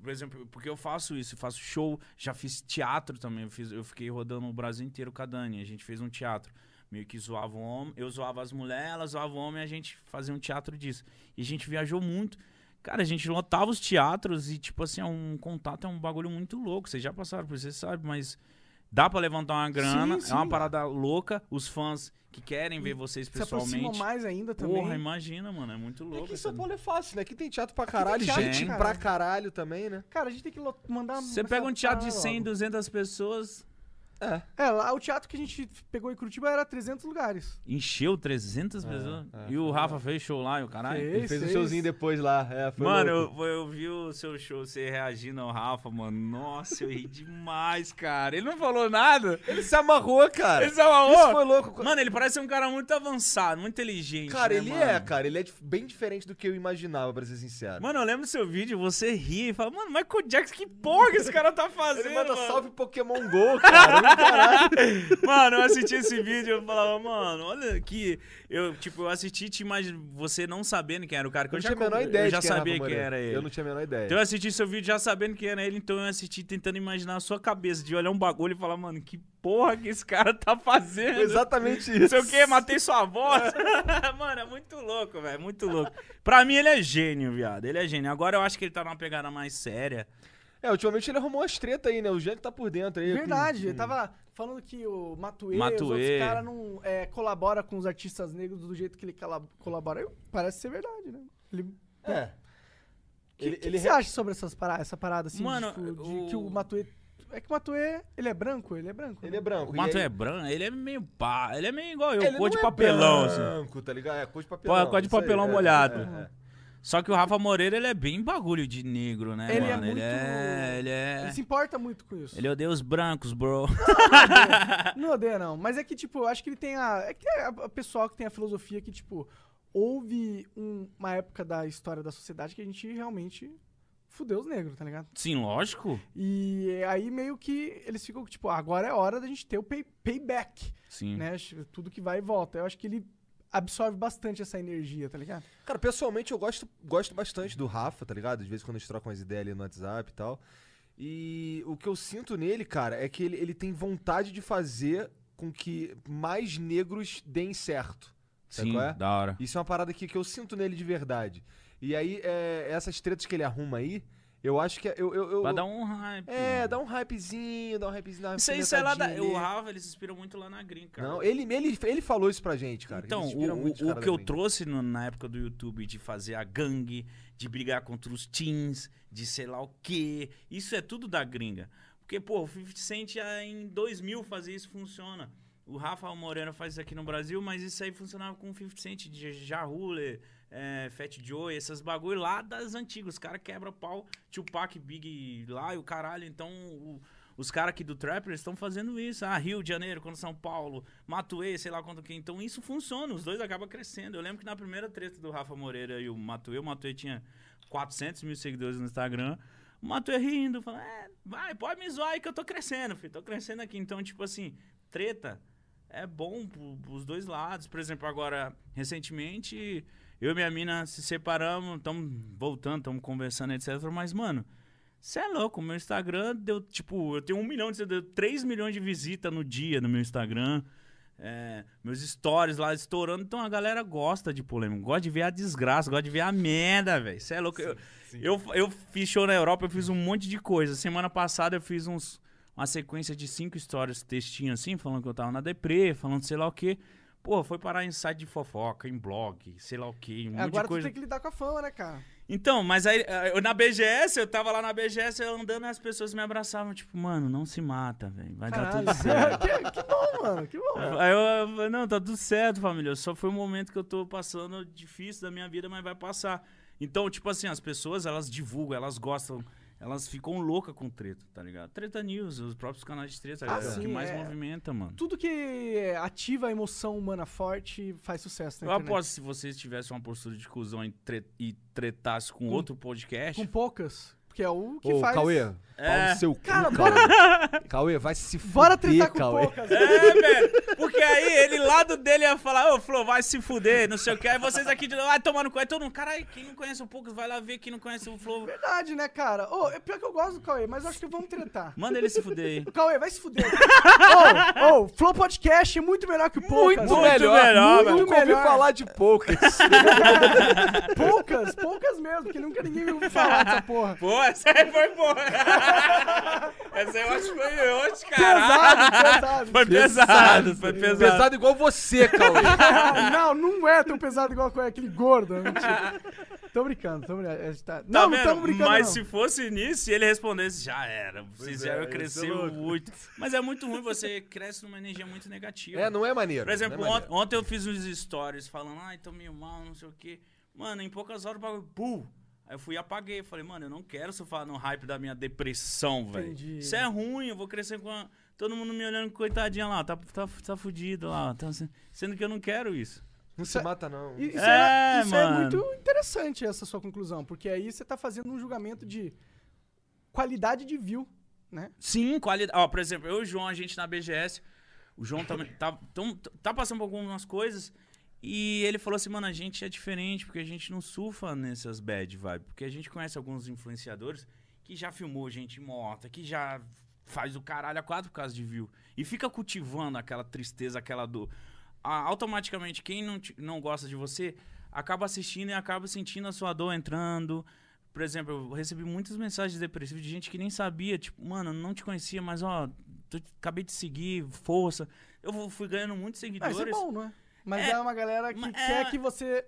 Speaker 4: Por exemplo, porque eu faço isso, eu faço show, já fiz teatro também. Eu, fiz- eu fiquei rodando o Brasil inteiro com a Dani. A gente fez um teatro. Meio que zoava o homem, eu zoava as mulheres, ela zoava o homem, a gente fazia um teatro disso. E a gente viajou muito. Cara, a gente lotava os teatros e, tipo assim, é um contato é um bagulho muito louco. Vocês já passaram por isso, vocês sabem, mas dá pra levantar uma grana,
Speaker 2: Sim,
Speaker 4: é uma
Speaker 2: sim.
Speaker 4: parada louca. Os fãs que querem ver vocês
Speaker 2: Se aproximam
Speaker 4: pessoalmente.
Speaker 2: mais ainda também.
Speaker 4: Porra, imagina, mano, é muito
Speaker 3: É
Speaker 4: louco.
Speaker 3: que em São
Speaker 4: essa-
Speaker 3: Paulo é fácil, né? Aqui tem teatro pra caralho,
Speaker 2: teatro,
Speaker 3: gente
Speaker 4: cara.
Speaker 3: pra caralho também, né? é
Speaker 2: Cara, a gente tem que lo- mandar...
Speaker 4: Você
Speaker 2: essa
Speaker 4: pega um teatro de
Speaker 2: parada
Speaker 4: 100,
Speaker 2: logo.
Speaker 4: 200 pessoas,
Speaker 2: É, lá o teatro que a gente pegou em Curitiba era 300 lugares.
Speaker 4: Encheu 300 pessoas. e o Rafa fez show É, lá, e o caralho.
Speaker 3: Ele fez um showzinho depois lá. É, foi
Speaker 4: Mano,
Speaker 3: louco.
Speaker 4: eu, eu vi o seu show, você reagindo ao Rafa, mano. Nossa, eu ri demais, cara. Ele não falou nada.
Speaker 3: ele se amarrou, cara.
Speaker 4: Ele se amarrou.
Speaker 3: Isso foi louco.
Speaker 4: Mano, ele parece ser um cara muito avançado, muito inteligente.
Speaker 3: Cara,
Speaker 4: né,
Speaker 3: ele
Speaker 4: mano?
Speaker 3: é, cara. Ele é dif- bem diferente do que eu imaginava, pra ser sincero.
Speaker 4: Mano, eu lembro do seu vídeo, você ri e fala, mano, Michael Jackson, que porra que esse cara tá fazendo?
Speaker 3: ele manda
Speaker 4: mano?"
Speaker 3: salve Pokémon GO, cara. Caralho.
Speaker 4: Mano, eu assisti esse vídeo e falava, mano, olha que. Eu, tipo, eu assisti te imagino, você não sabendo quem era o cara.
Speaker 3: Eu
Speaker 4: Que eu,
Speaker 3: não
Speaker 4: já,
Speaker 3: tinha a menor
Speaker 4: com-
Speaker 3: ideia
Speaker 4: Eu
Speaker 3: de
Speaker 4: já
Speaker 3: quem era
Speaker 4: sabia
Speaker 3: Rafa
Speaker 4: quem
Speaker 3: Moreira.
Speaker 4: era ele.
Speaker 3: Eu não tinha a menor ideia.
Speaker 4: Então eu assisti seu vídeo já sabendo quem era ele, então eu assisti tentando imaginar a sua cabeça, de olhar um bagulho e falar, mano, que porra que esse cara tá fazendo?
Speaker 3: Foi exatamente
Speaker 4: Não
Speaker 3: isso.
Speaker 4: sei o que, matei sua avó. mano, é muito louco, velho, muito louco. Pra mim ele é gênio, viado, ele é gênio. Agora eu acho que ele tá numa pegada mais séria.
Speaker 3: É, ultimamente ele arrumou umas treta aí, né? O Jean que tá por dentro aí.
Speaker 2: Verdade, ele tava falando que o Matuê, os
Speaker 4: Uhum. Matuê.
Speaker 2: outros caras não é, colabora com os artistas negros do jeito que ele cala- colabora. Eu- parece ser verdade, né? Ele,
Speaker 3: Que- É.
Speaker 2: que,
Speaker 3: Ele-
Speaker 2: que
Speaker 3: ele
Speaker 2: que você
Speaker 3: re-
Speaker 2: acha sobre essas para- essa parada assim, de,
Speaker 4: Mano,
Speaker 2: tipo, de
Speaker 4: o-
Speaker 2: que o Matuê... É que o Matuê, ele é branco, ele é branco.
Speaker 3: Ele
Speaker 2: né?
Speaker 3: é branco.
Speaker 4: O
Speaker 3: e
Speaker 4: Mato
Speaker 3: aí-
Speaker 4: é branco, ele é meio pá, ele é meio igual eu,
Speaker 3: Ele
Speaker 4: cor
Speaker 3: não
Speaker 4: de
Speaker 3: é
Speaker 4: papelão, assim.
Speaker 3: branco, tá ligado? É cor de papelão.
Speaker 4: cor de
Speaker 3: isso aí,
Speaker 4: papelão
Speaker 3: é,
Speaker 4: molhado.
Speaker 3: é, é.
Speaker 4: Só que o Rafa Moreira, ele é bem bagulho de negro, né,
Speaker 2: Ele é
Speaker 4: mano? Ele
Speaker 2: muito-
Speaker 4: é. Ele é.
Speaker 2: Ele se importa muito com isso.
Speaker 4: Ele é- odeia os brancos, bro.
Speaker 2: Não odeia, não. Mas é que, tipo, eu acho que ele tem a. É que é o pessoal que tem a filosofia que, tipo, houve um- uma época da história da sociedade que a gente realmente fudeu os negros, tá ligado?
Speaker 4: Sim, lógico.
Speaker 2: E aí meio que eles ficam, tipo, "Ah, agora é hora da gente ter o pay- payback,
Speaker 4: Sim.
Speaker 2: né? Acho- Tudo que vai e volta. Eu acho que ele absorve bastante essa energia, tá ligado?
Speaker 3: Cara, pessoalmente eu gosto, gosto bastante do Rafa, tá ligado? De vez em quando a gente troca umas ideias ali no WhatsApp e tal. E o que eu sinto nele, cara, é que ele, ele tem vontade de fazer com que mais negros deem certo. Sabe
Speaker 4: Sim,
Speaker 3: qual é?
Speaker 4: da hora.
Speaker 3: Isso é uma parada que, que eu sinto nele de verdade. E aí, é, essas tretas que ele arruma aí, eu acho que. é- Eu, eu, eu-
Speaker 4: Pra dar um hype.
Speaker 3: É, dá um hypezinho, dá um hypezinho. dá uma
Speaker 4: Isso aí, sei é lá, da-
Speaker 3: pimentadinha
Speaker 4: o
Speaker 3: ali.
Speaker 4: Rafa, ele se inspira muito lá na gringa, cara.
Speaker 3: Não, ele, ele, ele falou isso pra gente, cara. que
Speaker 4: Então,
Speaker 3: ele se inspira
Speaker 4: o,
Speaker 3: muito nos
Speaker 4: o- o
Speaker 3: caras
Speaker 4: que
Speaker 3: da
Speaker 4: eu
Speaker 3: gringa.
Speaker 4: trouxe no- na época do YouTube de fazer a gangue, de brigar contra os teens, de sei lá o quê, isso é tudo da gringa. Porque, pô, o 50 Cent já em 2000 fazia isso funciona. O Rafa Moreno faz isso aqui no Brasil, mas isso aí funcionava com o 50 Cent, de Ja Rule, é, Fat Joe, essas bagulho lá das antigas. Os caras quebram pau, Tupac, Big lá e o caralho. Então, o- os caras aqui do Trap estão fazendo isso. Ah, Rio de Janeiro contra São Paulo, Matuê, sei lá quanto que. Então, isso funciona, os dois acabam crescendo. Eu lembro que na primeira treta do Rafa Moreira e o Matuê, o Matuê tinha 400 mil seguidores no Instagram. O Matuê rindo, falando, é, vai, pode me zoar aí que eu tô crescendo, filho, tô crescendo aqui. Então, tipo assim, treta é bom pro, pros dois lados. Por exemplo, agora, recentemente, eu e minha mina se separamos, estamos voltando, estamos conversando, etc. Mas, mano, você é louco, o meu Instagram deu, tipo, eu tenho um milhão de seguidores, 3 milhões de visitas no dia no meu Instagram. É, meus stories lá estourando, então a galera gosta de polêmica, gosta de ver a desgraça, gosta de ver a merda, velho. Você é louco. eu, Eu, eu fiz show na Europa, eu fiz um monte de coisa. Semana passada eu fiz uns, uma sequência de cinco histórias, textinho assim, falando que eu tava na deprê, falando sei lá o quê. Pô, foi parar em site de fofoca, em blog, sei lá o quê, um monte
Speaker 2: É, Agora tu
Speaker 4: de coisa.
Speaker 2: tem que lidar com a fama, né, cara?
Speaker 4: Então, mas aí eh, eu, na BGS, eu tava lá na BGS eu andando e as pessoas me abraçavam, tipo, mano, não se mata, velho. Vai
Speaker 2: Caralho.
Speaker 4: dar tudo certo.
Speaker 2: que, que bom, mano. Que bom.
Speaker 4: Aí eu, eu falei, não, tá tudo certo, família. Só foi um momento que eu tô passando difícil da minha vida, mas vai passar. Então, tipo assim, as pessoas, elas divulgam, elas gostam, elas ficam loucas com treta, tá ligado? Treta News, os próprios canais de treta, galera,
Speaker 2: sim,
Speaker 4: que mais
Speaker 2: é.
Speaker 4: movimenta, mano.
Speaker 2: Tudo que ativa a emoção humana forte faz sucesso,
Speaker 4: Eu
Speaker 2: né?
Speaker 4: aposto que se vocês tivessem uma postura de cuzão e, tre e tretasse com, outro podcast,
Speaker 2: Com poucas. Porque é o que
Speaker 3: Ô,
Speaker 2: faz.
Speaker 3: Cauê, pau
Speaker 4: É.
Speaker 3: no seu cu,
Speaker 2: Cara,
Speaker 3: Cauê. Cauê, vai se fuder,
Speaker 2: Bora tretar com
Speaker 3: Cauê.
Speaker 2: poucas.
Speaker 4: É, velho. Porque aí ele lado dele ia falar, ô Flo, vai se fuder, não sei o que. Aí vocês aqui de novo, vai tomar no cu. Aí todo mundo, caralho, quem não conhece o Poucos, vai lá ver quem não conhece o Flo.
Speaker 2: Verdade, né, cara? Ô, é pior que eu gosto do Cauê, mas eu acho que vamos tretar.
Speaker 4: Manda ele se fuder aí.
Speaker 2: O Cauê, vai se fuder. Ô, ô, Flow Podcast é muito melhor que o Poucas.
Speaker 4: Muito melhor,
Speaker 2: muito
Speaker 3: Nunca ouvi
Speaker 2: melhor.
Speaker 3: falar de poucas.
Speaker 2: Poucas, poucas mesmo, porque nunca ninguém ouviu falar dessa porra.
Speaker 4: Pô, essa aí foi boa. essa aí eu acho que foi hoje, caralho.
Speaker 2: Pesado, pesado.
Speaker 4: Foi pesado, foi pesado.
Speaker 3: Pesado igual você, Cauê.
Speaker 2: Não, não é tão pesado igual a Cauê, aquele gordo. né? Tô brincando, tô brincando. A gente tá- Não, não
Speaker 4: vendo?
Speaker 2: estamos brincando.
Speaker 4: Mas
Speaker 2: não.
Speaker 4: se fosse nisso, e ele respondesse, já era. Fizeram
Speaker 3: é,
Speaker 4: eu
Speaker 3: esse
Speaker 4: crescer
Speaker 3: é louco.
Speaker 4: muito. Mas é muito ruim, você cresce numa energia muito negativa.
Speaker 3: É, não é maneiro.
Speaker 4: Por exemplo, um
Speaker 3: não é
Speaker 4: ont-
Speaker 3: maneiro.
Speaker 4: ontem eu fiz uns stories falando, ai, tô meio mal, não sei o quê. Mano, em poucas horas o bagulho, pum! Aí eu fui e apaguei. Falei, mano, eu não quero surfar no hype da minha depressão, velho.
Speaker 2: Entendi.
Speaker 4: Isso é ruim, eu vou crescer com a... Todo mundo me olhando, coitadinha lá, tá, tá, tá fudido lá. tá se- sendo que eu não quero isso.
Speaker 3: Não se mata, não.
Speaker 2: I- Isso,
Speaker 4: É,
Speaker 2: é, isso é
Speaker 4: mano.
Speaker 2: muito interessante, essa sua conclusão, porque aí você tá fazendo um julgamento de qualidade de view, né?
Speaker 4: Sim, qualidade. Ó, por exemplo, eu e o João, a gente na BGS, o João também tá, tão- tá passando por algumas coisas e ele falou assim, mano, a gente é diferente porque a gente não surfa nessas bad vibe, porque a gente conhece alguns influenciadores que já filmou gente morta, que já faz o caralho a quatro por causa de view e fica cultivando aquela tristeza, aquela dor. Ah, automaticamente quem não, te- não gosta de você acaba assistindo e acaba sentindo a sua dor entrando. Por exemplo, eu recebi muitas mensagens depressivas de gente que nem sabia, tipo, mano, não te conhecia, mas ó, tô- acabei de seguir, força. Eu vou- fui ganhando muitos
Speaker 2: Ah, isso é
Speaker 4: seguidores.
Speaker 2: bom, não é? Mas é,
Speaker 4: É,
Speaker 2: uma galera que
Speaker 4: ma-
Speaker 2: quer
Speaker 4: é-
Speaker 2: que você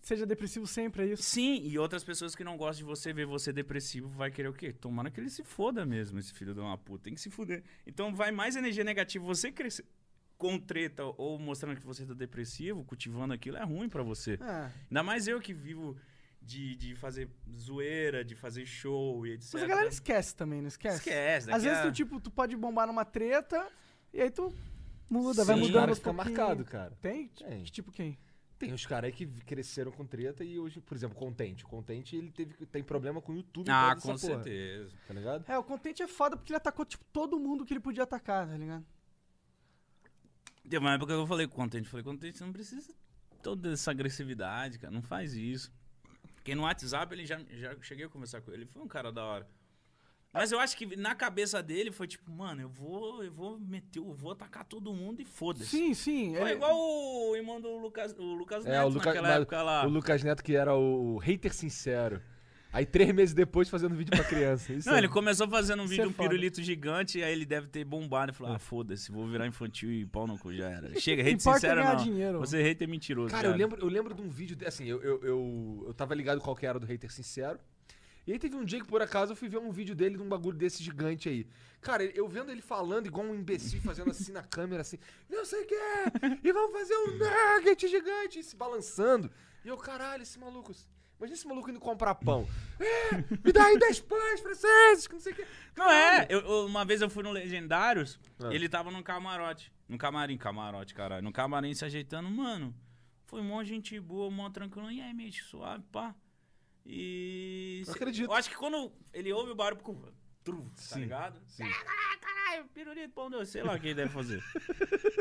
Speaker 2: seja depressivo sempre, é isso?
Speaker 4: Sim, e outras pessoas que não gostam de você ver você depressivo vai querer o quê? Tomara que ele se foda mesmo, esse filho de uma puta. Tem que se fuder. Então vai mais energia negativa. Você crescer com treta ou mostrando que você tá depressivo, cultivando aquilo, é ruim pra você.
Speaker 2: Ah,
Speaker 4: Ainda mais eu que vivo de, de fazer zoeira, de fazer show e etc.
Speaker 2: mas a galera esquece também, não esquece?
Speaker 4: Esquece.
Speaker 2: Às
Speaker 4: daqui
Speaker 2: vezes
Speaker 4: a-
Speaker 2: tu, tipo, tu pode bombar numa treta e aí tu muda, vai
Speaker 4: Sim.
Speaker 3: Os caras
Speaker 2: mudando.
Speaker 3: ficam
Speaker 2: um pouquinho.
Speaker 3: marcados, cara.
Speaker 2: Tem?
Speaker 3: Tem.
Speaker 2: Tipo quem?
Speaker 3: Tem os caras aí que cresceram com treta e hoje, por exemplo, Contente. O Contente, ele teve, tem problema com o YouTube.
Speaker 4: Ah,
Speaker 3: por causa
Speaker 4: com
Speaker 3: dessa porra,
Speaker 4: certeza.
Speaker 3: Tá ligado?
Speaker 2: É, o Contente é foda porque ele atacou, tipo, todo mundo que ele podia atacar, tá ligado?
Speaker 4: Teve uma época que eu falei contente, falei contente, você não precisa toda essa agressividade, cara, não faz isso. Porque no WhatsApp ele já, já cheguei a conversar com ele, ele foi um cara da hora. Mas eu acho que na cabeça dele foi tipo, mano, eu vou, eu vou meter, eu vou atacar todo mundo e foda-se.
Speaker 2: Sim, sim. é.
Speaker 4: Foi
Speaker 2: ele-
Speaker 4: igual o irmão do Lucas, o Lucas Neto
Speaker 3: É, o Lucas,
Speaker 4: naquela
Speaker 3: mas
Speaker 4: época lá.
Speaker 3: o Lucas Neto, que era o hater sincero. Aí três meses depois fazendo vídeo pra criança. Isso
Speaker 4: Não,
Speaker 3: é-
Speaker 4: ele começou fazendo um
Speaker 2: Isso
Speaker 4: vídeo,
Speaker 2: é
Speaker 4: um
Speaker 2: foda.
Speaker 4: pirulito gigante, aí ele deve ter bombado e falou, ah, foda-se, vou virar infantil e pau no cu, já era. Chega, rede
Speaker 2: Importa
Speaker 4: sincera
Speaker 2: ganhar
Speaker 4: não.
Speaker 2: dinheiro.
Speaker 4: Você rei é mentiroso,
Speaker 3: Cara, eu lembro, eu lembro de um vídeo. de- Assim, eu, eu, eu, eu tava ligado qual que era do hater sincero. E aí teve um dia que, por acaso, eu fui ver um vídeo dele de um bagulho desse gigante aí. Cara, eu vendo ele falando igual um imbecil, fazendo assim na câmera, assim, não sei o que, e vamos fazer um nugget gigante, e se balançando. E eu, caralho, esse maluco, imagina esse maluco indo comprar pão. É, me dá aí 10 pães franceses, que não sei o que.
Speaker 4: Não é, eu- eu- uma vez eu fui no Legendários,
Speaker 3: Ah.
Speaker 4: ele tava num camarote. Num camarim, camarote, caralho. Num camarim se ajeitando, mano. Foi mó gente boa, mó tranquilo. E aí, mate, suave, pá. E.
Speaker 3: Eu acredito.
Speaker 4: Eu acho que quando ele ouve o barulho, pô, tru, tá ligado?
Speaker 3: sim.
Speaker 4: Ah, caralho, pirulito, pão de Deus, sei lá o que ele deve fazer.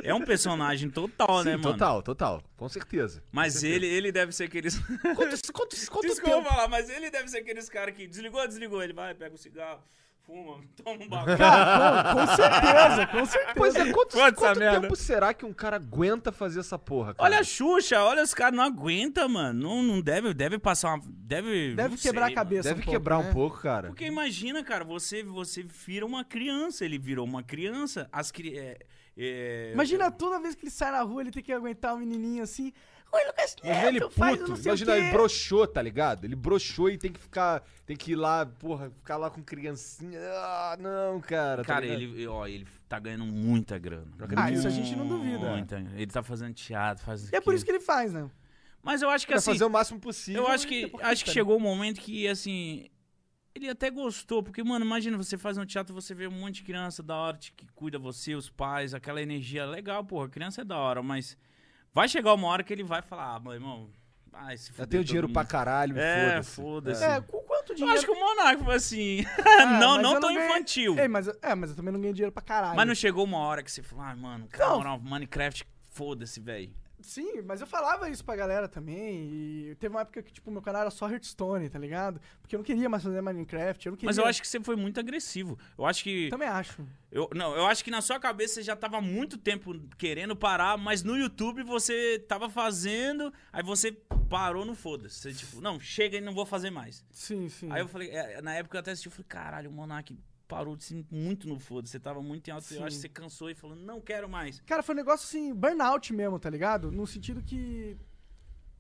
Speaker 4: é um personagem total, né, mano?
Speaker 3: total, com certeza.
Speaker 4: Mas ele, ele deve ser aqueles.
Speaker 3: Quanto, quanto, quanto
Speaker 4: Desculpa
Speaker 3: tempo?
Speaker 4: falar, mas ele deve ser aqueles cara que desligou, desligou. Ele vai, pega o cigarro, fuma, toma um bagulho.
Speaker 2: Ah, com, com certeza, com certeza.
Speaker 3: Pois é, quanto,
Speaker 4: Quanto essa
Speaker 3: quanto
Speaker 4: merda?
Speaker 3: tempo será que um cara aguenta fazer essa porra, cara?
Speaker 4: Olha a Xuxa, olha os caras, não aguenta, mano. Não, não deve, deve passar uma. Deve.
Speaker 2: Deve
Speaker 4: não
Speaker 2: quebrar
Speaker 4: sei,
Speaker 2: a cabeça.
Speaker 3: Deve
Speaker 2: um pouco,
Speaker 3: quebrar
Speaker 2: né?
Speaker 3: um pouco, cara.
Speaker 4: mano. Porque imagina, cara, você, você vira uma criança, ele virou uma criança. As cri... é, é,
Speaker 2: Imagina toda vez que ele sai na rua, ele tem que aguentar um menininho assim. Oi, Lucas Neto,
Speaker 3: Imagina ele
Speaker 2: faz não
Speaker 3: puto.
Speaker 2: sei
Speaker 3: Imagina,
Speaker 2: o quê.
Speaker 3: ele broxou, tá ligado? Ele broxou e tem que ficar. Tem que ir lá, porra, ficar lá com criancinha. Ah, não, cara. tá
Speaker 4: Cara,
Speaker 3: ligado?
Speaker 4: ele, ó, ele tá ganhando muita grana.
Speaker 2: Ah, isso a gente não duvida.
Speaker 4: Muita. Ele tá fazendo teatro, faz.
Speaker 2: E é por isso que ele faz, né?
Speaker 4: Mas eu acho que
Speaker 3: Pra
Speaker 4: assim.
Speaker 3: fazer o máximo possível.
Speaker 4: Eu acho
Speaker 3: e
Speaker 4: que,
Speaker 3: depois
Speaker 4: acho que
Speaker 3: fica, né?
Speaker 4: chegou um momento que, assim, ele até gostou, porque, mano, imagina, você faz um teatro, você vê um monte de criança da hora de que cuida você, os pais, aquela energia legal, porra, criança é da hora, mas vai chegar uma hora que ele vai falar, ah, meu irmão, vai se
Speaker 3: Eu
Speaker 4: fuder
Speaker 3: tenho
Speaker 4: todo
Speaker 3: dinheiro
Speaker 4: mundo.
Speaker 3: pra caralho,
Speaker 4: É,
Speaker 3: foda-se.
Speaker 4: foda-se.
Speaker 2: É, com quanto
Speaker 4: eu
Speaker 2: dinheiro.
Speaker 4: acho que o Monarca foi assim,
Speaker 2: Ah,
Speaker 4: não,
Speaker 2: mas
Speaker 4: não
Speaker 2: eu
Speaker 4: tão
Speaker 2: ganhei-
Speaker 4: infantil.
Speaker 2: Ei, mas, eu- é, mas eu também não ganho dinheiro pra caralho.
Speaker 4: Mas não chegou uma hora que você falou, ai, mano, cara,
Speaker 2: Não.
Speaker 4: moral, Minecraft, foda-se, velho.
Speaker 2: Sim, mas eu falava isso pra galera também. E teve uma época que, tipo, meu canal era só Hearthstone, tá ligado? Porque eu não queria mais fazer Minecraft. Eu não queria.
Speaker 4: Mas eu acho que você foi muito agressivo. Eu acho que...
Speaker 2: é? Também acho.
Speaker 4: Eu, não, eu acho que na sua cabeça você já tava há muito tempo querendo parar, mas no YouTube você tava fazendo, aí você parou no foda-se. Você, tipo, não, chega e não vou fazer mais.
Speaker 2: Sim, sim.
Speaker 4: Aí eu falei, é, na época eu até assisti, eu falei, caralho, o Monark parou de ser muito no foda-se. Você tava muito em alto,
Speaker 2: Sim.
Speaker 4: eu acho que você cansou e falou, não quero mais.
Speaker 2: Cara, foi um negócio assim, burnout mesmo, tá ligado? No sentido que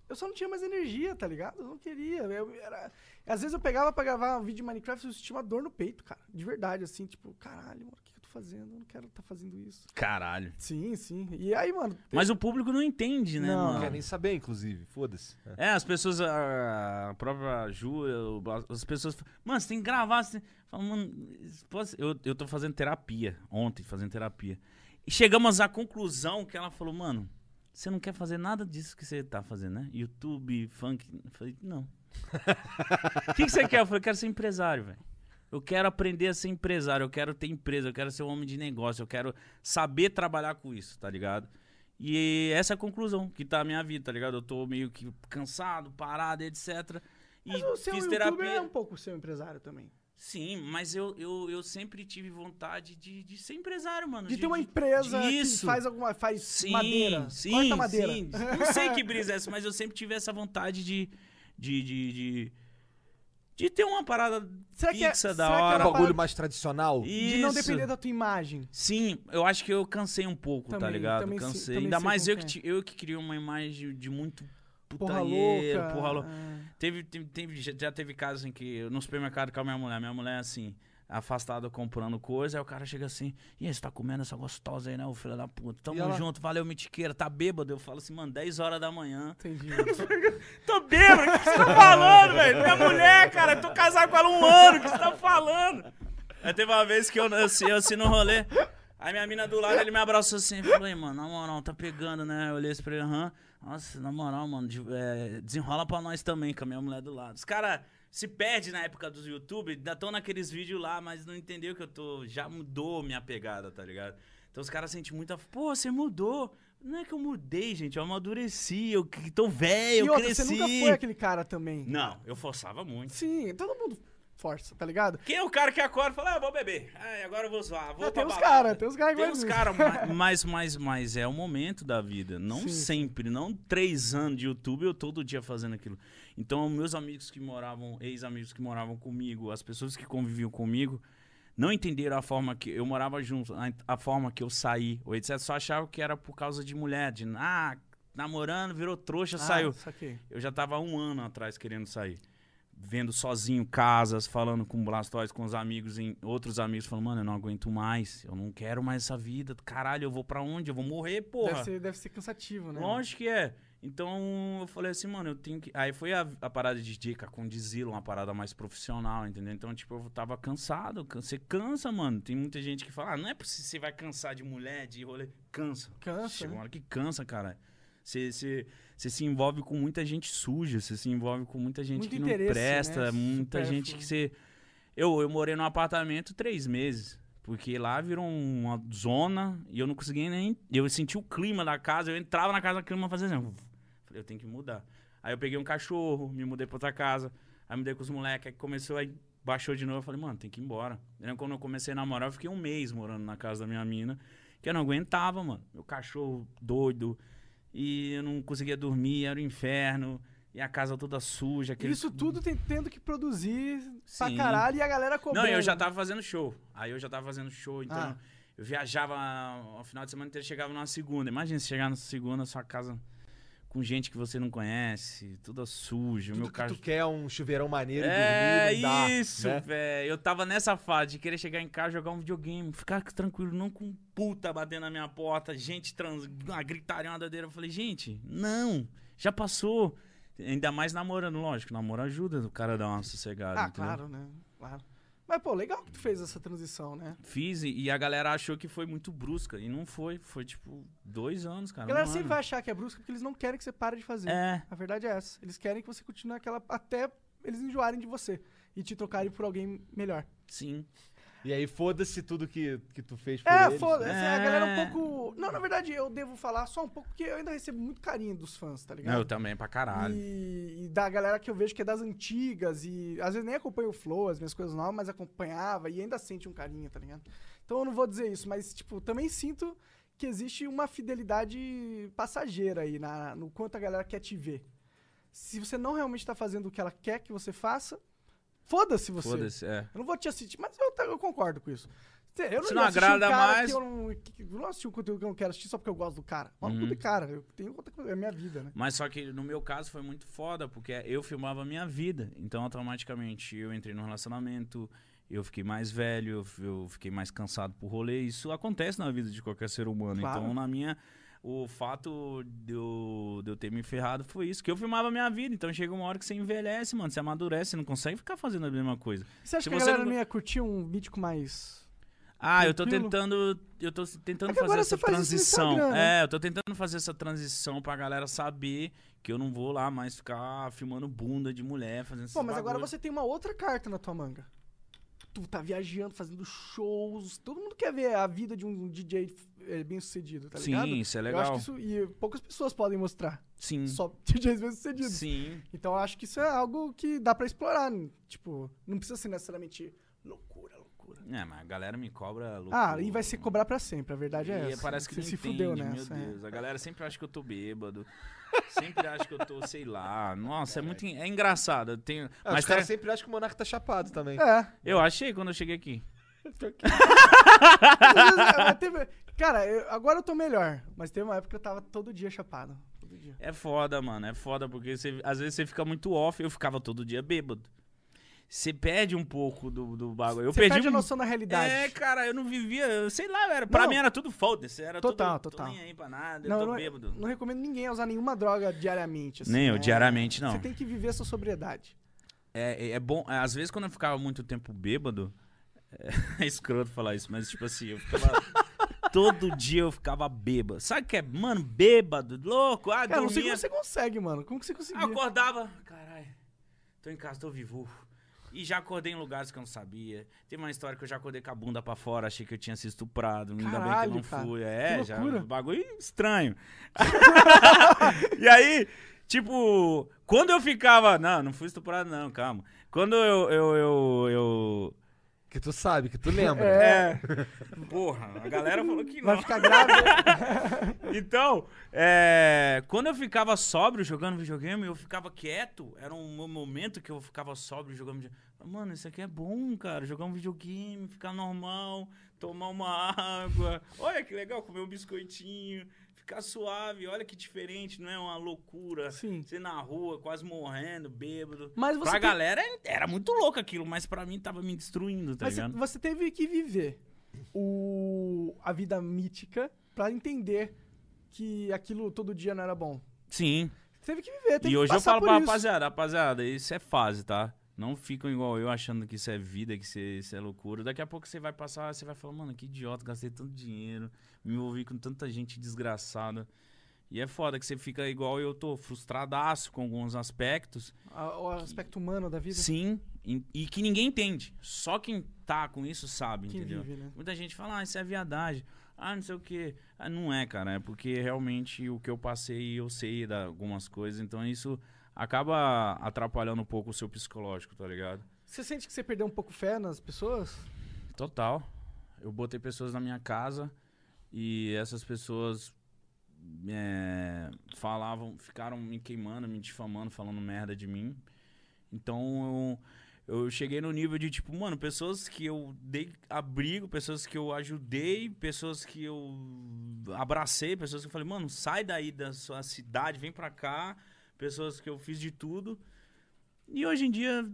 Speaker 2: Eu só não tinha mais energia, tá ligado? Eu não queria. eu- era- Às vezes eu pegava pra gravar um vídeo de Minecraft e eu sentia uma dor no peito, cara. De verdade, assim, tipo, caralho, mano, o que que eu tô fazendo? Eu não quero estar fazendo isso.
Speaker 4: Caralho.
Speaker 2: Sim, sim. E aí, mano.
Speaker 4: Mas o público não entende, né,
Speaker 2: Não.
Speaker 3: Não quer
Speaker 4: mano?
Speaker 3: nem saber, inclusive. Foda-se. É.
Speaker 4: É, as pessoas, a a própria Ju, eu- as pessoas. falam, Mano, você tem que gravar. Você tem... Fala, mano, isso pode ser-" eu, eu tô fazendo terapia, ontem, fazendo terapia. E chegamos à conclusão que ela falou, mano, você não quer fazer nada disso que você tá fazendo, né? YouTube, funk. Eu falei, não. O que, que você quer? Eu falei, eu quero ser empresário, velho. Eu quero aprender a ser empresário, eu quero ter empresa, eu quero ser um homem de negócio, eu quero saber trabalhar com isso, tá ligado? E essa é a conclusão que tá a minha vida, tá ligado? Eu tô meio que cansado, parado, etc. E
Speaker 2: Mas o seu
Speaker 4: fiz
Speaker 2: youtuber
Speaker 4: terapia.
Speaker 2: é um pouco seu empresário também.
Speaker 4: Sim, mas eu, eu, eu sempre tive vontade de, de ser empresário, mano.
Speaker 2: De ter uma empresa que
Speaker 4: Isso.
Speaker 2: faz alguma. faz
Speaker 4: Sim,
Speaker 2: madeira.
Speaker 4: sim,
Speaker 2: corta madeira.
Speaker 4: sim. Não sei que brisa é essa, mas eu sempre tive essa vontade de. de, de, de, de ter uma parada
Speaker 2: Será que é-
Speaker 4: fixa da
Speaker 2: será que é
Speaker 3: Um
Speaker 4: hora.
Speaker 2: uma
Speaker 3: bagulho mais tradicional.
Speaker 2: De não
Speaker 4: Isso.
Speaker 2: depender da tua imagem.
Speaker 4: Sim, eu acho que eu cansei um pouco, tá
Speaker 2: Também-
Speaker 4: ligado?
Speaker 2: também sei-
Speaker 4: cansei.
Speaker 2: também
Speaker 4: Ainda
Speaker 2: sei
Speaker 4: mais
Speaker 2: como
Speaker 4: eu que,
Speaker 2: que é.
Speaker 4: ti- eu que criei uma imagem de muito
Speaker 2: Porra
Speaker 4: putanheiro,
Speaker 2: louca.
Speaker 4: porra louca.
Speaker 2: ah.
Speaker 4: Teve, teve, teve- já- já teve casos em que eu no supermercado com a minha mulher, minha mulher assim, afastada comprando coisa, aí o cara chega assim, e aí, você tá comendo essa gostosa aí, né, ô filho da puta? Tamo
Speaker 3: E ela-
Speaker 4: junto, valeu, mitiqueira, tá bêbado? Eu falo assim, mano, 10 horas da manhã.
Speaker 2: Entendi.
Speaker 4: Tô bêbado, o que você tá falando, velho? Minha mulher, cara, eu tô casado com ela há um ano, o que você tá falando? Aí teve uma vez que eu, eu, assim- eu assim no rolê, aí minha mina do lado, ele me abraçou assim, falou, ei, mano, na moral, tá pegando, né? Eu olhei isso pra ele, aham. Nossa, na moral, mano, de- é, desenrola pra nós também, com a minha mulher do lado. Os caras se perdem na época dos YouTube, ainda tão naqueles vídeos lá, mas não entendeu que eu tô... Já mudou minha pegada, tá ligado? Então os caras sentem muita... Pô, você mudou. Não é que eu mudei, gente, eu amadureci, eu que- tô velho,
Speaker 2: e
Speaker 4: eu
Speaker 2: outra,
Speaker 4: cresci.
Speaker 2: você nunca foi aquele cara também.
Speaker 4: Não, eu forçava muito.
Speaker 2: Sim, todo mundo força, tá ligado?
Speaker 4: Quem é o cara que acorda e fala, ah, eu vou beber. Ah, agora eu vou zoar, vou
Speaker 2: Ah,
Speaker 4: pra
Speaker 2: tem uns
Speaker 4: balada."
Speaker 2: cara, tem uns cara que
Speaker 4: Tem
Speaker 2: faz
Speaker 4: uns
Speaker 2: isso.
Speaker 4: caras, mas, mas, mas é o momento da vida. Não
Speaker 2: Sim.
Speaker 4: sempre, não três anos de YouTube, eu todo dia fazendo aquilo. Então, meus amigos que moravam, ex-amigos que moravam comigo, as pessoas que conviviam comigo, não entenderam a forma que eu morava junto, a, a forma que eu saí, ou etc. Só achavam que era por causa de mulher, de, ah, namorando, virou
Speaker 2: Ah,
Speaker 4: trouxa, saiu.
Speaker 2: Saquei.
Speaker 4: Eu já tava um ano atrás querendo sair. Vendo sozinho casas, falando com o Blastoise, com os amigos, em outros amigos, falando, mano, eu não aguento mais, eu não quero mais essa vida, caralho, eu vou pra onde? Eu vou morrer, porra.
Speaker 2: Deve ser, deve ser cansativo, né?
Speaker 4: Lógico que é. Então eu falei assim, mano, eu tenho que. Aí foi a, a parada de dica com Dizilo, uma parada mais profissional, entendeu? Então, tipo, eu tava cansado. can- Você cansa, mano. Tem muita gente que fala, ah, não é possível você vai cansar de mulher, de rolê. Cansa.
Speaker 2: Cansa,
Speaker 4: Chega
Speaker 2: né?
Speaker 4: uma hora que cansa, cara. Você, você, você se envolve com muita gente suja, você se envolve com muita gente
Speaker 2: Muito
Speaker 4: que não
Speaker 2: interesse,
Speaker 4: presta,
Speaker 2: né?
Speaker 4: muita
Speaker 2: Supérfluo.
Speaker 4: gente que você. Eu, eu morei num apartamento três meses. Porque lá virou uma zona e eu não conseguia nem. Eu senti o clima da casa, eu entrava na casa da clima fazendo assim. Falei, eu tenho que mudar. Aí eu peguei um cachorro, me mudei pra outra casa, aí mudei com os moleques, aí começou, aí baixou de novo. Eu falei, mano, tem que ir embora. Eu lembro quando eu comecei a namorar, eu fiquei um mês morando na casa da minha mina, que eu não aguentava, mano. Meu cachorro doido, e eu não conseguia dormir, era o inferno, e a casa toda suja. aquele-
Speaker 2: Isso tudo tem, tendo que produzir pra
Speaker 4: Sim.
Speaker 2: caralho e a galera cobrando.
Speaker 4: Não, eu já tava fazendo show. Aí eu já tava fazendo show, então
Speaker 2: né? Ah.
Speaker 4: eu viajava o final de semana inteiro, chegava numa segunda. Imagina se chegar na segunda, sua casa com gente que você não conhece, toda suja,
Speaker 3: Tudo
Speaker 4: meu
Speaker 3: que
Speaker 4: carro.
Speaker 3: tu quer é um chuveirão maneiro e
Speaker 4: É
Speaker 3: dormir, não dá,
Speaker 4: isso,
Speaker 3: né?
Speaker 4: velho. Eu tava nessa fase de querer chegar em casa, jogar um videogame, ficar tranquilo, não com um puta batendo na minha porta, gente trans, uma gritaria, uma doideira. Eu falei, gente, não, já passou. Ainda mais namorando, lógico, namoro ajuda o cara a dar uma sossegada.
Speaker 2: Ah,
Speaker 4: entendeu?
Speaker 2: claro, né? Claro. Mas, pô, legal que tu fez essa transição, né?
Speaker 4: Fiz e, e a galera achou que foi muito brusca. E não foi. Foi tipo dois anos, cara.
Speaker 2: A galera
Speaker 4: um
Speaker 2: sempre vai
Speaker 4: ano.
Speaker 2: achar que é brusca porque eles não querem que você pare de fazer.
Speaker 4: É.
Speaker 2: A verdade é essa. Eles querem que você continue aquela. até eles enjoarem de você e te trocarem por alguém melhor.
Speaker 4: Sim.
Speaker 3: E aí foda-se tudo que, que tu fez por
Speaker 2: É,
Speaker 3: eles,
Speaker 2: foda-se.
Speaker 3: né?
Speaker 2: A galera é um
Speaker 4: É.
Speaker 2: pouco. Não, na verdade, eu devo falar só um pouco porque eu ainda recebo muito carinho dos fãs, tá ligado?
Speaker 4: Não, eu também pra caralho.
Speaker 2: E, e da galera que eu vejo que é das antigas e às vezes nem acompanha o Flow, as minhas coisas novas, mas acompanhava e ainda sente um carinho, tá ligado? Então eu não vou dizer isso, mas, tipo, também sinto que existe uma fidelidade passageira aí na, no quanto a galera quer te ver. Se você não realmente tá fazendo o que ela quer que você faça, foda-se você.
Speaker 4: Foda-se, é.
Speaker 2: Eu não vou te assistir, mas eu, ta- eu concordo com isso. Eu
Speaker 4: Se
Speaker 2: ia
Speaker 4: não
Speaker 2: assistir
Speaker 4: agrada
Speaker 2: um cara
Speaker 4: mais-
Speaker 2: Que eu, não, que, eu não assisti um conteúdo que eu não quero assistir só porque eu gosto do cara. Mas
Speaker 4: Uhum.
Speaker 2: não do cara. Eu tenho outra coisa. É a minha vida, né?
Speaker 4: Mas só que no meu caso foi muito foda, porque eu filmava a minha vida. Então automaticamente eu entrei num relacionamento, eu fiquei mais velho, eu f- eu fiquei mais cansado por rolê. Isso acontece na vida de qualquer ser humano.
Speaker 2: Claro.
Speaker 4: Então na minha. O fato de eu, de eu ter me ferrado foi isso, que eu filmava a minha vida. Então chega uma hora que você envelhece, mano, você amadurece, você não consegue ficar fazendo a mesma coisa.
Speaker 2: E Você acha
Speaker 4: Se
Speaker 2: que a
Speaker 4: você
Speaker 2: galera
Speaker 4: não-
Speaker 2: não ia curtir um mítico mais.
Speaker 4: Ah, eu tô
Speaker 2: Tranquilo.
Speaker 4: tentando, eu tô tentando
Speaker 2: É que
Speaker 4: fazer
Speaker 2: agora
Speaker 4: essa
Speaker 2: você faz isso no
Speaker 4: transição.
Speaker 2: Instagram, né?
Speaker 4: É, eu tô tentando fazer essa transição pra galera saber que eu não vou lá mais ficar filmando bunda de mulher,
Speaker 2: Pô,
Speaker 4: fazendo esses
Speaker 2: mas agora
Speaker 4: bagulho.
Speaker 2: você tem uma outra carta na tua manga. Tu tá viajando, fazendo shows. Todo mundo quer ver a vida de um DJ eh, bem sucedido, tá ligado?
Speaker 4: Sim, isso é
Speaker 2: Eu acho
Speaker 4: legal.
Speaker 2: que isso. E poucas pessoas podem mostrar.
Speaker 4: Sim.
Speaker 2: Só DJs bem sucedidos.
Speaker 4: Sim.
Speaker 2: Então eu acho que isso é algo que dá pra explorar. né? Tipo, não precisa ser necessariamente loucura, loucura.
Speaker 4: É, mas a galera me cobra louco.
Speaker 2: Ah, e vai ser cobrar pra sempre, a verdade é
Speaker 4: E
Speaker 2: essa.
Speaker 4: parece que
Speaker 2: Você
Speaker 4: não
Speaker 2: se
Speaker 4: entende,
Speaker 2: fudeu
Speaker 4: meu
Speaker 2: nessa. é.
Speaker 4: Deus. A galera sempre acha que eu tô bêbado. sempre acha que eu tô, sei lá. Nossa, é muito en- é engraçado. Eu tenho,
Speaker 3: Ah,
Speaker 4: mas
Speaker 3: os caras
Speaker 4: tá-
Speaker 3: sempre acham que o Monark tá chapado também.
Speaker 2: É.
Speaker 4: eu achei quando eu cheguei aqui.
Speaker 2: Às vezes, mas teve- Cara, eu- agora eu tô melhor, mas teve uma época que eu tava todo dia chapado. Todo dia.
Speaker 4: É foda, mano. É foda, porque você- às vezes você fica muito off. Eu ficava todo dia bêbado. Você perde um pouco do, do bagulho. Eu
Speaker 2: Você
Speaker 4: perdi
Speaker 2: perde a
Speaker 4: um-
Speaker 2: noção da realidade.
Speaker 4: É, cara, eu não vivia. Eu, sei lá, eu era, pra
Speaker 2: Não.
Speaker 4: mim era tudo foda-se. Era
Speaker 2: Total,
Speaker 4: tudo,
Speaker 2: total.
Speaker 4: Tô nem aí pra nada.
Speaker 2: não,
Speaker 4: eu
Speaker 2: eu
Speaker 4: tô
Speaker 2: não,
Speaker 4: bêbado.
Speaker 2: não recomendo ninguém usar nenhuma droga diariamente. assim,
Speaker 4: Nem eu,
Speaker 2: né?
Speaker 4: diariamente, não.
Speaker 2: Você tem que viver sua sobriedade.
Speaker 4: É, é- é bom. é, Às vezes, quando eu ficava muito tempo bêbado, é, é escroto falar isso, mas tipo assim, eu ficava. todo dia eu ficava bêbado. Sabe o que é, mano? Bêbado, louco. Ah,
Speaker 2: Cara, eu não sei
Speaker 4: dormia.
Speaker 2: como você consegue, mano. Como que você
Speaker 4: Ah,
Speaker 2: conseguia?
Speaker 4: eu acordava. Caralho, tô em casa, tô vivo. E já acordei em lugares que eu não sabia. Tem uma história que eu já acordei com a bunda pra fora, achei que eu tinha sido estuprado. Ainda bem que eu
Speaker 2: Caralho,
Speaker 4: não
Speaker 2: cara.
Speaker 4: fui.
Speaker 2: Que
Speaker 4: É, já.
Speaker 2: loucura.
Speaker 4: Bagulho estranho. e aí, tipo, quando eu ficava. Não, não fui estuprado, não, calma. Quando eu. eu, eu, eu-
Speaker 3: Que tu sabe, que tu lembra.
Speaker 4: é. Porra, a galera falou que não.
Speaker 2: Vai ficar grávida.
Speaker 4: Então, é, quando eu ficava sóbrio jogando videogame, eu ficava quieto. Era um mo- momento que eu ficava sóbrio jogando videogame. Mano, isso aqui é bom, cara. Jogar um videogame, ficar normal, tomar uma água. Olha que legal, comer um biscoitinho, ficar suave. Olha que diferente, não é uma loucura.
Speaker 2: Sim.
Speaker 4: Você na rua, quase morrendo, bêbado.
Speaker 2: Mas você
Speaker 4: pra
Speaker 2: tem-
Speaker 4: galera era muito louco aquilo, mas pra mim tava me destruindo, tá
Speaker 2: Mas você-
Speaker 4: ligado?
Speaker 2: você teve que viver o, a vida mítica pra entender que aquilo todo dia não era bom.
Speaker 4: Sim.
Speaker 2: Teve que viver, teve
Speaker 4: E
Speaker 2: que
Speaker 4: hoje eu
Speaker 2: passar
Speaker 4: falo
Speaker 2: por
Speaker 4: pra
Speaker 2: isso.
Speaker 4: rapaziada, rapaziada, isso é fase, tá? Não ficam igual eu achando que isso é vida, que isso é, isso é loucura. Daqui a pouco você vai passar, você vai falar, mano, que idiota, gastei tanto dinheiro, me envolvi com tanta gente desgraçada. E é foda que você fica igual eu tô, frustradaço com alguns aspectos.
Speaker 2: A- o aspecto humano da vida
Speaker 4: Sim, e, e que ninguém entende. Só quem tá com isso sabe,
Speaker 2: que
Speaker 4: entendeu?
Speaker 2: vive, né?
Speaker 4: Muita gente fala, ah, isso é viadagem. Ah, não sei o quê. Ah, não é, cara. É porque realmente o que eu passei, eu sei de algumas coisas. Então isso acaba atrapalhando um pouco o seu psicológico, tá ligado?
Speaker 2: Você sente que você perdeu um pouco fé nas pessoas?
Speaker 4: Então, Total. Eu botei pessoas na minha casa e essas pessoas é, falavam, ficaram me queimando, me difamando, falando merda de mim. Então eu, eu cheguei no nível de tipo, mano, pessoas que eu dei abrigo, pessoas que eu ajudei, pessoas que eu abracei, pessoas que eu falei, mano, sai daí da sua cidade, vem pra cá. Pessoas que eu fiz de tudo. E hoje em dia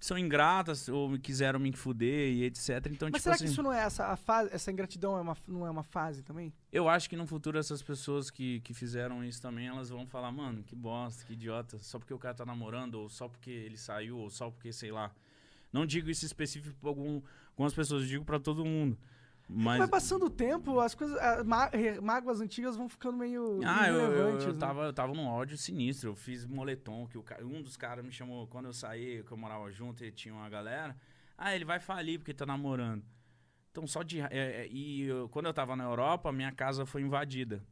Speaker 4: são ingratas ou quiseram me fuder e etc. Então,
Speaker 2: Mas
Speaker 4: tipo
Speaker 2: será
Speaker 4: assim,
Speaker 2: que isso não é essa a fase, essa ingratidão é uma, não é uma fase também?
Speaker 4: eu acho que no futuro essas pessoas que, que fizeram isso também, elas vão falar, mano, que bosta, que idiota, só porque o cara tá namorando, ou só porque ele saiu, ou só porque, sei lá. Não digo isso específico pra algum, algumas pessoas, eu digo pra todo mundo. Mas.
Speaker 2: Vai passando o tempo, as coisas, a má- re- mágoas antigas vão ficando meio
Speaker 4: Ah, eu, eu- eu,
Speaker 2: irrelevantes, né?
Speaker 4: tava, eu tava num ódio sinistro. Eu fiz moletom, que o ca- um dos caras me chamou, quando eu saí, que eu morava junto e tinha uma galera. Ah, ele vai falir porque tá namorando. Então, só de. ra- é, é, e eu- quando eu tava na Europa, minha casa foi invadida.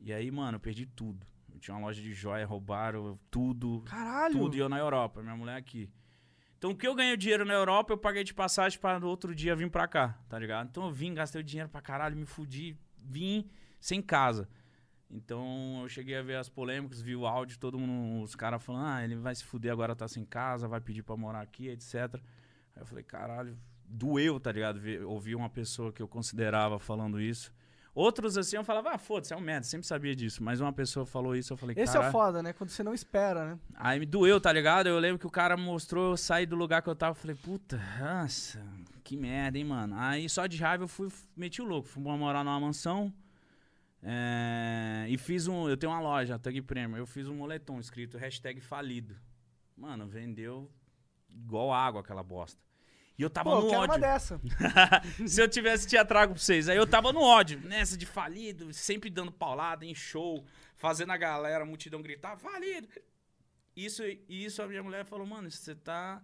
Speaker 4: E aí, mano, eu perdi tudo. Eu tinha uma loja de joia, roubaram tudo,
Speaker 2: Caralho.
Speaker 4: tudo. E eu na Europa, minha mulher aqui. Então, o que eu ganhei o dinheiro na Europa, eu paguei de passagem para no outro dia vir pra cá, tá ligado? Então, eu vim, gastei o dinheiro pra caralho, me fudi, vim sem casa. Então, eu cheguei a ver as polêmicas, vi o áudio, todo mundo, os caras falando, ah, ele vai se fuder agora, tá sem casa, vai pedir pra morar aqui, etc. Aí eu falei, caralho, doeu, tá ligado? Ver- Ouvir uma pessoa que eu considerava falando isso. Outros, assim, eu falava, ah, foda-se, é um merda, sempre sabia disso. Mas uma pessoa falou isso, eu falei,
Speaker 2: Esse é
Speaker 4: "Caralho."
Speaker 2: o foda, né? Quando você não espera, né?
Speaker 4: Aí me doeu, tá ligado? Eu lembro que o cara mostrou, eu saí do lugar que eu tava, falei, puta, nossa, que merda, hein, mano. Aí só de raiva eu fui, meti o louco, fui morar numa mansão. é, e fiz um. Eu tenho uma loja, a Tug Premium. Eu fiz um moletom escrito hashtag falido. Mano, vendeu igual água aquela bosta. E eu tava
Speaker 2: Pô,
Speaker 4: no
Speaker 2: eu quero
Speaker 4: ódio.
Speaker 2: uma dessa.
Speaker 4: Se eu tivesse, tinha trago pra vocês. Aí eu tava no ódio, nessa de falido, sempre dando paulada em show, fazendo a galera, a multidão gritar, falido. Isso, isso a minha mulher falou, mano, você tá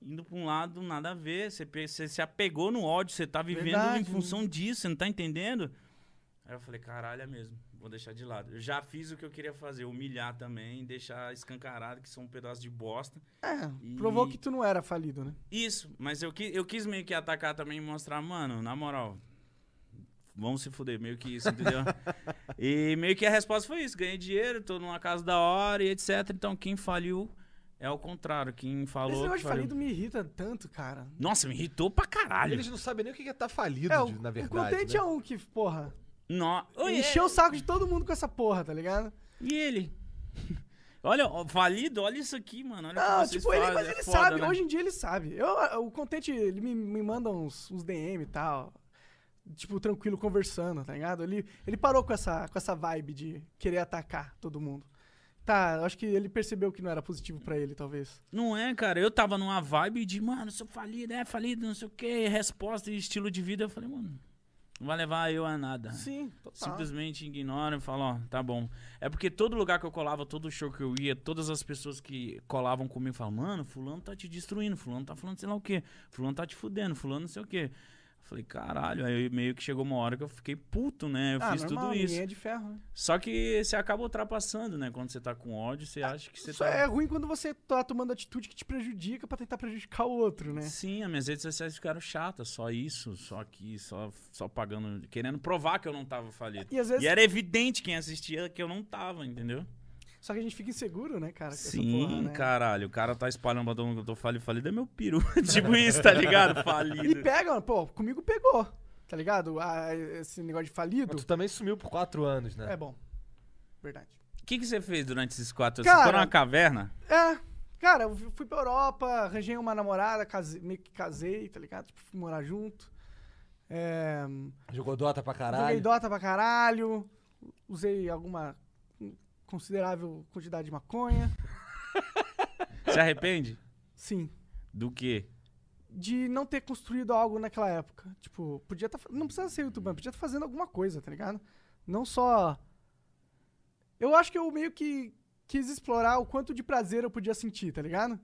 Speaker 4: indo pra um lado nada a ver, você, pe- você se apegou no ódio, você tá vivendo em
Speaker 2: Verdade.
Speaker 4: função disso, você não tá entendendo? Aí eu falei, caralho, é mesmo, vou deixar de lado. Eu já fiz o que eu queria fazer, humilhar também, deixar escancarado que sou um pedaço de bosta. E-
Speaker 2: Provou que tu não era falido, né?
Speaker 4: isso, mas eu, qui- eu quis meio que atacar também e mostrar, mano, na moral, vamos se fuder, meio que isso, entendeu? e meio que a resposta foi isso: ganhei dinheiro, tô numa casa da hora e etc. Então quem faliu é o contrário, quem falou.
Speaker 2: Esse negócio
Speaker 4: que
Speaker 2: de
Speaker 4: faliu.
Speaker 2: falido me irrita tanto, cara.
Speaker 4: Nossa, me irritou pra caralho.
Speaker 3: Eles não sabem nem o que é tá falido,
Speaker 2: É,
Speaker 3: de-
Speaker 2: o,
Speaker 3: na
Speaker 2: o
Speaker 3: verdade.
Speaker 2: contente
Speaker 3: né?
Speaker 2: é um que, porra,
Speaker 4: No... Oi,
Speaker 2: encheu
Speaker 4: é-
Speaker 2: o saco de todo mundo com essa porra, tá ligado?
Speaker 4: E ele? Olha, ó, falido, olha isso aqui, mano. Olha o que
Speaker 2: Não,
Speaker 4: vocês
Speaker 2: tipo, ele,
Speaker 4: fazem,
Speaker 2: mas
Speaker 4: é
Speaker 2: ele
Speaker 4: foda,
Speaker 2: sabe,
Speaker 4: né?
Speaker 2: hoje em dia ele sabe. Eu, o contente, ele me, me manda uns, uns DM e tal. Tipo, tranquilo, conversando, tá ligado? Ele, ele parou com essa, com essa vibe de querer atacar todo mundo. Tá, eu acho que ele percebeu que não era positivo pra ele, talvez.
Speaker 4: Não é, cara. Eu tava numa vibe de, mano, sou falido, é falido, não sei o quê, resposta e estilo de vida. Eu falei, mano, não vai levar eu a nada.
Speaker 2: Sim, tá. total.
Speaker 4: Simplesmente ignora e fala, ó, tá bom. É porque todo lugar que eu colava, todo show que eu ia, todas as pessoas que colavam comigo falavam, mano, fulano tá te destruindo, fulano tá falando sei lá o quê, fulano tá te fudendo, fulano não sei o quê. Eu falei, caralho, aí meio que chegou uma hora que eu fiquei puto, né? Eu
Speaker 2: ah,
Speaker 4: fiz
Speaker 2: normal,
Speaker 4: tudo isso.
Speaker 2: ninguém é de ferro, né?
Speaker 4: Só que você acaba ultrapassando, né? Quando você tá com ódio, você acha que você
Speaker 2: Só
Speaker 4: tá.
Speaker 2: é ruim quando você tá tomando atitude que te prejudica pra tentar prejudicar o outro, né?
Speaker 4: Sim, as minhas redes sociais ficaram chatas, só isso, só aqui, só, só pagando, querendo provar que eu não tava falido.
Speaker 2: E às vezes-
Speaker 4: E é era evidente quem assistia que eu não tava, entendeu?
Speaker 2: Só que a gente fica inseguro, né, cara? com essa
Speaker 4: Sim,
Speaker 2: porra, né?
Speaker 4: caralho, o cara tá espalhando pra todo mundo que eu tô falido, falido é meu peru. tipo isso, tá ligado?
Speaker 2: E
Speaker 4: Falido.
Speaker 2: pega, mano, pô, comigo pegou, tá ligado? Ah, esse negócio de falido.
Speaker 3: Mas tu também sumiu por quatro anos, né?
Speaker 2: É bom. Verdade.
Speaker 4: O que, que você fez durante esses quatro anos?
Speaker 2: Cara-
Speaker 4: Você ficou numa caverna?
Speaker 2: É, cara, eu fui pra Europa, arranjei uma namorada, casei, meio que casei, tá ligado? Tipo, fui morar junto. É,
Speaker 3: Jogou Dota pra
Speaker 2: joguei
Speaker 3: caralho.
Speaker 2: Dota pra caralho. Usei alguma considerável quantidade de maconha.
Speaker 4: Se arrepende?
Speaker 2: Sim.
Speaker 4: Do quê?
Speaker 2: De não ter construído algo naquela época. Tipo, podia estar. não precisa ser youtuber, podia estar fazendo alguma coisa, tá ligado? Não só. Eu acho que eu meio que quis explorar o quanto de prazer eu podia sentir, tá ligado?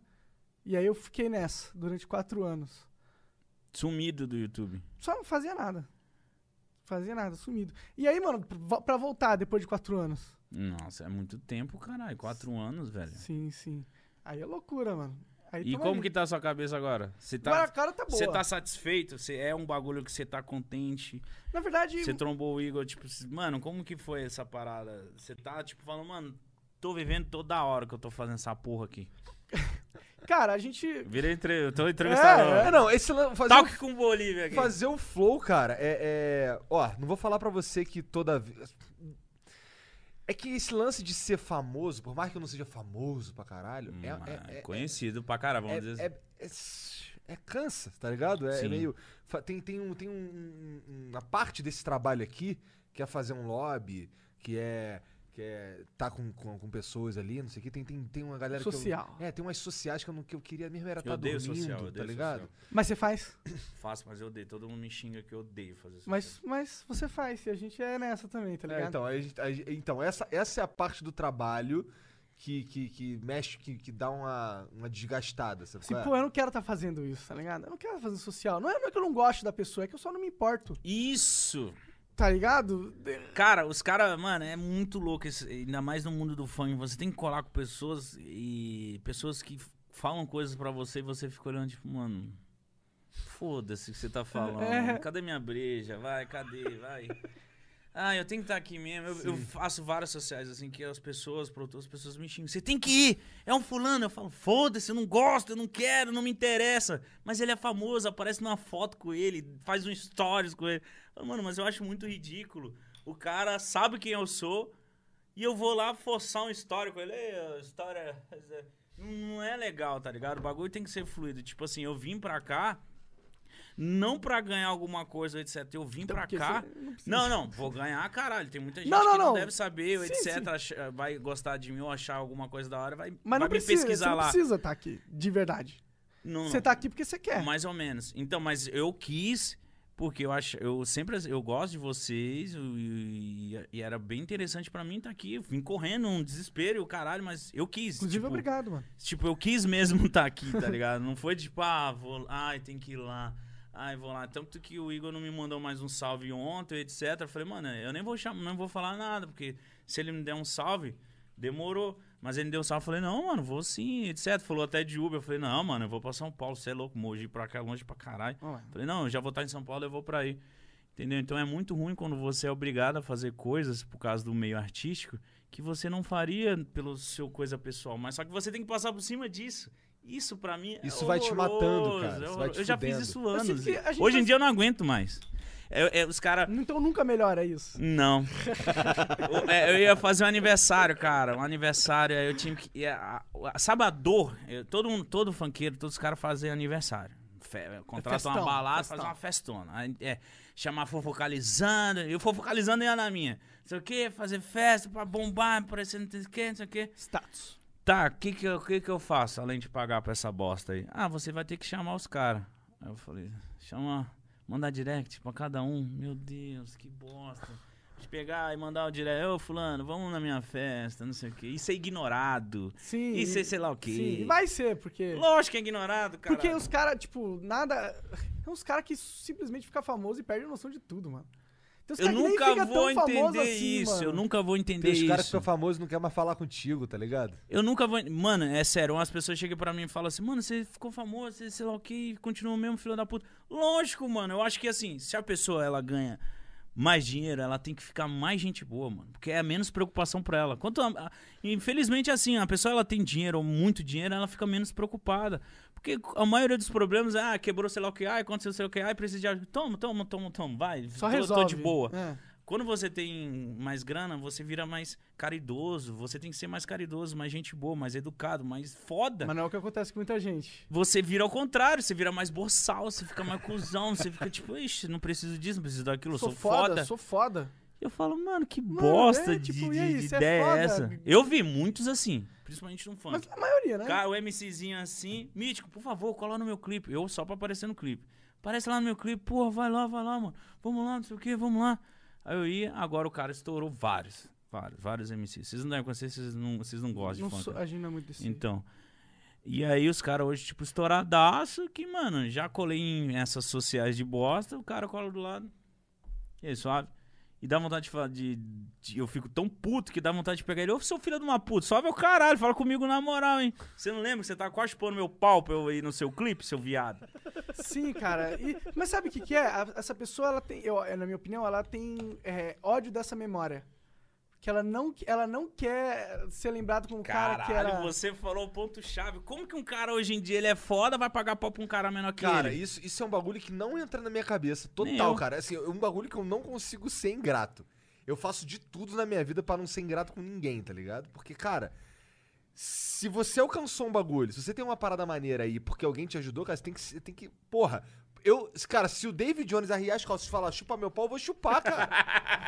Speaker 2: E aí eu fiquei nessa durante quatro anos.
Speaker 4: Sumido do YouTube.
Speaker 2: Só não fazia nada. Fazia nada, sumido. E aí, mano, vo- pra voltar depois de quatro anos.
Speaker 4: Nossa, é muito tempo, caralho. Quatro anos, velho.
Speaker 2: Sim, sim. Aí é loucura, mano. Aí
Speaker 4: E
Speaker 2: tamo
Speaker 4: como
Speaker 2: aí.
Speaker 4: que tá a sua cabeça agora? Você tá...
Speaker 2: Agora a cara tá boa.
Speaker 4: Você tá satisfeito? Você é um bagulho que você tá contente?
Speaker 2: Na verdade,
Speaker 4: Você trombou o Igor, tipo, se- mano, como que foi essa parada? Você tá, tipo, falando, mano, tô vivendo toda hora que eu tô fazendo essa porra aqui.
Speaker 2: cara, a gente.
Speaker 4: Eu Virei, entre... eu tô entrevistando.
Speaker 3: É, não, esse lan- fazer, o-
Speaker 4: Talk com Bolívia aqui.
Speaker 3: fazer o flow, cara, é, é- Ó, não vou falar pra você que toda vez. É que esse lance de ser famoso, por mais que eu não seja famoso pra caralho, é-
Speaker 4: Mano,
Speaker 3: é- é,
Speaker 4: conhecido pra caralho, vamos dizer
Speaker 3: é,
Speaker 4: assim.
Speaker 3: é, é, s- é cansa, tá ligado? É, é
Speaker 4: Sim.
Speaker 3: meio. fa- Tem, tem, um, tem um- um- um- uma parte desse trabalho aqui que é fazer um lobby, que é. Que é tá com, com, com pessoas ali, não sei o que. Tem, tem, tem uma galera
Speaker 2: Social.
Speaker 3: que. Eu, é, tem umas sociais que eu, não, que eu queria mesmo era
Speaker 4: Eu
Speaker 3: estar
Speaker 4: odeio
Speaker 3: dormindo,
Speaker 4: social, eu
Speaker 3: tá
Speaker 4: odeio
Speaker 3: ligado?
Speaker 4: social.
Speaker 2: Mas você faz.
Speaker 4: Faço, mas eu odeio. Todo mundo me xinga que eu odeio fazer isso.
Speaker 2: Mas, mas você faz. E a gente é nessa também, tá
Speaker 3: É,
Speaker 2: ligado?
Speaker 3: então, aí a gente- aí- então essa, essa é a parte do trabalho que, que, que mexe, que, que dá uma, uma desgastada, sabe?
Speaker 2: Assim,
Speaker 3: qual é?
Speaker 2: pô, eu não quero estar fazendo isso, tá ligado? Eu não quero fazer social. Não é, não é que eu não gosto da pessoa, é que eu só não me importo.
Speaker 4: Isso!
Speaker 2: Tá ligado?
Speaker 4: Cara, os caras, mano, é muito louco, esse- ainda mais no mundo do funk. Você tem que colar com pessoas e pessoas que f- falam coisas pra você e você fica olhando, tipo, mano, foda-se o que você tá falando.
Speaker 2: É.
Speaker 4: Cadê minha breja? Vai, cadê? Vai. Ah, eu tenho que estar aqui mesmo. Eu, eu faço várias sociais, assim, que as pessoas, produtoras, as pessoas me xingam. Você tem que ir! É um fulano. Eu falo, foda-se, eu não gosto, eu não quero, não me interessa. Mas ele é famoso, aparece numa foto com ele, faz um stories com ele. Eu falo, Mano, mas eu acho muito ridículo. O cara sabe quem eu sou e eu vou lá forçar um story com ele. Ei, história... Não é legal, tá ligado? O bagulho tem que ser fluido. Tipo assim, eu vim pra cá não pra ganhar alguma coisa, etc. Eu vim
Speaker 2: Então,
Speaker 4: pra
Speaker 2: porque
Speaker 4: cá.
Speaker 2: você não precisa.
Speaker 4: Não, não, vou ganhar, caralho. Tem muita gente
Speaker 2: Não, não,
Speaker 4: que não,
Speaker 2: não.
Speaker 4: deve saber,
Speaker 2: Sim,
Speaker 4: etc.
Speaker 2: sim.
Speaker 4: acha- vai gostar de mim ou achar alguma coisa da hora, vai, vai
Speaker 2: Mas não
Speaker 4: me
Speaker 2: precisa,
Speaker 4: pesquisar
Speaker 2: você não
Speaker 4: lá.
Speaker 2: precisa estar aqui, de verdade.
Speaker 4: Não, não.
Speaker 2: Você tá aqui porque você quer.
Speaker 4: Mais ou menos. Então, mas eu quis, porque eu acho, eu sempre eu gosto de vocês e, e- e era bem interessante pra mim estar aqui. Eu vim correndo, um desespero e o caralho, mas eu quis.
Speaker 2: Inclusive,
Speaker 4: tipo,
Speaker 2: obrigado, mano.
Speaker 4: Tipo, eu quis mesmo estar aqui, tá ligado? Não foi tipo, ah, vou, ai, tem que ir lá. Ai, vou lá. Tanto que o Igor não me mandou mais um salve ontem, etc. Eu falei, mano, eu nem vou chamar, não vou falar nada, porque se ele me der um salve, demorou. Mas ele me deu um salve, eu falei, não, mano, vou sim, etc. Falou até de Uber. Eu falei, não, mano, eu vou pra São Paulo, você é louco, Mogi pra cá, longe pra caralho.
Speaker 2: Ué.
Speaker 4: Falei, não, é. eu já vou estar em São Paulo, eu vou pra aí. Entendeu? Então é muito ruim quando você é obrigado a fazer coisas por causa do meio artístico que você não faria pelo seu coisa pessoal, mas só que você tem que passar por cima disso. Isso pra mim é
Speaker 3: Isso vai te matando, cara.
Speaker 4: horroroso,
Speaker 3: Isso
Speaker 4: é
Speaker 3: vai te
Speaker 4: horroroso. Eu já fiz
Speaker 3: fudendo.
Speaker 4: isso
Speaker 2: Eu sinto
Speaker 4: anos.
Speaker 2: que a gente
Speaker 4: Hoje em
Speaker 2: faz-
Speaker 4: dia eu não aguento mais. É- é, os caras
Speaker 2: Então nunca melhora isso.
Speaker 4: não. O- é, eu ia fazer um aniversário, cara. Um aniversário, aí eu tinha que. ia- a- a- sabe a dor? Eu- todo, um, todo funkeiro, todos os caras fazem aniversário. Fe, contrata uma
Speaker 2: festão,
Speaker 4: balada,
Speaker 2: festão.
Speaker 4: faz uma festona. Aí, é, chamar fofocalizando. Eu fofocalizando ia na minha. Não sei o quê, fazer festa pra bombar, parecendo não sei o quê, não sei o quê.
Speaker 2: Status.
Speaker 4: Tá, o que que, eu- que que eu faço além de pagar pra essa bosta aí? Ah, você vai ter que chamar os caras. Aí eu falei, chama, mandar direct pra cada um. Meu Deus, que bosta. De pegar e mandar o direct, ô fulano, vamos na minha festa, não sei o quê. Isso é ignorado.
Speaker 2: Sim.
Speaker 4: Isso é sei lá o quê.
Speaker 2: Sim, e vai ser, porque.
Speaker 4: Lógico que é ignorado, cara.
Speaker 2: Porque os caras, tipo, nada. É uns caras que simplesmente ficam famosos e perdem a noção de tudo, mano. Tem uns
Speaker 4: Eu
Speaker 2: cara que nem
Speaker 4: nunca
Speaker 2: fica tão
Speaker 4: vou
Speaker 2: famoso
Speaker 4: entender
Speaker 2: assim,
Speaker 4: isso. Eu
Speaker 2: mano.
Speaker 4: nunca vou entender
Speaker 3: Tem os
Speaker 4: isso.
Speaker 3: caras que ficam famosos e não querem mais falar contigo, tá ligado?
Speaker 4: Eu nunca vou. Mano, é sério, umas pessoas chegam pra mim e falam assim, mano, você ficou famoso, você sei lá o que, continua o mesmo filho da puta. Lógico, mano, eu acho que assim, se a pessoa ela ganha mais dinheiro, ela tem que ficar mais gente boa, mano. Porque é menos preocupação pra ela. Quanto a- a- infelizmente, assim, a pessoa ela tem dinheiro ou muito dinheiro, ela fica menos preocupada. Porque a maioria dos problemas é, ah, quebrou sei lá o que, ah, aconteceu sei lá o que, ah, precisa de ajuda. Toma, toma, toma, toma, vai.
Speaker 2: Só
Speaker 4: tô-
Speaker 2: resolve.
Speaker 4: Tô de boa.
Speaker 2: É.
Speaker 4: Quando você tem mais grana, você vira mais caridoso. Você tem que ser mais caridoso, mais gente boa, mais educado, mais foda.
Speaker 2: Mas não é o que acontece com muita gente.
Speaker 4: Você vira ao contrário, você vira mais boçal, você fica mais cuzão, você fica tipo, ixi, não preciso disso, não preciso daquilo, eu sou, foda.
Speaker 2: sou foda.
Speaker 4: Eu falo, mano, que
Speaker 2: Mano,
Speaker 4: bosta
Speaker 2: é,
Speaker 4: de,
Speaker 2: tipo,
Speaker 4: de-
Speaker 2: e aí,
Speaker 4: de
Speaker 2: cê é
Speaker 4: ideia
Speaker 2: foda?
Speaker 4: é essa. Eu vi muitos assim, principalmente no funk.
Speaker 2: Mas a maioria, né?
Speaker 4: Cara, o MCzinho assim, mítico, por favor, cola no meu clipe. Eu só pra aparecer no clipe. Aparece lá no meu clipe, porra, vai lá, vai lá, mano. Vamos lá, não sei o que, vamos lá. Aí eu ia, agora o cara estourou vários. Vários, vários MCs. Vocês não devem conhecer, vocês não, vocês não gostam
Speaker 2: não
Speaker 4: de funk.
Speaker 2: sou,
Speaker 4: né?
Speaker 2: a gente não é muito desse.
Speaker 4: Então. E aí os caras hoje, tipo, estouradaço, que, mano, já colei em essas sociais de bosta, o cara cola do lado. E aí, suave. E dá vontade de falar de, de- Eu fico tão puto que dá vontade de pegar ele. Ô, seu filho de uma puta, suave é o caralho, fala comigo na moral, hein? Você não lembra que você tá quase pondo meu pau pra eu ir no seu clipe, seu viado?
Speaker 2: Sim, cara. E- mas sabe o que, que é? A- essa pessoa, ela tem, eu, é, na minha opinião, ela tem é, ódio dessa memória. Que ela não, ela não quer ser lembrado como um cara que
Speaker 4: Caralho,
Speaker 2: era.
Speaker 4: você falou o ponto-chave. Como que um cara hoje em dia ele é foda, vai pagar pau pra um cara menor que
Speaker 3: Cara,
Speaker 4: ele?
Speaker 3: isso, isso é um bagulho que não entra na minha cabeça.
Speaker 4: Nem
Speaker 3: Total,
Speaker 4: eu.
Speaker 3: cara. Assim, é um bagulho que eu não consigo ser ingrato. Eu faço de tudo na minha vida pra não ser ingrato com ninguém, tá ligado? Porque, cara, se você alcançou um bagulho, se você tem uma parada maneira aí porque alguém te ajudou, cara, você tem que. Você tem que porra. Eu, cara, se o David Jones arriar as calças e falar chupa meu pau, eu vou chupar, cara.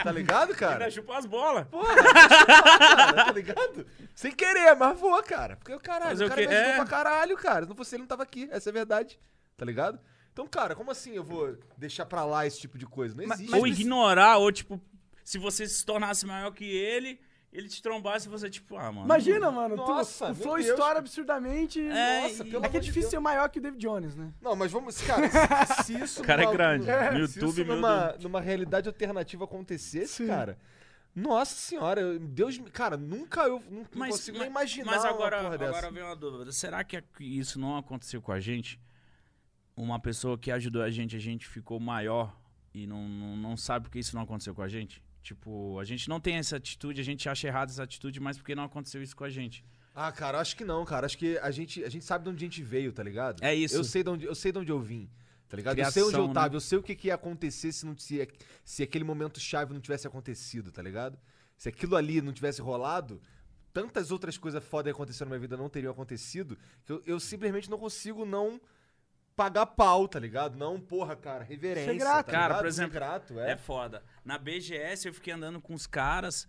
Speaker 3: tá ligado, cara?
Speaker 4: Ainda chupa as bolas.
Speaker 3: Porra, eu vou chupar, cara, tá ligado? Sem querer, mas vou, cara. Porque, caralho,
Speaker 4: Fazer
Speaker 3: o
Speaker 4: o
Speaker 3: cara
Speaker 4: quê?
Speaker 3: me ajudou
Speaker 4: É.
Speaker 3: pra caralho, cara. Se não fosse ele, não tava aqui. Essa é a verdade, tá ligado? Então, cara, como assim eu vou deixar pra lá esse tipo de coisa? Não existe.
Speaker 4: ou ignorar, ou tipo, se você se tornasse maior que ele, ele te trombasse e você, tipo, ah, mano.
Speaker 2: Imagina, mano. tu-
Speaker 3: Nossa,
Speaker 2: o
Speaker 3: meu
Speaker 2: Flow
Speaker 3: Deus.
Speaker 2: estoura absurdamente.
Speaker 4: É,
Speaker 3: Nossa,
Speaker 4: e-
Speaker 3: pelo
Speaker 2: É que é
Speaker 3: amor de
Speaker 2: difícil
Speaker 3: Deus.
Speaker 2: ser maior que o David Jones, né?
Speaker 3: Não, mas vamos, cara, se- se isso...
Speaker 4: O cara é
Speaker 3: numa-
Speaker 4: grande. No
Speaker 3: se
Speaker 4: YouTube,
Speaker 3: isso
Speaker 4: meu
Speaker 3: numa, numa realidade alternativa acontecesse, cara... Nossa senhora, eu- Deus me... Cara, nunca eu não não consigo nem imaginar
Speaker 4: Mas
Speaker 3: uma
Speaker 4: agora,
Speaker 3: porra dessa.
Speaker 4: agora vem uma dúvida. Será que isso não aconteceu com a gente? Uma pessoa que ajudou a gente, a gente ficou maior e não, não, não sabe porque isso não aconteceu com a gente? Tipo, a gente não tem essa atitude, a gente acha errada essa atitude, mas porque não aconteceu isso com a gente.
Speaker 3: Ah, cara, acho que não, cara. Acho que a gente, a gente sabe de onde a gente veio, tá ligado?
Speaker 4: É isso.
Speaker 3: Eu sei de onde eu, sei de onde eu vim, tá ligado? eu sei
Speaker 4: Criação,
Speaker 3: onde eu tava,
Speaker 4: né?
Speaker 3: eu sei o que, que ia acontecer se, não, se, se aquele momento chave não tivesse acontecido, tá ligado? Se aquilo ali não tivesse rolado, tantas outras coisas fodas que aconteceram na minha vida não teriam acontecido, que eu, eu simplesmente não consigo não pagar pau, tá ligado? Não, porra, cara, reverência.
Speaker 2: Ser é grato.
Speaker 3: tá
Speaker 4: Cara,
Speaker 3: ligado?
Speaker 4: por
Speaker 3: Ser
Speaker 4: exemplo,
Speaker 3: grato,
Speaker 4: É.
Speaker 3: é.
Speaker 4: foda. Na BGS eu fiquei andando com os caras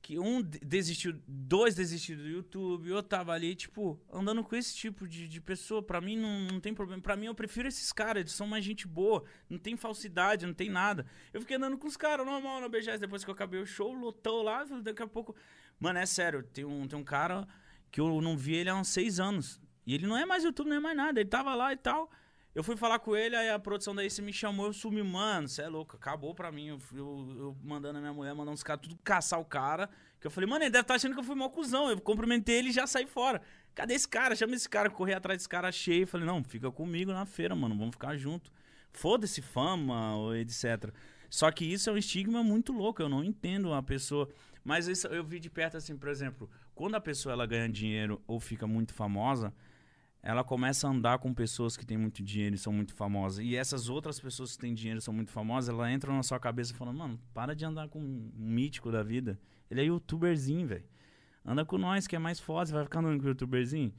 Speaker 4: que um de- desistiu, dois desistiu do YouTube, eu tava ali, tipo, andando com esse tipo de, de pessoa. Pra mim não, não tem problema. Pra mim eu prefiro esses caras, eles são mais gente boa, não tem falsidade, não tem nada. Eu fiquei andando com os caras normal na BGS depois que eu acabei o show, lotou lá, daqui a pouco. Mano, é sério, tem um, tem um cara que eu não vi ele há uns seis anos. E ele não é mais YouTube, não é mais nada. Ele tava lá e tal. Eu fui falar com ele, aí a produção daí se me chamou, eu sumi, mano, você é louco, acabou pra mim. Eu, fui- eu- eu mandando a minha mulher, mandando os caras tudo caçar o cara. Que eu falei, mano, ele deve estar achando que eu fui mal cuzão. Eu cumprimentei ele e já saí fora. Cadê esse cara? Chama esse cara, corri atrás desse cara cheio. Falei, não, fica comigo na feira, mano, vamos ficar junto. Foda-se fama, ou etc. Só que isso é um estigma muito louco, eu não entendo a pessoa. Mas isso eu vi de perto assim, por exemplo, quando a pessoa ela ganha dinheiro ou fica muito famosa, ela começa a andar com pessoas que têm muito dinheiro e são muito famosas. E essas outras pessoas que têm dinheiro e são muito famosas, ela entra na sua cabeça falando, mano, para de andar com um mítico da vida. Ele é youtuberzinho, velho. Anda com nós, que é mais foda, você vai ficar andando com o youtuberzinho.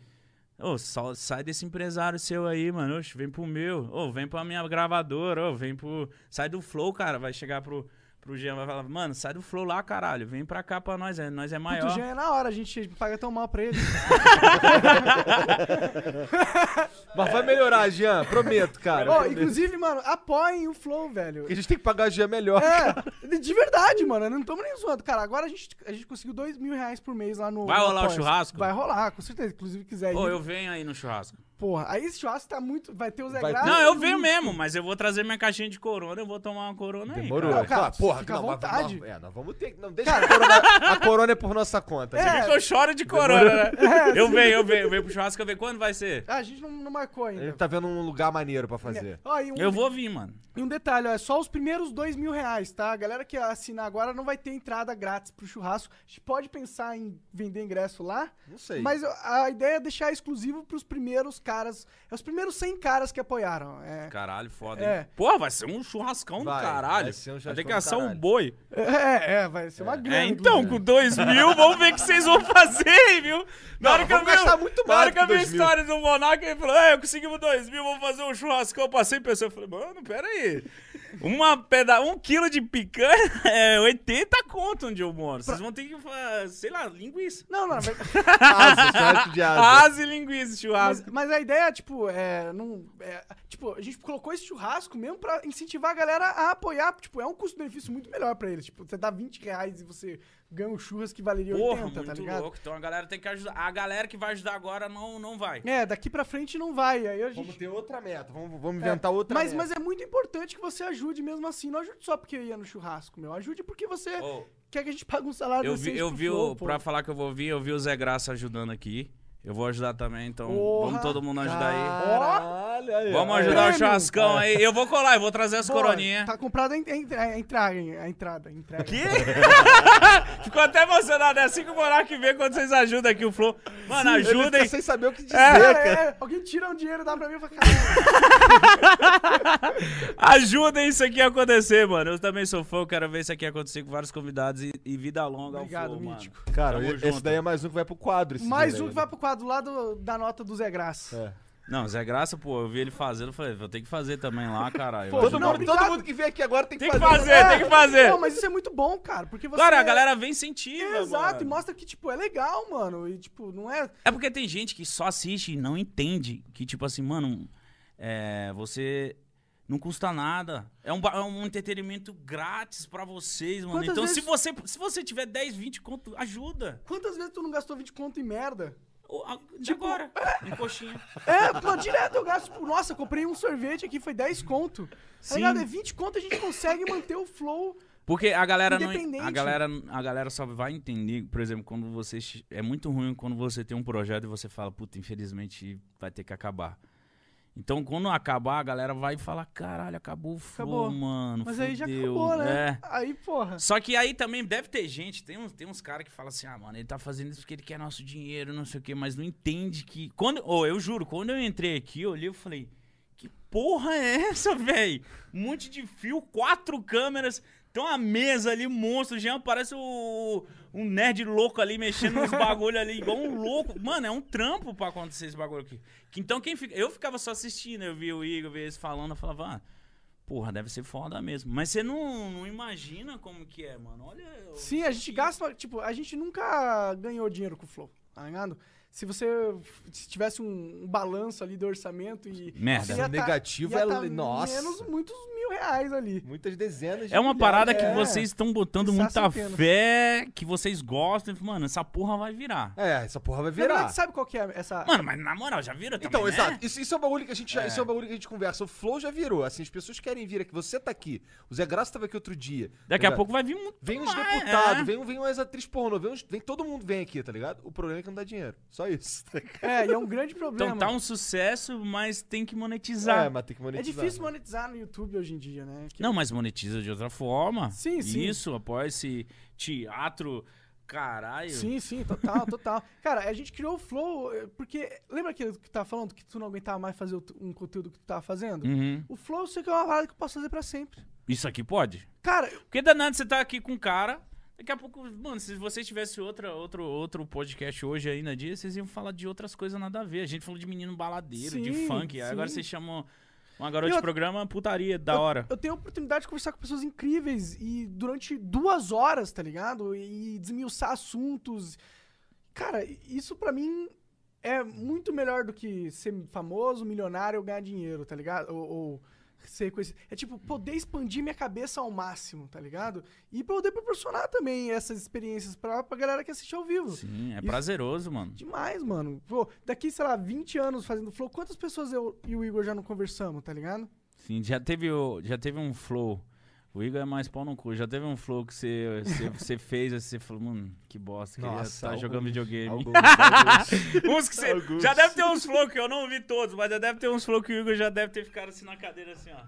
Speaker 4: Ô, só- sai desse empresário seu aí, mano. Oxe, vem pro meu. Ô, vem pra minha gravadora. Ô, vem pro. Sai do Flow, cara. Vai chegar pro, pro Jean, vai falar, mano, sai do Flow lá, caralho. Vem pra cá pra nós, é, nós é maior.
Speaker 2: Puto, já é na hora, a gente paga tão mal pra ele.
Speaker 3: Mas vai melhorar, Jean, prometo, cara.
Speaker 4: é,
Speaker 2: Ó,
Speaker 3: prometo.
Speaker 2: inclusive, mano, apoiem o Flow, velho.
Speaker 3: Porque a gente tem que pagar o Jean melhor.
Speaker 2: É, de- de verdade, mano. eu Não estamos nem zoando. Cara, agora a gente, a gente conseguiu dois mil reais por mês lá no.
Speaker 4: Vai
Speaker 2: no
Speaker 4: rolar o
Speaker 2: Apoia-se.
Speaker 4: churrasco?
Speaker 2: Vai rolar, com certeza. Inclusive, quiser ir.
Speaker 4: Ô, eu venho aí no churrasco.
Speaker 2: Porra, aí esse churrasco tá muito. Vai ter o Zé
Speaker 3: Vai-
Speaker 2: Graça.
Speaker 4: Não, eu
Speaker 2: e-
Speaker 4: venho mesmo, mas eu vou trazer minha caixinha de corona, eu vou tomar uma corona
Speaker 3: Demorou.
Speaker 4: aí.
Speaker 2: Não, cara,
Speaker 3: Ah, porra,
Speaker 2: fica
Speaker 3: não,
Speaker 2: à
Speaker 3: mas-
Speaker 2: vontade.
Speaker 3: Nós, é, nós vamos ter que. Não, deixa a corona. A corona é por nossa conta.
Speaker 2: É.
Speaker 3: gente.
Speaker 4: Cara. Eu choro de corona, né?
Speaker 3: É,
Speaker 4: Eu venho, eu venho, eu venho pro churrasco, eu venho. Quando vai ser?
Speaker 2: Ah, a gente não, não marcou
Speaker 3: A
Speaker 2: ainda.
Speaker 3: gente tá vendo um lugar maneiro pra fazer.
Speaker 2: Ó, e um,
Speaker 4: Eu vou vir, mano.
Speaker 2: E um detalhe, ó, é só os primeiros dois mil reais, tá? A galera que assinar agora não vai ter entrada grátis pro churrasco. A gente pode pensar em vender ingresso lá,
Speaker 3: Não sei.
Speaker 2: mas a ideia é deixar exclusivo pros primeiros caras. É os primeiros 100 caras que apoiaram. É,
Speaker 4: Caralho, foda,
Speaker 2: É.
Speaker 4: hein? Porra, vai ser um churrascão
Speaker 3: Vai,
Speaker 4: do caralho.
Speaker 3: vai ser um
Speaker 4: Vai
Speaker 3: churrascão
Speaker 4: ter que
Speaker 3: do
Speaker 4: assar um
Speaker 3: caralho.
Speaker 4: boi.
Speaker 2: é, é, vai ser uma grana.
Speaker 4: É, então, com dois mil, vamos ver o que vocês vão fazer, hein, viu? Na hora que eu
Speaker 3: vamos
Speaker 4: vi, o-
Speaker 3: gastar muito
Speaker 4: na
Speaker 3: mais
Speaker 4: hora
Speaker 3: do
Speaker 4: que
Speaker 3: que
Speaker 4: eu vi a
Speaker 3: dois mil.
Speaker 4: história do Monarca, ele falou, é, eu conseguimos dois mil, vamos fazer um churrascão pra 100 pessoas. Eu falei, mano, pera aí. Uma peda... Um quilo de picanha é 80 conto onde eu moro. Vocês vão ter que, fa- sei lá, linguiça.
Speaker 2: Não, não, mas,
Speaker 3: Asa, churrasco de asa.
Speaker 4: Asa e linguiça,
Speaker 2: mas,
Speaker 4: churrasco.
Speaker 2: mas a ideia, tipo, é, não, é, Tipo, a gente colocou esse churrasco mesmo pra incentivar a galera a apoiar. Tipo, é um custo-benefício muito melhor pra eles. Tipo, você dá 20 reais e você ganha um churras que valeria
Speaker 4: Porra,
Speaker 2: 80, tá
Speaker 4: muito
Speaker 2: ligado?
Speaker 4: louco. Então a galera tem que ajudar. A galera que vai ajudar agora não, não vai.
Speaker 2: É, daqui pra frente não vai. Aí a gente.
Speaker 3: Vamos ter outra meta. Vamos, vamos inventar outra
Speaker 2: Mas,
Speaker 3: meta.
Speaker 2: mas é muito importante que você ajude mesmo assim. Não ajude só porque eu ia no churrasco, meu. Ajude porque você
Speaker 4: Ô,
Speaker 2: quer que a gente pague um salário
Speaker 4: Eu vi,
Speaker 2: decente
Speaker 4: eu
Speaker 2: pro
Speaker 4: vi
Speaker 2: Flow,
Speaker 4: o,
Speaker 2: pô.
Speaker 4: pra falar que eu vou vir, eu vi o Zé Graça ajudando aqui. Eu vou ajudar também, então
Speaker 2: Porra,
Speaker 4: vamos todo mundo ajudar aí.
Speaker 3: Caralho, aí.
Speaker 4: Vamos
Speaker 3: ó.
Speaker 4: ajudar o
Speaker 2: prêmio.
Speaker 4: churrascão aí. Eu vou colar, eu vou trazer as
Speaker 2: Boa,
Speaker 4: coroninhas.
Speaker 2: Tá comprado a, en- a, entra- a entrada, a entrada. a entrada.
Speaker 4: Ficou até emocionado. É assim que o Monark vê quando vocês ajudam aqui o Flow. Mano,
Speaker 3: Ele fica
Speaker 4: ajudem.
Speaker 3: sem saber o que dizer,
Speaker 2: É,
Speaker 3: cara.
Speaker 2: é, alguém tira um dinheiro, dá pra mim e fala, caralho.
Speaker 4: Ajudem isso aqui a acontecer, mano. Eu também sou fã, eu quero ver isso aqui acontecer com vários convidados e, e vida longa
Speaker 2: Obrigado,
Speaker 4: ao Flow,
Speaker 2: mítico.
Speaker 4: mano.
Speaker 3: Cara,
Speaker 4: Tamo
Speaker 3: esse
Speaker 4: junto.
Speaker 3: daí é mais um que vai pro quadro. esse né?
Speaker 2: Mais
Speaker 4: né?
Speaker 3: dinheiro
Speaker 2: um que vai pro quadro lá do- da nota do Zé Graça.
Speaker 3: É.
Speaker 4: Não, Zé Graça, pô, eu vi ele fazendo, eu falei, vou ter que fazer também lá, caralho.
Speaker 2: Pô,
Speaker 4: Eu
Speaker 3: Todo,
Speaker 4: ajudar
Speaker 2: não,
Speaker 3: mundo, todo
Speaker 2: obrigado.
Speaker 3: mundo que vem aqui agora tem que
Speaker 4: Tem que
Speaker 3: fazer.
Speaker 4: fazer, tem que fazer.
Speaker 2: Não, mas isso é muito bom, cara, porque você... é
Speaker 4: Cara, a galera vem incentiva,
Speaker 2: Exato, e
Speaker 4: mano.
Speaker 2: mostra que, tipo, é legal, mano. E, tipo, não é...
Speaker 4: É porque tem gente que só assiste e não entende. Que, tipo assim, mano, é, você. Não custa nada. É um, ba- é um entretenimento grátis pra vocês, mano.
Speaker 2: Quantas
Speaker 4: então, se,
Speaker 2: vezes-
Speaker 4: você, se você tiver 10, 20 conto, ajuda.
Speaker 2: Quantas vezes tu não gastou 20 conto em merda?
Speaker 4: O- a- De
Speaker 2: Tipo-
Speaker 4: agora. Em coxinha.
Speaker 2: É, pô, direto eu gasto, tipo, nossa, comprei um sorvete aqui, foi 10 conto. Aí,
Speaker 4: Sim.
Speaker 2: nada, é 20 conto, a gente consegue manter o flow.
Speaker 4: Porque a galera não.
Speaker 2: Independente.
Speaker 4: A galera, a galera só vai entender, por exemplo, quando você. É muito ruim quando você tem um projeto e você fala, puta, infelizmente vai ter que acabar. Então, quando acabar, a galera vai falar, caralho, acabou o flow,
Speaker 2: Acabou.
Speaker 4: mano.
Speaker 2: Mas aí já
Speaker 4: fudeu."
Speaker 2: acabou, né?
Speaker 4: É.
Speaker 2: Aí, porra.
Speaker 4: Só que aí também deve ter gente, tem uns, tem uns caras que falam assim, ah, mano, ele tá fazendo isso porque ele quer nosso dinheiro, não sei o quê, mas não entende que. Quando, ô, eu juro, quando eu entrei aqui, eu olhei e falei, que porra é essa, velho? Um monte de fio, quatro câmeras, tem uma mesa ali, monstro, Jean parece o, um nerd louco ali, mexendo nos bagulho ali, igual um louco. Mano, é um trampo pra acontecer esse bagulho aqui. Que Então quem fica. Eu ficava só assistindo, eu via o Igor, eu via eles falando, eu falava, ah, Porra, deve ser foda mesmo. Mas você não, não imagina como que é, mano. Olha. eu-
Speaker 2: Sim, a gente gasta, tipo, a gente nunca ganhou dinheiro com o Flow, tá ligado? Se você se tivesse um, um balanço ali do orçamento e...
Speaker 4: Merda. né?
Speaker 2: você ia tá-
Speaker 3: Negativo
Speaker 2: ia
Speaker 3: é-
Speaker 2: tá
Speaker 3: nossa.
Speaker 2: menos muitos mil reais ali.
Speaker 3: Muitas dezenas de
Speaker 4: É uma
Speaker 3: milhares.
Speaker 4: parada que
Speaker 3: É.
Speaker 4: vocês estão botando
Speaker 2: Quiçá
Speaker 4: muita
Speaker 2: centenas.
Speaker 4: fé, que vocês gostam. Mano, essa porra vai virar.
Speaker 3: É, essa porra vai
Speaker 2: Na
Speaker 3: virar.
Speaker 2: verdade, sabe qual que é essa...
Speaker 4: Mano, mas na moral, já virou também,
Speaker 3: Então,
Speaker 4: né?
Speaker 3: exato. Isso, isso é um bagulho que a gente já, isso é um bagulho que a gente conversa. O flow já virou. Assim, as pessoas querem vir aqui. Você tá aqui. O Zé Graça tava aqui outro dia. tá
Speaker 4: Daqui a
Speaker 3: ligado?
Speaker 4: pouco vai vir um.
Speaker 3: Vem uns
Speaker 4: mais,
Speaker 3: deputados,
Speaker 4: é.
Speaker 3: vem, vem umas atriz pornô, vem, uns- vem todo mundo vem aqui, tá ligado? O problema é que não dá dinheiro. Só isso. tá ligado?
Speaker 2: É, e é um grande problema.
Speaker 4: Então tá um sucesso, mas tem que
Speaker 3: É,
Speaker 4: monetizar.
Speaker 3: mas tem que
Speaker 2: É
Speaker 3: monetizar.
Speaker 2: difícil
Speaker 3: né?
Speaker 2: monetizar no YouTube hoje em dia, né? Que-
Speaker 4: Não, mas monetiza de outra forma.
Speaker 2: Sim, sim.
Speaker 4: Isso, apoia-se teatro. Caralho.
Speaker 2: Sim, sim, total, total. Cara, a gente criou o Flow eh, porque... Lembra aquilo que tu tava falando? Que tu não aguentava mais fazer o tu- um conteúdo que tu tava fazendo?
Speaker 4: Uhum.
Speaker 2: O Flow eu sei que é uma parada que eu posso fazer pra sempre.
Speaker 4: Isso aqui pode?
Speaker 2: Cara, eu-
Speaker 4: Porque danado você tá aqui com o cara. Daqui a pouco, mano, se vocês tivessem outra, outro, outro podcast hoje ainda dia, vocês iam falar de outras coisas nada a ver. A gente falou de menino baladeiro, de
Speaker 2: Sim,
Speaker 4: funk. aí Agora
Speaker 2: sim.
Speaker 4: vocês chamam uma garota
Speaker 2: Eu-
Speaker 4: de programa é putaria, da hora.
Speaker 2: eu tenho a oportunidade de conversar com pessoas incríveis e durante duas horas, tá ligado? E desmiuçar assuntos. Cara, isso pra mim é muito melhor do que ser famoso, milionário ou ganhar dinheiro, tá ligado? Ou, ou ser conhecido. É tipo, poder expandir minha cabeça ao máximo, tá ligado? E poder proporcionar também essas experiências pra, pra galera que assiste ao vivo.
Speaker 4: Sim, é
Speaker 2: Isso-
Speaker 4: prazeroso, mano.
Speaker 2: Demais, mano. Pô, daqui, sei lá, 20 anos fazendo flow, quantas pessoas eu e o Igor já não conversamos, tá ligado?
Speaker 4: Sim, já teve, o- já teve um flow. O Igor é mais pau no cu. Já teve um flow que você, você, você fez, aí você falou, mano, que bosta, queria
Speaker 3: Nossa,
Speaker 4: estar
Speaker 3: alguns,
Speaker 4: jogando videogame.
Speaker 3: Alguns, alguns.
Speaker 4: Uns que você-
Speaker 3: Alguns.
Speaker 4: Já deve ter uns flow que eu não vi todos, mas já deve ter uns flow que o Igor já deve ter ficado assim na cadeira, assim, ó.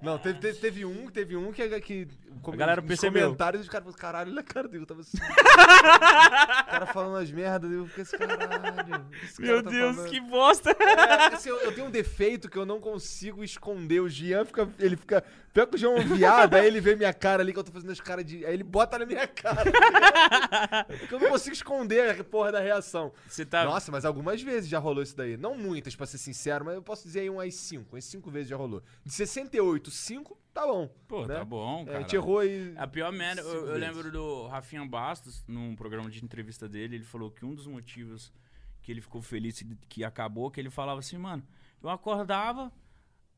Speaker 3: Não, teve, teve, teve um, teve um que, que com-
Speaker 4: A galera
Speaker 3: nos
Speaker 4: percebeu.
Speaker 3: comentários os caras falaram, caralho, olha a cara dele, eu tava assim. o cara falando as merdas, eu fiquei assim, caralho. esse cara
Speaker 4: Meu
Speaker 3: tá
Speaker 4: Deus,
Speaker 3: falando."
Speaker 4: que bosta!
Speaker 3: É, assim, eu, eu tenho um defeito que eu não consigo esconder. O Jean fica. Ele fica. Pior que o Jean é um viado, aí ele vê minha cara ali que eu tô fazendo as caras de. Aí ele bota na minha cara. Porque eu não consigo esconder a porra da reação.
Speaker 4: Você tá.
Speaker 3: Nossa, mas algumas vezes já rolou isso daí. Não muitas, pra ser sincero, mas eu posso dizer aí umas 5. Umas 5 vezes já rolou. De 68, 5, tá bom.
Speaker 4: Pô,
Speaker 3: né?
Speaker 4: tá bom,
Speaker 3: É, a
Speaker 4: cara.
Speaker 3: gente errou e.
Speaker 4: A pior merda, eu,
Speaker 3: Cinco
Speaker 4: eu
Speaker 3: vezes.
Speaker 4: lembro do Rafinha Bastos, num programa de entrevista dele, ele falou que um dos motivos que ele ficou feliz e que acabou, que ele falava assim, mano, eu acordava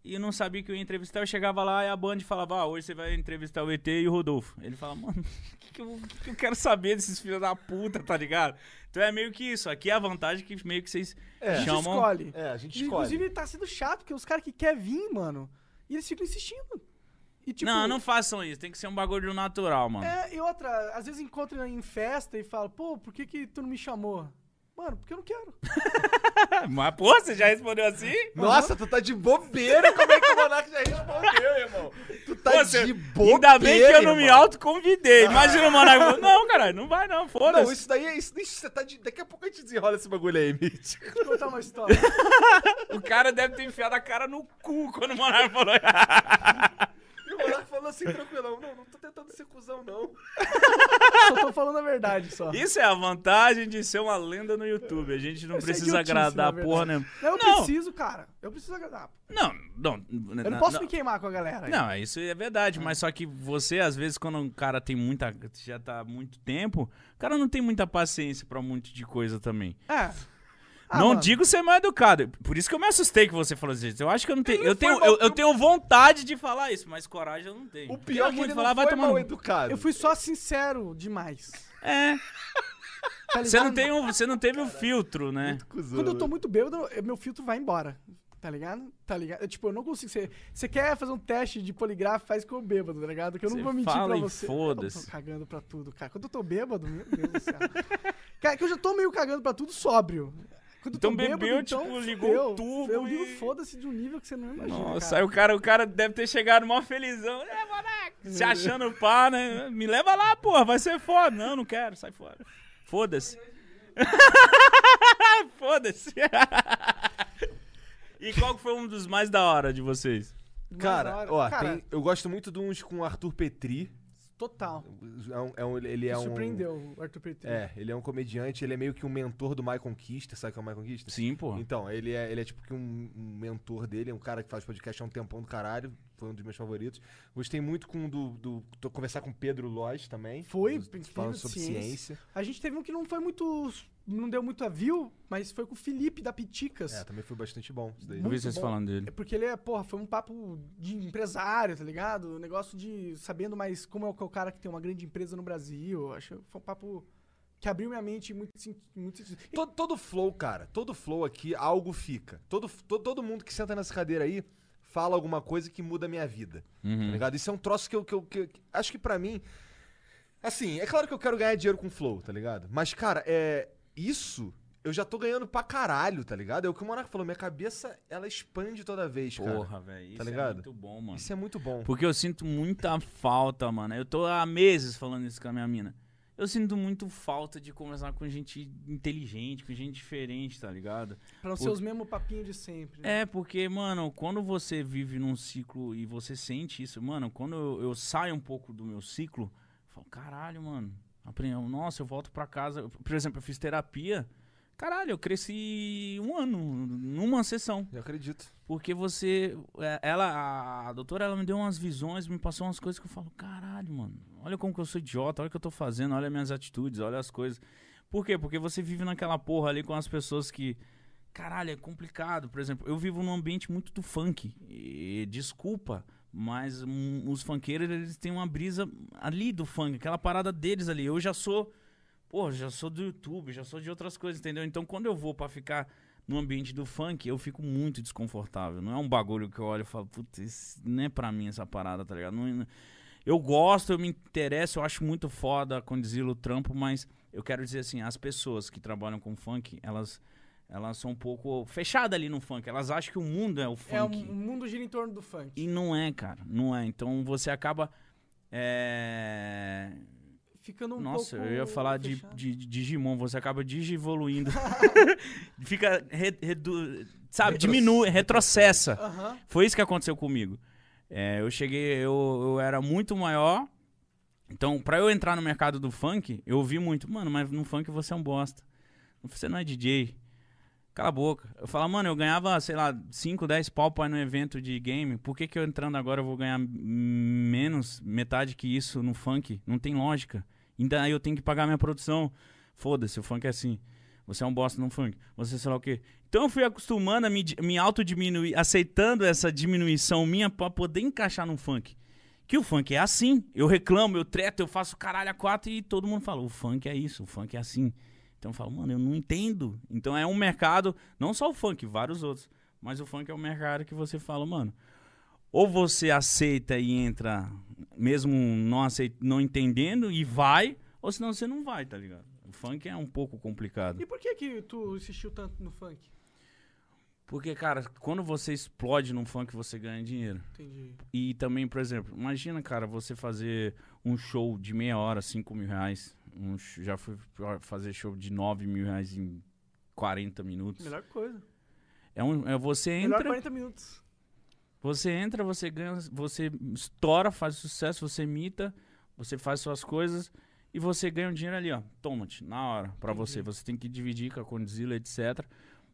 Speaker 4: e não sabia que eu ia entrevistar, eu chegava lá e a Band falava, ah, hoje você vai entrevistar o ET e o Rodolfo. Ele fala, mano, o que, que eu, o que que eu quero saber desses filhos da puta, tá ligado? Então é meio que isso, aqui é a vantagem que meio que vocês
Speaker 3: É.
Speaker 2: A gente
Speaker 4: chamam...
Speaker 2: escolhe.
Speaker 3: É, a gente
Speaker 2: E,
Speaker 3: escolhe.
Speaker 2: Inclusive, tá sendo chato, porque os caras que querem vir, mano, e eles ficam insistindo. E, tipo,
Speaker 4: Não, não façam isso, tem que ser um bagulho natural, mano.
Speaker 2: É, e outra, às vezes encontram em festa e falam, pô, por que, que tu não me chamou? Mano, porque eu não quero.
Speaker 4: Mas, pô, você já respondeu assim?
Speaker 3: Nossa, tu tá de bobeira. Como é que o Monark já respondeu, irmão? Tu tá
Speaker 4: Pô, você-
Speaker 3: de bobeira.
Speaker 4: Ainda bem que eu não me
Speaker 3: irmão.
Speaker 4: autoconvidei. Imagina o Monarca falando, não, caralho, não vai não,
Speaker 3: Não,
Speaker 4: foda-se.
Speaker 3: isso daí é isso. isso você tá de- Daqui a pouco a gente desenrola esse bagulho aí, Mitch.
Speaker 2: Deixa eu contar uma história.
Speaker 4: O cara deve ter enfiado a cara no cu quando o Monarca falou.
Speaker 3: E o Monark falou assim, tranquilão. Não, não tô tentando ser cuzão, não.
Speaker 2: só tô falando a verdade só.
Speaker 4: Isso é a vantagem de ser uma lenda no YouTube. A gente não
Speaker 2: Isso é
Speaker 4: precisa
Speaker 2: idiotice,
Speaker 4: agradar
Speaker 2: na
Speaker 4: porra
Speaker 2: verdade.
Speaker 4: nenhuma.
Speaker 2: Não, eu
Speaker 4: Não.
Speaker 2: preciso, cara. Eu preciso agradar.
Speaker 4: Não, não.
Speaker 2: Eu não posso me queimar com a galera. aí.
Speaker 4: Não, isso é verdade, mas só que você, às vezes, quando um cara tem muita. já tá há muito tempo, o cara não tem muita paciência pra um monte de coisa também.
Speaker 2: É. Ah,
Speaker 4: não
Speaker 2: mano.
Speaker 4: digo ser mal educado. Por isso que eu me assustei que você falou isso. Eu acho que eu não tenho.
Speaker 3: não
Speaker 4: Eu
Speaker 3: foi
Speaker 4: tenho,
Speaker 3: mal-
Speaker 4: eu, eu tenho vontade de falar isso, mas coragem eu não tenho.
Speaker 3: O pior é
Speaker 4: Queria
Speaker 3: que ele
Speaker 4: falar,
Speaker 3: não foi
Speaker 4: tomar no-
Speaker 3: mal educado.
Speaker 2: Eu fui só sincero demais.
Speaker 4: É.
Speaker 2: Tá
Speaker 4: Você não,
Speaker 2: ligado?
Speaker 4: tem um, você não teve o filtro, né?
Speaker 3: Cuzão,
Speaker 2: Quando eu tô muito bêbado, eu- meu filtro vai embora. Tá ligado? Tá ligado? Eu, tipo, eu não consigo. Você, você quer fazer um teste de poligrafo, faz com o bêbado, tá ligado? Que eu não
Speaker 4: Você
Speaker 2: vou mentir
Speaker 4: fala
Speaker 2: pra
Speaker 4: e
Speaker 2: você. Eu
Speaker 4: foda-se.
Speaker 2: tô cagando pra tudo, cara. Quando eu tô bêbado, meu Deus do céu. cara, que eu já tô meio cagando pra tudo sóbrio. Quando eu
Speaker 4: Então
Speaker 2: tô bêbado,
Speaker 4: bebeu,
Speaker 2: então,
Speaker 4: tipo, ligou o
Speaker 2: fudeu.
Speaker 4: turbo
Speaker 2: Eu digo
Speaker 4: e-
Speaker 2: foda-se de um nível que você não imagina,
Speaker 4: Nossa, aí
Speaker 2: cara.
Speaker 4: o cara, o cara deve ter chegado mó felizão. É, moleque, se achando pá, né? Me leva lá, porra, vai ser foda. Não, não quero, sai fora. Foda-se. Foda-se. E qual que foi um dos mais da hora de vocês?
Speaker 2: Mas na
Speaker 3: Cara,
Speaker 2: hora-
Speaker 3: ó,
Speaker 2: cara,
Speaker 3: tem- eu gosto muito de uns com o Arthur Petri.
Speaker 2: total.
Speaker 3: É um- é um- ele é
Speaker 2: Me
Speaker 3: um.
Speaker 2: surpreendeu o Arthur Petri.
Speaker 3: É, ele é um comediante, ele é meio que um mentor do Michael Kister, sabe quem é o Michael Kister?
Speaker 4: Sim, porra.
Speaker 3: Então, ele é, ele é tipo que um, um mentor dele, é um cara que faz podcast há um tempão do caralho, foi um dos meus favoritos. Gostei muito com o do, do- tô conversar com o Pedro Loz também.
Speaker 2: Foi,
Speaker 3: do-
Speaker 2: incrível,
Speaker 3: falando sobre ciência.
Speaker 2: ciência. A gente teve um que não foi muito... Não deu muito a view, mas foi com o Felipe da Piticas.
Speaker 3: É, também foi bastante bom isso daí.
Speaker 4: Eu vi
Speaker 2: Muito
Speaker 4: vocês
Speaker 2: bom.
Speaker 4: falando
Speaker 2: É
Speaker 4: dele.
Speaker 2: porque ele é, porra, foi um papo de empresário, tá ligado? Um negócio de sabendo mais como é o que é o cara que tem uma grande empresa no Brasil. Acho que foi um papo que abriu minha mente em muito, sen- em muito sentido.
Speaker 4: Então,
Speaker 2: E
Speaker 3: Todo, todo flow, cara, todo flow aqui, algo fica. Todo, todo, todo mundo que senta nessa cadeira aí fala alguma coisa que muda a minha vida.
Speaker 4: Uhum.
Speaker 3: Tá ligado? Isso é um troço que eu, que eu, que eu- que- acho que pra mim. Assim, é claro que eu quero ganhar dinheiro com flow, tá ligado? Mas, cara, é. Isso eu já tô ganhando pra caralho, tá ligado? É o que o Monarca falou, minha cabeça ela expande toda vez, cara. Tá
Speaker 4: Porra, velho. Isso é
Speaker 3: ligado?
Speaker 4: muito bom, mano.
Speaker 3: Isso é muito bom.
Speaker 4: Porque eu sinto muita falta, mano. Eu tô há meses falando isso com a minha mina. Eu sinto muito falta de conversar com gente inteligente, com gente diferente, tá ligado?
Speaker 2: pra não ser os mesmos papinhos de sempre. né?
Speaker 4: É, porque, mano, quando você vive num ciclo e você sente isso, mano, quando eu, eu saio um pouco do meu ciclo, eu falo, caralho, mano, aprendi, nossa, eu volto pra casa. Por exemplo, eu fiz terapia. Caralho, eu cresci um ano numa sessão.
Speaker 3: Eu acredito.
Speaker 4: Porque você. é, Ela, a- a doutora, ela me deu umas visões, me passou umas coisas que eu falo, caralho, mano, olha como que eu sou idiota, olha o que eu tô fazendo, olha minhas atitudes, olha as coisas. Por quê? Porque você vive naquela porra ali com as pessoas que. Caralho, é complicado. Por exemplo, eu vivo num ambiente muito do funk. E, desculpa, mas hum, os funkeiros, eles têm uma brisa ali do funk, aquela parada deles ali. Eu já sou. Pô, já sou do YouTube, já sou de outras coisas, entendeu? Então quando eu vou pra ficar no ambiente do funk, eu fico muito desconfortável. Não é um bagulho que eu olho e falo, puta, isso não é pra mim essa parada, tá ligado? Não- eu gosto, eu me interesso, eu acho muito foda conduzir o trampo, mas eu quero dizer assim, as pessoas que trabalham com funk, elas elas são um pouco fechadas ali no funk. Elas acham que o mundo é o funk.
Speaker 2: É, um o mundo gira em torno do funk.
Speaker 4: E não é, cara. Não é. Então você acaba. É...
Speaker 2: Ficando um
Speaker 4: Nossa,
Speaker 2: pouco
Speaker 4: eu ia falar de,
Speaker 2: fechado.
Speaker 4: de, de Digimon, você acaba digievoluindo. Fica. re- redu- Sabe, diminui, retrocessa.
Speaker 2: Aham.
Speaker 4: Foi isso que aconteceu comigo. É, eu cheguei, eu, eu era muito maior. Então, pra eu entrar no mercado do funk, eu ouvi muito, mano, mas no funk você é um bosta. Você não é DJ. Cala a boca. Eu falava, mano, eu ganhava, sei lá, 5, 10 pau pra ir no evento de game. Por que, que eu entrando agora eu vou ganhar menos, metade que isso no funk? Não tem lógica. Ainda aí eu tenho que pagar minha produção. Foda-se, o funk é assim. Você é um bosta no funk. Você sei lá o quê. Então eu fui acostumando a me, di- me autodiminuir, aceitando essa diminuição minha pra poder encaixar no funk. Que o funk é assim. Eu reclamo, eu treto, eu faço caralho a quatro e todo mundo fala: o funk é isso, o funk é assim. Então eu falo, mano, eu não entendo. Então é um mercado, não só o funk, vários outros. Mas o funk é um mercado que você fala, mano. Ou você aceita e entra, mesmo não, aceit não entendendo, e vai, ou senão você não vai, tá ligado? O funk é um pouco complicado.
Speaker 2: E por que que tu insistiu tanto no funk?
Speaker 4: Porque, cara, quando você explode num funk, você ganha dinheiro.
Speaker 2: Entendi.
Speaker 4: E também, por exemplo, imagina, cara, você fazer um show de meia hora, 5 mil reais. Um sh- já fui pra fazer show de 9 mil reais em 40 minutos.
Speaker 2: Melhor coisa.
Speaker 4: É um, é você
Speaker 2: Melhor
Speaker 4: entra,
Speaker 2: 40 minutos.
Speaker 4: você entra, você ganha, você estoura, faz sucesso, você imita, você faz suas coisas e você ganha um dinheiro ali, ó. Toma-te, na hora, pra você. Você tem que dividir com a Condzilla, etc.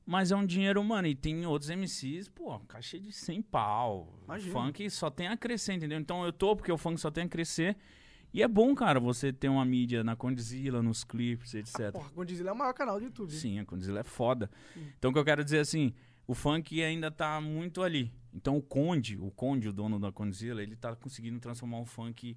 Speaker 4: Mas é um dinheiro, mano, e tem outros MCs, pô, caixa de 100 pau.
Speaker 2: Imagina.
Speaker 4: Funk só tem a crescer, entendeu? Então eu tô, porque o funk só tem a crescer. E é bom, cara, você ter uma mídia na Condzilla, nos clipes, etc.
Speaker 2: Porra, Gondizila é o maior canal do YouTube.
Speaker 4: Sim, a Condzilla é foda. Então o que eu quero dizer assim, o funk ainda tá muito ali. Então o Conde, o Conde, o dono da Condzilla, ele tá conseguindo transformar o funk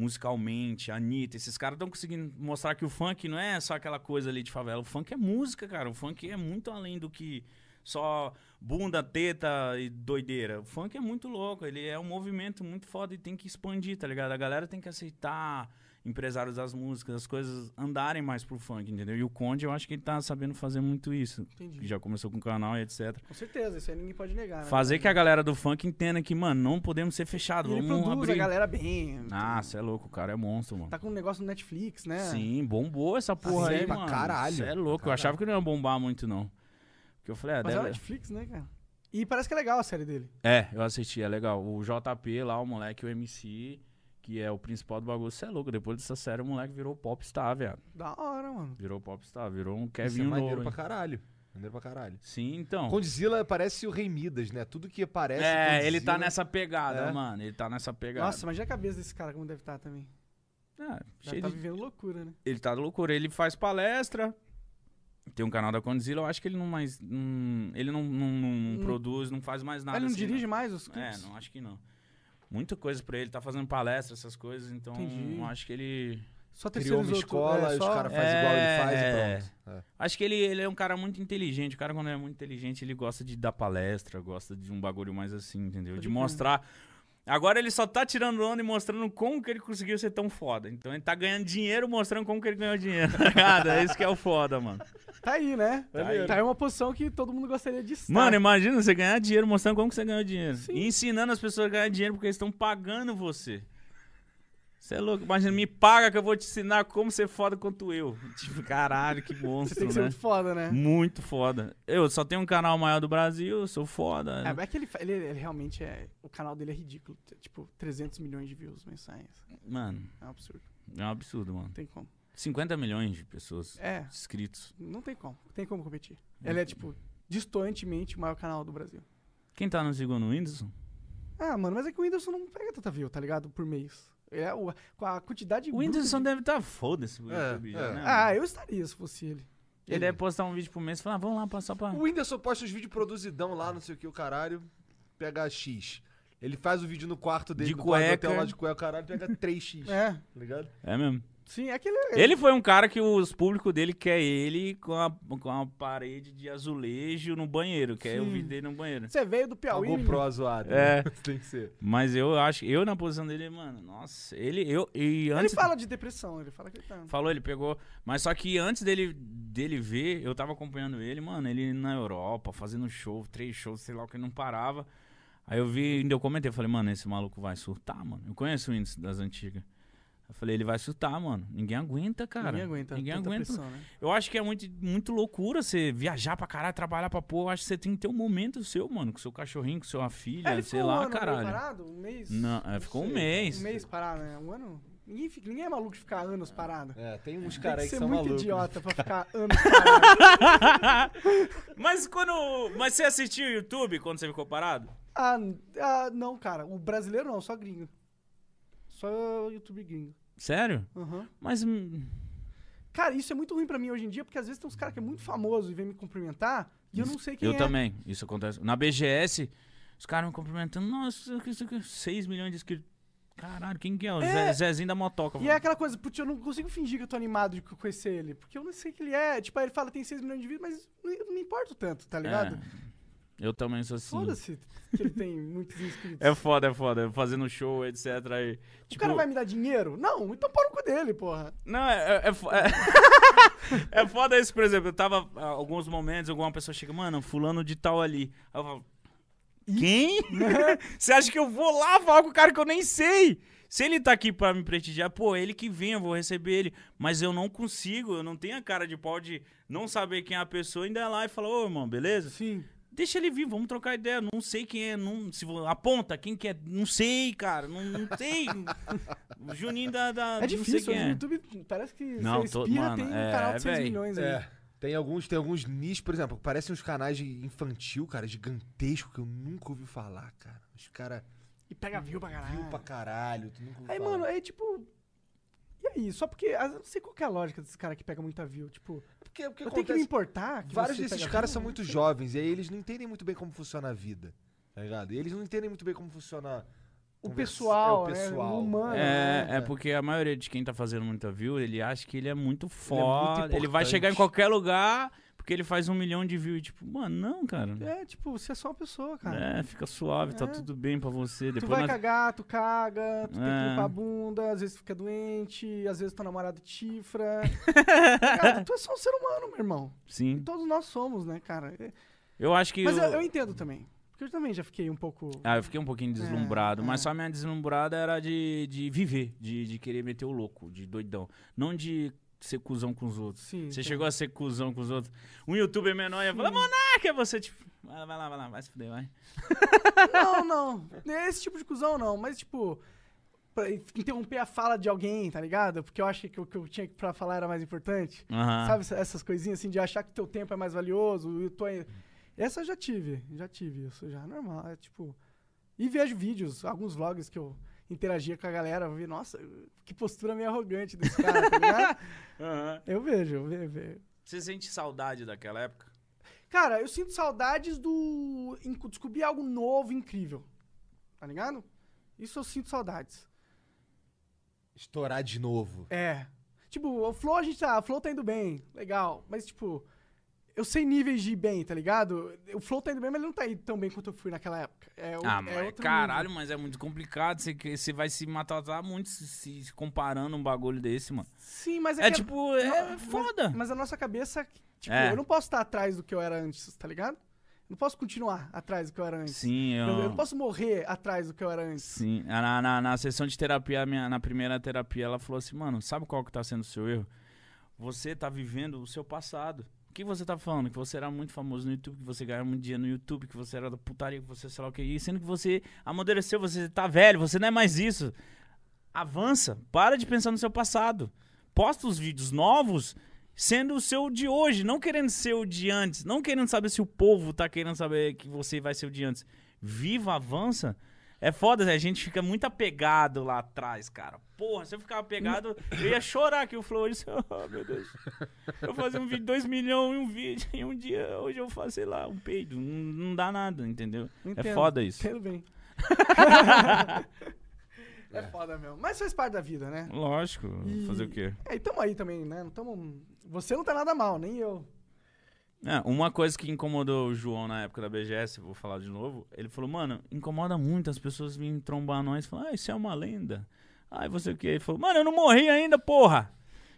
Speaker 4: musicalmente, a Anitta, esses caras estão conseguindo mostrar que o funk não é só aquela coisa ali de favela. O funk é música, cara. O funk é muito além do que só bunda, teta e doideira. O funk é muito louco, ele é um movimento muito foda e tem que expandir, tá ligado? A galera tem que aceitar, empresários das músicas, as coisas andarem mais pro funk, entendeu? E o Conde, eu acho que ele tá sabendo fazer muito isso.
Speaker 2: Entendi.
Speaker 4: Que já começou com o canal e etc.
Speaker 2: Com certeza, isso aí ninguém pode negar. né?
Speaker 4: Fazer que a galera do funk entenda que, mano, não podemos ser fechados.
Speaker 2: E ele
Speaker 4: vamos
Speaker 2: produz
Speaker 4: abrir.
Speaker 2: a galera bem.
Speaker 4: Ah, cê é louco, o cara é monstro, mano.
Speaker 2: Tá com um negócio no Netflix, né?
Speaker 4: Sim, bombou essa porra
Speaker 2: sim,
Speaker 4: aí,
Speaker 3: pra
Speaker 4: mano.
Speaker 3: caralho.
Speaker 4: Cê é louco, eu achava que não ia bombar muito, não. Porque eu falei, ah,
Speaker 2: Mas é o
Speaker 4: deve...
Speaker 2: Netflix, né, cara? E parece que é legal a série dele.
Speaker 4: É, eu assisti, é legal. O JP lá, o moleque, o MC, que é o principal do bagulho, você é louco. Depois dessa série, o moleque virou popstar, velho.
Speaker 2: Da hora, mano.
Speaker 4: Virou popstar, virou um
Speaker 3: Isso
Speaker 4: Kevin
Speaker 3: é maneiro pra
Speaker 4: novo. hein?
Speaker 3: caralho. Maneiro pra caralho.
Speaker 4: Sim, então.
Speaker 3: Condzilla parece o Rei Midas, né? Tudo que aparece.
Speaker 4: É, ele tá
Speaker 3: Condzilla.
Speaker 4: nessa pegada,
Speaker 3: É.
Speaker 4: mano. Ele tá nessa pegada.
Speaker 2: né? Nossa, imagina a cabeça desse cara como deve estar também.
Speaker 4: É,
Speaker 2: Já
Speaker 4: cheio
Speaker 2: tá
Speaker 4: de-
Speaker 2: vivendo loucura, né?
Speaker 4: Ele tá loucura. Ele faz palestra. Tem um canal da Condzilla, eu acho que ele não mais. hum, ele não, não- não- não
Speaker 2: Não-
Speaker 4: produz, não faz mais nada.
Speaker 2: Hum. ele não
Speaker 4: assim,
Speaker 2: dirige mais os
Speaker 4: É,
Speaker 2: clipes?
Speaker 4: não acho que não. Muita coisa pra ele, tá fazendo palestra, essas coisas, então
Speaker 2: Entendi.
Speaker 4: acho que ele.
Speaker 2: Só
Speaker 3: Criou
Speaker 2: terceiros
Speaker 3: uma
Speaker 2: É,
Speaker 3: escola, e os caras fazem igual ele faz
Speaker 4: É.
Speaker 3: e pronto. É.
Speaker 4: Acho que ele, ele é um cara muito inteligente. O cara, quando é muito inteligente, ele gosta de dar palestra, gosta de um bagulho mais assim, entendeu?
Speaker 2: Pode
Speaker 4: De
Speaker 2: crer.
Speaker 4: mostrar. Agora ele só tá tirando onda e mostrando como que ele conseguiu ser tão foda. Então ele tá ganhando dinheiro mostrando como que ele ganhou dinheiro. tá ligado? é isso que é o foda, mano.
Speaker 2: Tá aí, né? é Tá aí.
Speaker 4: aí.
Speaker 2: uma posição que todo mundo gostaria de estar.
Speaker 4: Mano, imagina você ganhar dinheiro mostrando como que você ganhou dinheiro. E ensinando as pessoas a ganhar dinheiro porque eles estão pagando você. Você é louco? Imagina, me paga que eu vou te ensinar como ser foda quanto eu. Tipo, caralho, que
Speaker 2: Você tem
Speaker 4: monstro,
Speaker 2: que ser
Speaker 4: né?
Speaker 2: muito foda, né?
Speaker 4: Muito foda. Eu só tenho um canal maior do Brasil, eu sou foda.
Speaker 2: É, mas é que ele, fa- ele, ele realmente é. O canal dele é ridículo. T- Tipo, 300 milhões de views mensais.
Speaker 4: Mano,
Speaker 2: É um absurdo.
Speaker 4: é um absurdo, mano.
Speaker 2: Não tem como.
Speaker 4: 50 milhões de pessoas
Speaker 2: É,
Speaker 4: inscritos.
Speaker 2: não tem como. Não tem como competir. Ele é, tipo, distantemente o maior canal do Brasil.
Speaker 4: Quem tá no segundo Whindersson?
Speaker 2: Ah, mano, mas é que o Whindersson não pega tanta view, tá ligado? Por mês. É o, com a quantidade.
Speaker 4: O
Speaker 2: bruta
Speaker 4: Whindersson
Speaker 2: de-
Speaker 4: deve tá foda-se pro
Speaker 3: É,
Speaker 4: YouTube já,
Speaker 3: é.
Speaker 4: né?
Speaker 2: Ah,
Speaker 4: mano?
Speaker 2: eu estaria se fosse ele.
Speaker 4: Ele deve postar um vídeo por mês e falar, ah, vamos lá, passar pra...
Speaker 3: O Whindersson posta os vídeos produzidão lá, não sei o que, o caralho. Pega X. Ele faz o vídeo no quarto dele,
Speaker 4: De
Speaker 3: no quarto do
Speaker 4: cueca.
Speaker 3: hotel lá de cueca, o caralho, pega 3X. Tá
Speaker 2: É.
Speaker 3: ligado?
Speaker 4: É mesmo.
Speaker 2: Sim, é que ele. é-
Speaker 4: Ele foi um cara que os público dele quer ele com a, com a parede de azulejo no banheiro. Quer o
Speaker 2: Sim.
Speaker 4: vídeo dele no banheiro.
Speaker 2: Você veio do
Speaker 3: É
Speaker 2: Piauí.
Speaker 3: o
Speaker 2: menino.
Speaker 3: GoPro zoado. né?
Speaker 4: É.
Speaker 3: Tem que ser.
Speaker 4: Mas eu acho, eu na posição dele, mano, nossa, ele, eu, e
Speaker 2: Ele
Speaker 4: antes...
Speaker 2: fala de depressão, ele fala que ele tá.
Speaker 4: Falou, ele pegou. Mas só que antes dele, dele ver, eu tava acompanhando ele, mano, ele na Europa, fazendo show, três shows, sei lá o que, ele não parava. Aí eu vi, ainda eu comentei, falei, mano, esse maluco vai surtar, mano. Eu conheço o índice das antigas. Eu falei, ele vai surtar, mano. Ninguém aguenta, cara.
Speaker 2: ninguém aguenta.
Speaker 4: Ninguém
Speaker 2: tanta
Speaker 4: aguenta.
Speaker 2: Pressão, né?
Speaker 4: Eu acho que é muito, muito loucura você viajar pra caralho, trabalhar pra porra. Eu acho que você tem que ter um momento seu, mano, com seu cachorrinho, com sua filha,
Speaker 2: É, ele
Speaker 4: sei
Speaker 2: ficou um
Speaker 4: lá,
Speaker 2: ano meio
Speaker 4: caralho.
Speaker 2: Parado, um mês?
Speaker 4: Não, é, ficou um mês.
Speaker 2: Um mês parado, né? Um ano. Ninguém, fica- ninguém é maluco de ficar anos parado.
Speaker 3: É, tem uns
Speaker 2: Tem
Speaker 3: caras
Speaker 2: que
Speaker 3: aí que
Speaker 2: ser
Speaker 3: são
Speaker 2: muito
Speaker 3: malucos.
Speaker 2: idiota pra ficar anos parado.
Speaker 4: Mas quando. Mas você assistiu o YouTube quando você ficou parado?
Speaker 2: ah, n- ah, não, cara. O brasileiro não, só gringo. Só YouTube gringo.
Speaker 4: Sério?
Speaker 2: Aham.
Speaker 4: Mas. hum,
Speaker 2: Cara, isso é muito ruim pra mim hoje em dia, porque às vezes tem uns caras que é muito famoso e vem me cumprimentar e eu não sei quem
Speaker 4: eu
Speaker 2: é.
Speaker 4: também, isso acontece. Na BGS, os caras me cumprimentando. Nossa, que isso aqui, 6 milhões de inscritos. Caralho, quem que é? O
Speaker 2: É.
Speaker 4: Zé- Zezinho da motoca.
Speaker 2: E é aquela coisa, putz, eu não consigo fingir que eu tô animado de conhecer ele, porque eu não sei quem ele é. Tipo, aí ele fala, tem 6 milhões de views, mas eu não me importo tanto, tá ligado?
Speaker 4: É, eu também sou assim.
Speaker 2: Foda-se que ele tem muitos inscritos.
Speaker 4: É foda, tipo é foda. Fazendo show, etc. Aí,
Speaker 2: o cara vai me dar dinheiro? Não, então pau no cu dele, porra.
Speaker 4: Não, é, é, é, fo- é, é foda isso, por exemplo. Eu tava ah, alguns momentos, alguma pessoa chega, mano, fulano de tal ali. Aí eu falo, quem? Você acha que eu vou lá falar com o cara que eu nem sei? Se ele tá aqui pra me prestigiar, pô, é ele que vem, eu vou receber ele. Mas eu não consigo, eu não tenho a cara de pau de não saber quem é a pessoa, ainda é lá e falar, ô irmão, beleza?
Speaker 2: Sim.
Speaker 4: Deixa ele vir, vamos trocar ideia. Não sei quem é, não, se vo- aponta quem que é, não sei, cara, não, não sei. O Juninho da, da-
Speaker 2: É
Speaker 4: não sei
Speaker 2: difícil,
Speaker 4: quem
Speaker 2: hoje
Speaker 4: é.
Speaker 2: no YouTube parece que
Speaker 4: Não,
Speaker 2: você
Speaker 4: tô-
Speaker 2: inspira,
Speaker 4: mano,
Speaker 2: tem um
Speaker 4: é,
Speaker 2: canal de 6
Speaker 4: véi.
Speaker 2: milhões aí.
Speaker 3: É. Tem alguns, tem alguns nichos, por exemplo, que parecem uns canais de infantil, cara, gigantesco, que eu nunca ouvi falar, cara. Os caras
Speaker 2: E pega view pra caralho.
Speaker 3: viu pra caralho, tu nunca ouviu
Speaker 2: Aí,
Speaker 3: falar.
Speaker 2: mano, aí tipo. E aí? Só porque. ah, eu Não sei qual que é a lógica desse cara que pega muita view. Tipo,
Speaker 3: porque, porque
Speaker 2: eu tenho que me importar. que
Speaker 3: Vários
Speaker 2: você
Speaker 3: desses
Speaker 2: pega
Speaker 3: caras
Speaker 2: view?
Speaker 3: são muito jovens e aí eles não entendem muito bem como funciona a vida, tá ligado? E eles não entendem muito bem como funciona
Speaker 2: O
Speaker 3: conversa-
Speaker 2: pessoal,
Speaker 3: é, o pessoal.
Speaker 2: Né? O humano. né?
Speaker 4: É, é porque a maioria de quem tá fazendo muita view, ele acha que ele é muito foda. Ele, vai
Speaker 3: importante.
Speaker 4: chegar em qualquer lugar, porque Porque ele faz um milhão de views e tipo, mano, não, cara.
Speaker 2: É, tipo, você é só uma pessoa, cara.
Speaker 4: É, fica suave, tá
Speaker 2: É.
Speaker 4: tudo bem pra você.
Speaker 2: Tu
Speaker 4: Depois
Speaker 2: vai
Speaker 4: nós-
Speaker 2: cagar, tu caga, tu tem
Speaker 4: É.
Speaker 2: que limpar a bunda, às vezes tu fica doente, às vezes teu namorado te chifra. cara, tu é só um ser humano, meu irmão.
Speaker 4: Sim.
Speaker 2: Todos nós somos, né, cara? É-
Speaker 4: Eu acho que.
Speaker 2: Mas eu,
Speaker 4: eu-
Speaker 2: eu entendo também. Porque eu também já fiquei um pouco.
Speaker 4: Ah, eu fiquei um pouquinho deslumbrado,
Speaker 2: É,
Speaker 4: mas
Speaker 2: é.
Speaker 4: só minha deslumbrada era de, de viver, de, de querer meter o louco, de doidão. Não de ser cuzão com os outros.
Speaker 2: Sim,
Speaker 4: você
Speaker 2: entendo.
Speaker 4: chegou a ser cuzão com os outros. Um youtuber menor ia falar, monarca, você tipo. Vai lá, vai lá, vai lá, vai se fuder, vai.
Speaker 2: Não, não. Esse tipo de cuzão não, mas tipo. pra interromper a fala de alguém, tá ligado? Porque eu achei que o que eu tinha pra falar era mais importante.
Speaker 4: Aham.
Speaker 2: Sabe essa- essas coisinhas assim de achar que teu tempo é mais valioso? Eu tô aí- é- Essa eu já tive, já tive isso, já é normal, é tipo. E vejo vídeos, alguns vlogs que eu interagia com a galera, eu vi, nossa, que postura meio arrogante desse cara, tá ligado?
Speaker 4: Aham.
Speaker 2: Eu vejo, eu ve- vejo.
Speaker 4: Você sente saudade daquela época?
Speaker 2: Cara, eu sinto saudades do. em- descobrir algo novo, incrível. Tá ligado? Isso eu sinto saudades.
Speaker 3: Estourar de novo.
Speaker 2: É. Tipo, o Flow a gente tá. O Flow tá indo bem, legal. Mas, tipo, eu sei níveis de ir bem, tá ligado? O Flow tá indo bem, mas ele não tá indo tão bem quanto eu fui naquela época. É, o-
Speaker 4: ah,
Speaker 2: é
Speaker 4: mas
Speaker 2: outro
Speaker 4: caralho, mas é muito complicado. Você, que- você vai se matar muito se, se comparando um bagulho desse, mano.
Speaker 2: nível. Sim, mas
Speaker 4: É,
Speaker 2: que-
Speaker 4: tipo, é
Speaker 2: Não,
Speaker 4: foda.
Speaker 2: Mas, mas a nossa cabeça. Tipo,
Speaker 4: É.
Speaker 2: eu não posso estar atrás do que eu era antes, tá ligado? Eu não posso continuar atrás do que eu era antes.
Speaker 4: Sim, eu.
Speaker 2: Eu, eu não posso morrer atrás do que eu era antes.
Speaker 4: Sim, Ah, na, na, na sessão de terapia, a minha, na primeira terapia, ela falou assim, mano, sabe qual que tá sendo o seu erro? Você tá vivendo o seu passado. O que você tá falando? Que você era muito famoso no YouTube, que você ganhava muito dinheiro no YouTube, que você era da putaria, que você sei lá o que. E sendo que você amadureceu, você tá velho, você não é mais isso. Avança, para de pensar no seu passado. Posta os vídeos novos sendo o seu de hoje, não querendo ser o de antes, não querendo saber se o povo tá querendo saber que você vai ser o de antes. Viva, avança. É foda, Zé, a gente fica muito apegado lá atrás, cara. Porra, se eu ficava apegado, eu ia chorar que o Flow. Eu disse, oh, meu Deus. Eu fazia um vídeo, dois milhões em um vídeo, e um dia, hoje eu faço, sei lá, um peido. Não, não dá nada, entendeu? É
Speaker 2: Entendo,
Speaker 4: foda isso.
Speaker 2: Entendo bem. é foda mesmo. Mas faz parte da vida, né?
Speaker 4: Lógico,
Speaker 2: E-
Speaker 4: fazer o quê?
Speaker 2: É, e tamo aí também, né? Não tamo... Você não tá nada mal, nem eu.
Speaker 4: É, uma coisa que incomodou o João na época da BGS, vou falar de novo, ele falou, mano, incomoda muito as pessoas virem trombar nós e falar, ah, isso é uma lenda. Ai, você o quê? Ele falou, mano, eu não morri ainda, porra!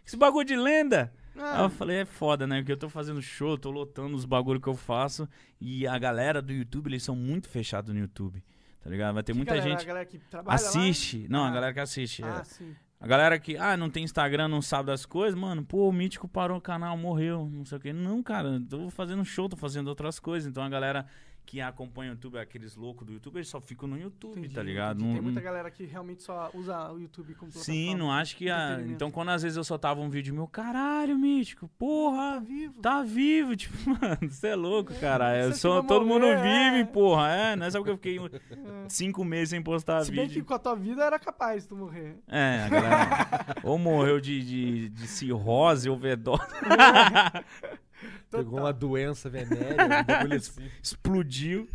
Speaker 4: Esse bagulho de lenda!
Speaker 2: Ah,
Speaker 4: Aí eu falei, é foda, né? Porque eu tô fazendo show, tô lotando os bagulho que eu faço. E a galera do YouTube, eles são muito fechados no YouTube. Tá ligado? Vai ter muita
Speaker 2: galera, A
Speaker 4: gente.
Speaker 2: galera que trabalha
Speaker 4: Assiste. Não, a
Speaker 2: Ah.
Speaker 4: galera que assiste.
Speaker 2: lá...
Speaker 4: é.
Speaker 2: Ah, sim.
Speaker 4: A galera que, ah, não tem Instagram, não sabe das coisas, mano, pô, o Mítico parou o canal, morreu, não sei o quê. Não, cara, tô fazendo show, tô fazendo outras coisas. Então a galera que acompanha o YouTube, aqueles loucos do YouTube, eles só ficam no YouTube,
Speaker 2: Entendi,
Speaker 4: tá ligado?
Speaker 2: entendi. Tem
Speaker 4: Não-
Speaker 2: muita galera que realmente só usa o YouTube como plataforma.
Speaker 4: Sim, não acho que. A...
Speaker 2: entretenimento.
Speaker 4: Então quando às vezes eu soltava um vídeo meu, caralho, Mítico, porra,
Speaker 2: Tá vivo.
Speaker 4: Tá vivo, tipo, mano, você é louco, cara.
Speaker 2: você
Speaker 4: Eu
Speaker 2: acha que
Speaker 4: sou,
Speaker 2: eu vou
Speaker 4: todo mundo
Speaker 2: morrer,
Speaker 4: vive,
Speaker 2: é.
Speaker 4: porra. É, não é só porque eu fiquei um- cinco meses sem postar
Speaker 2: Se bem que
Speaker 4: vídeo.
Speaker 2: com a tua vida era capaz de tu morrer.
Speaker 4: É, a galera. ou morreu de, de, de cirrose, overdose,
Speaker 3: Pegou uma doença venérea, um bagulho assim.
Speaker 4: explodiu.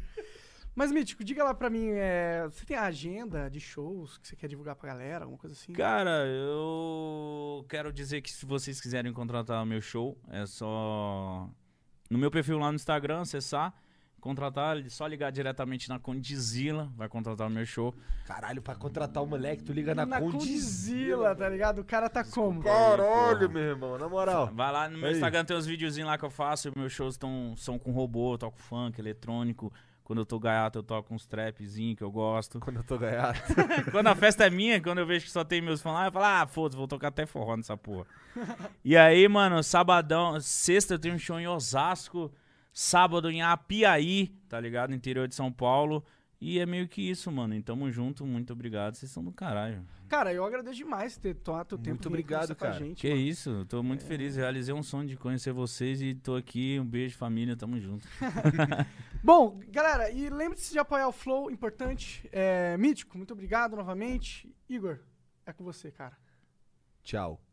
Speaker 2: Mas, Mítico, diga lá pra mim, é, você tem a agenda de shows que você quer divulgar pra galera, alguma coisa assim?
Speaker 4: Cara, eu quero dizer que se vocês quiserem contratar o meu show, é só no meu perfil lá no Instagram, acessar, contratar, só ligar diretamente na Condizila, vai contratar o meu show.
Speaker 3: Caralho, pra contratar o moleque, tu liga na,
Speaker 2: Na Condizila, tá ligado? O cara tá como?
Speaker 3: Caralho, meu irmão, na moral.
Speaker 4: Vai lá no meu
Speaker 3: Aí.
Speaker 4: Instagram, tem uns videozinhos lá que eu faço. Meus shows tão, são com robô, eu toco funk, eletrônico. Quando eu tô gaiato, eu toco uns trapzinhos que eu gosto.
Speaker 3: Quando eu tô ganhado.
Speaker 4: quando a festa é minha, quando eu vejo que só tem meus fãs lá, eu falo, ah, foda-se, vou tocar até forró nessa porra. e aí, mano, sabadão, sexta eu tenho um show em Osasco, sábado em Apiaí, tá ligado? Interior de São Paulo. E é meio que isso, mano. E tamo junto, muito obrigado. Vocês são do caralho.
Speaker 2: Cara, eu agradeço demais ter tomado teu tempo
Speaker 3: Muito
Speaker 2: e vir
Speaker 3: obrigado,
Speaker 2: conversar com a
Speaker 3: cara.
Speaker 2: gente.
Speaker 4: Que isso, eu tô muito feliz. Realizei um sonho de conhecer vocês e tô aqui. Um beijo, família, tamo junto.
Speaker 2: Bom, galera, e lembre-se de apoiar o Flow, importante. É, Mítico, muito obrigado novamente. Igor, é com você, cara.
Speaker 3: Tchau.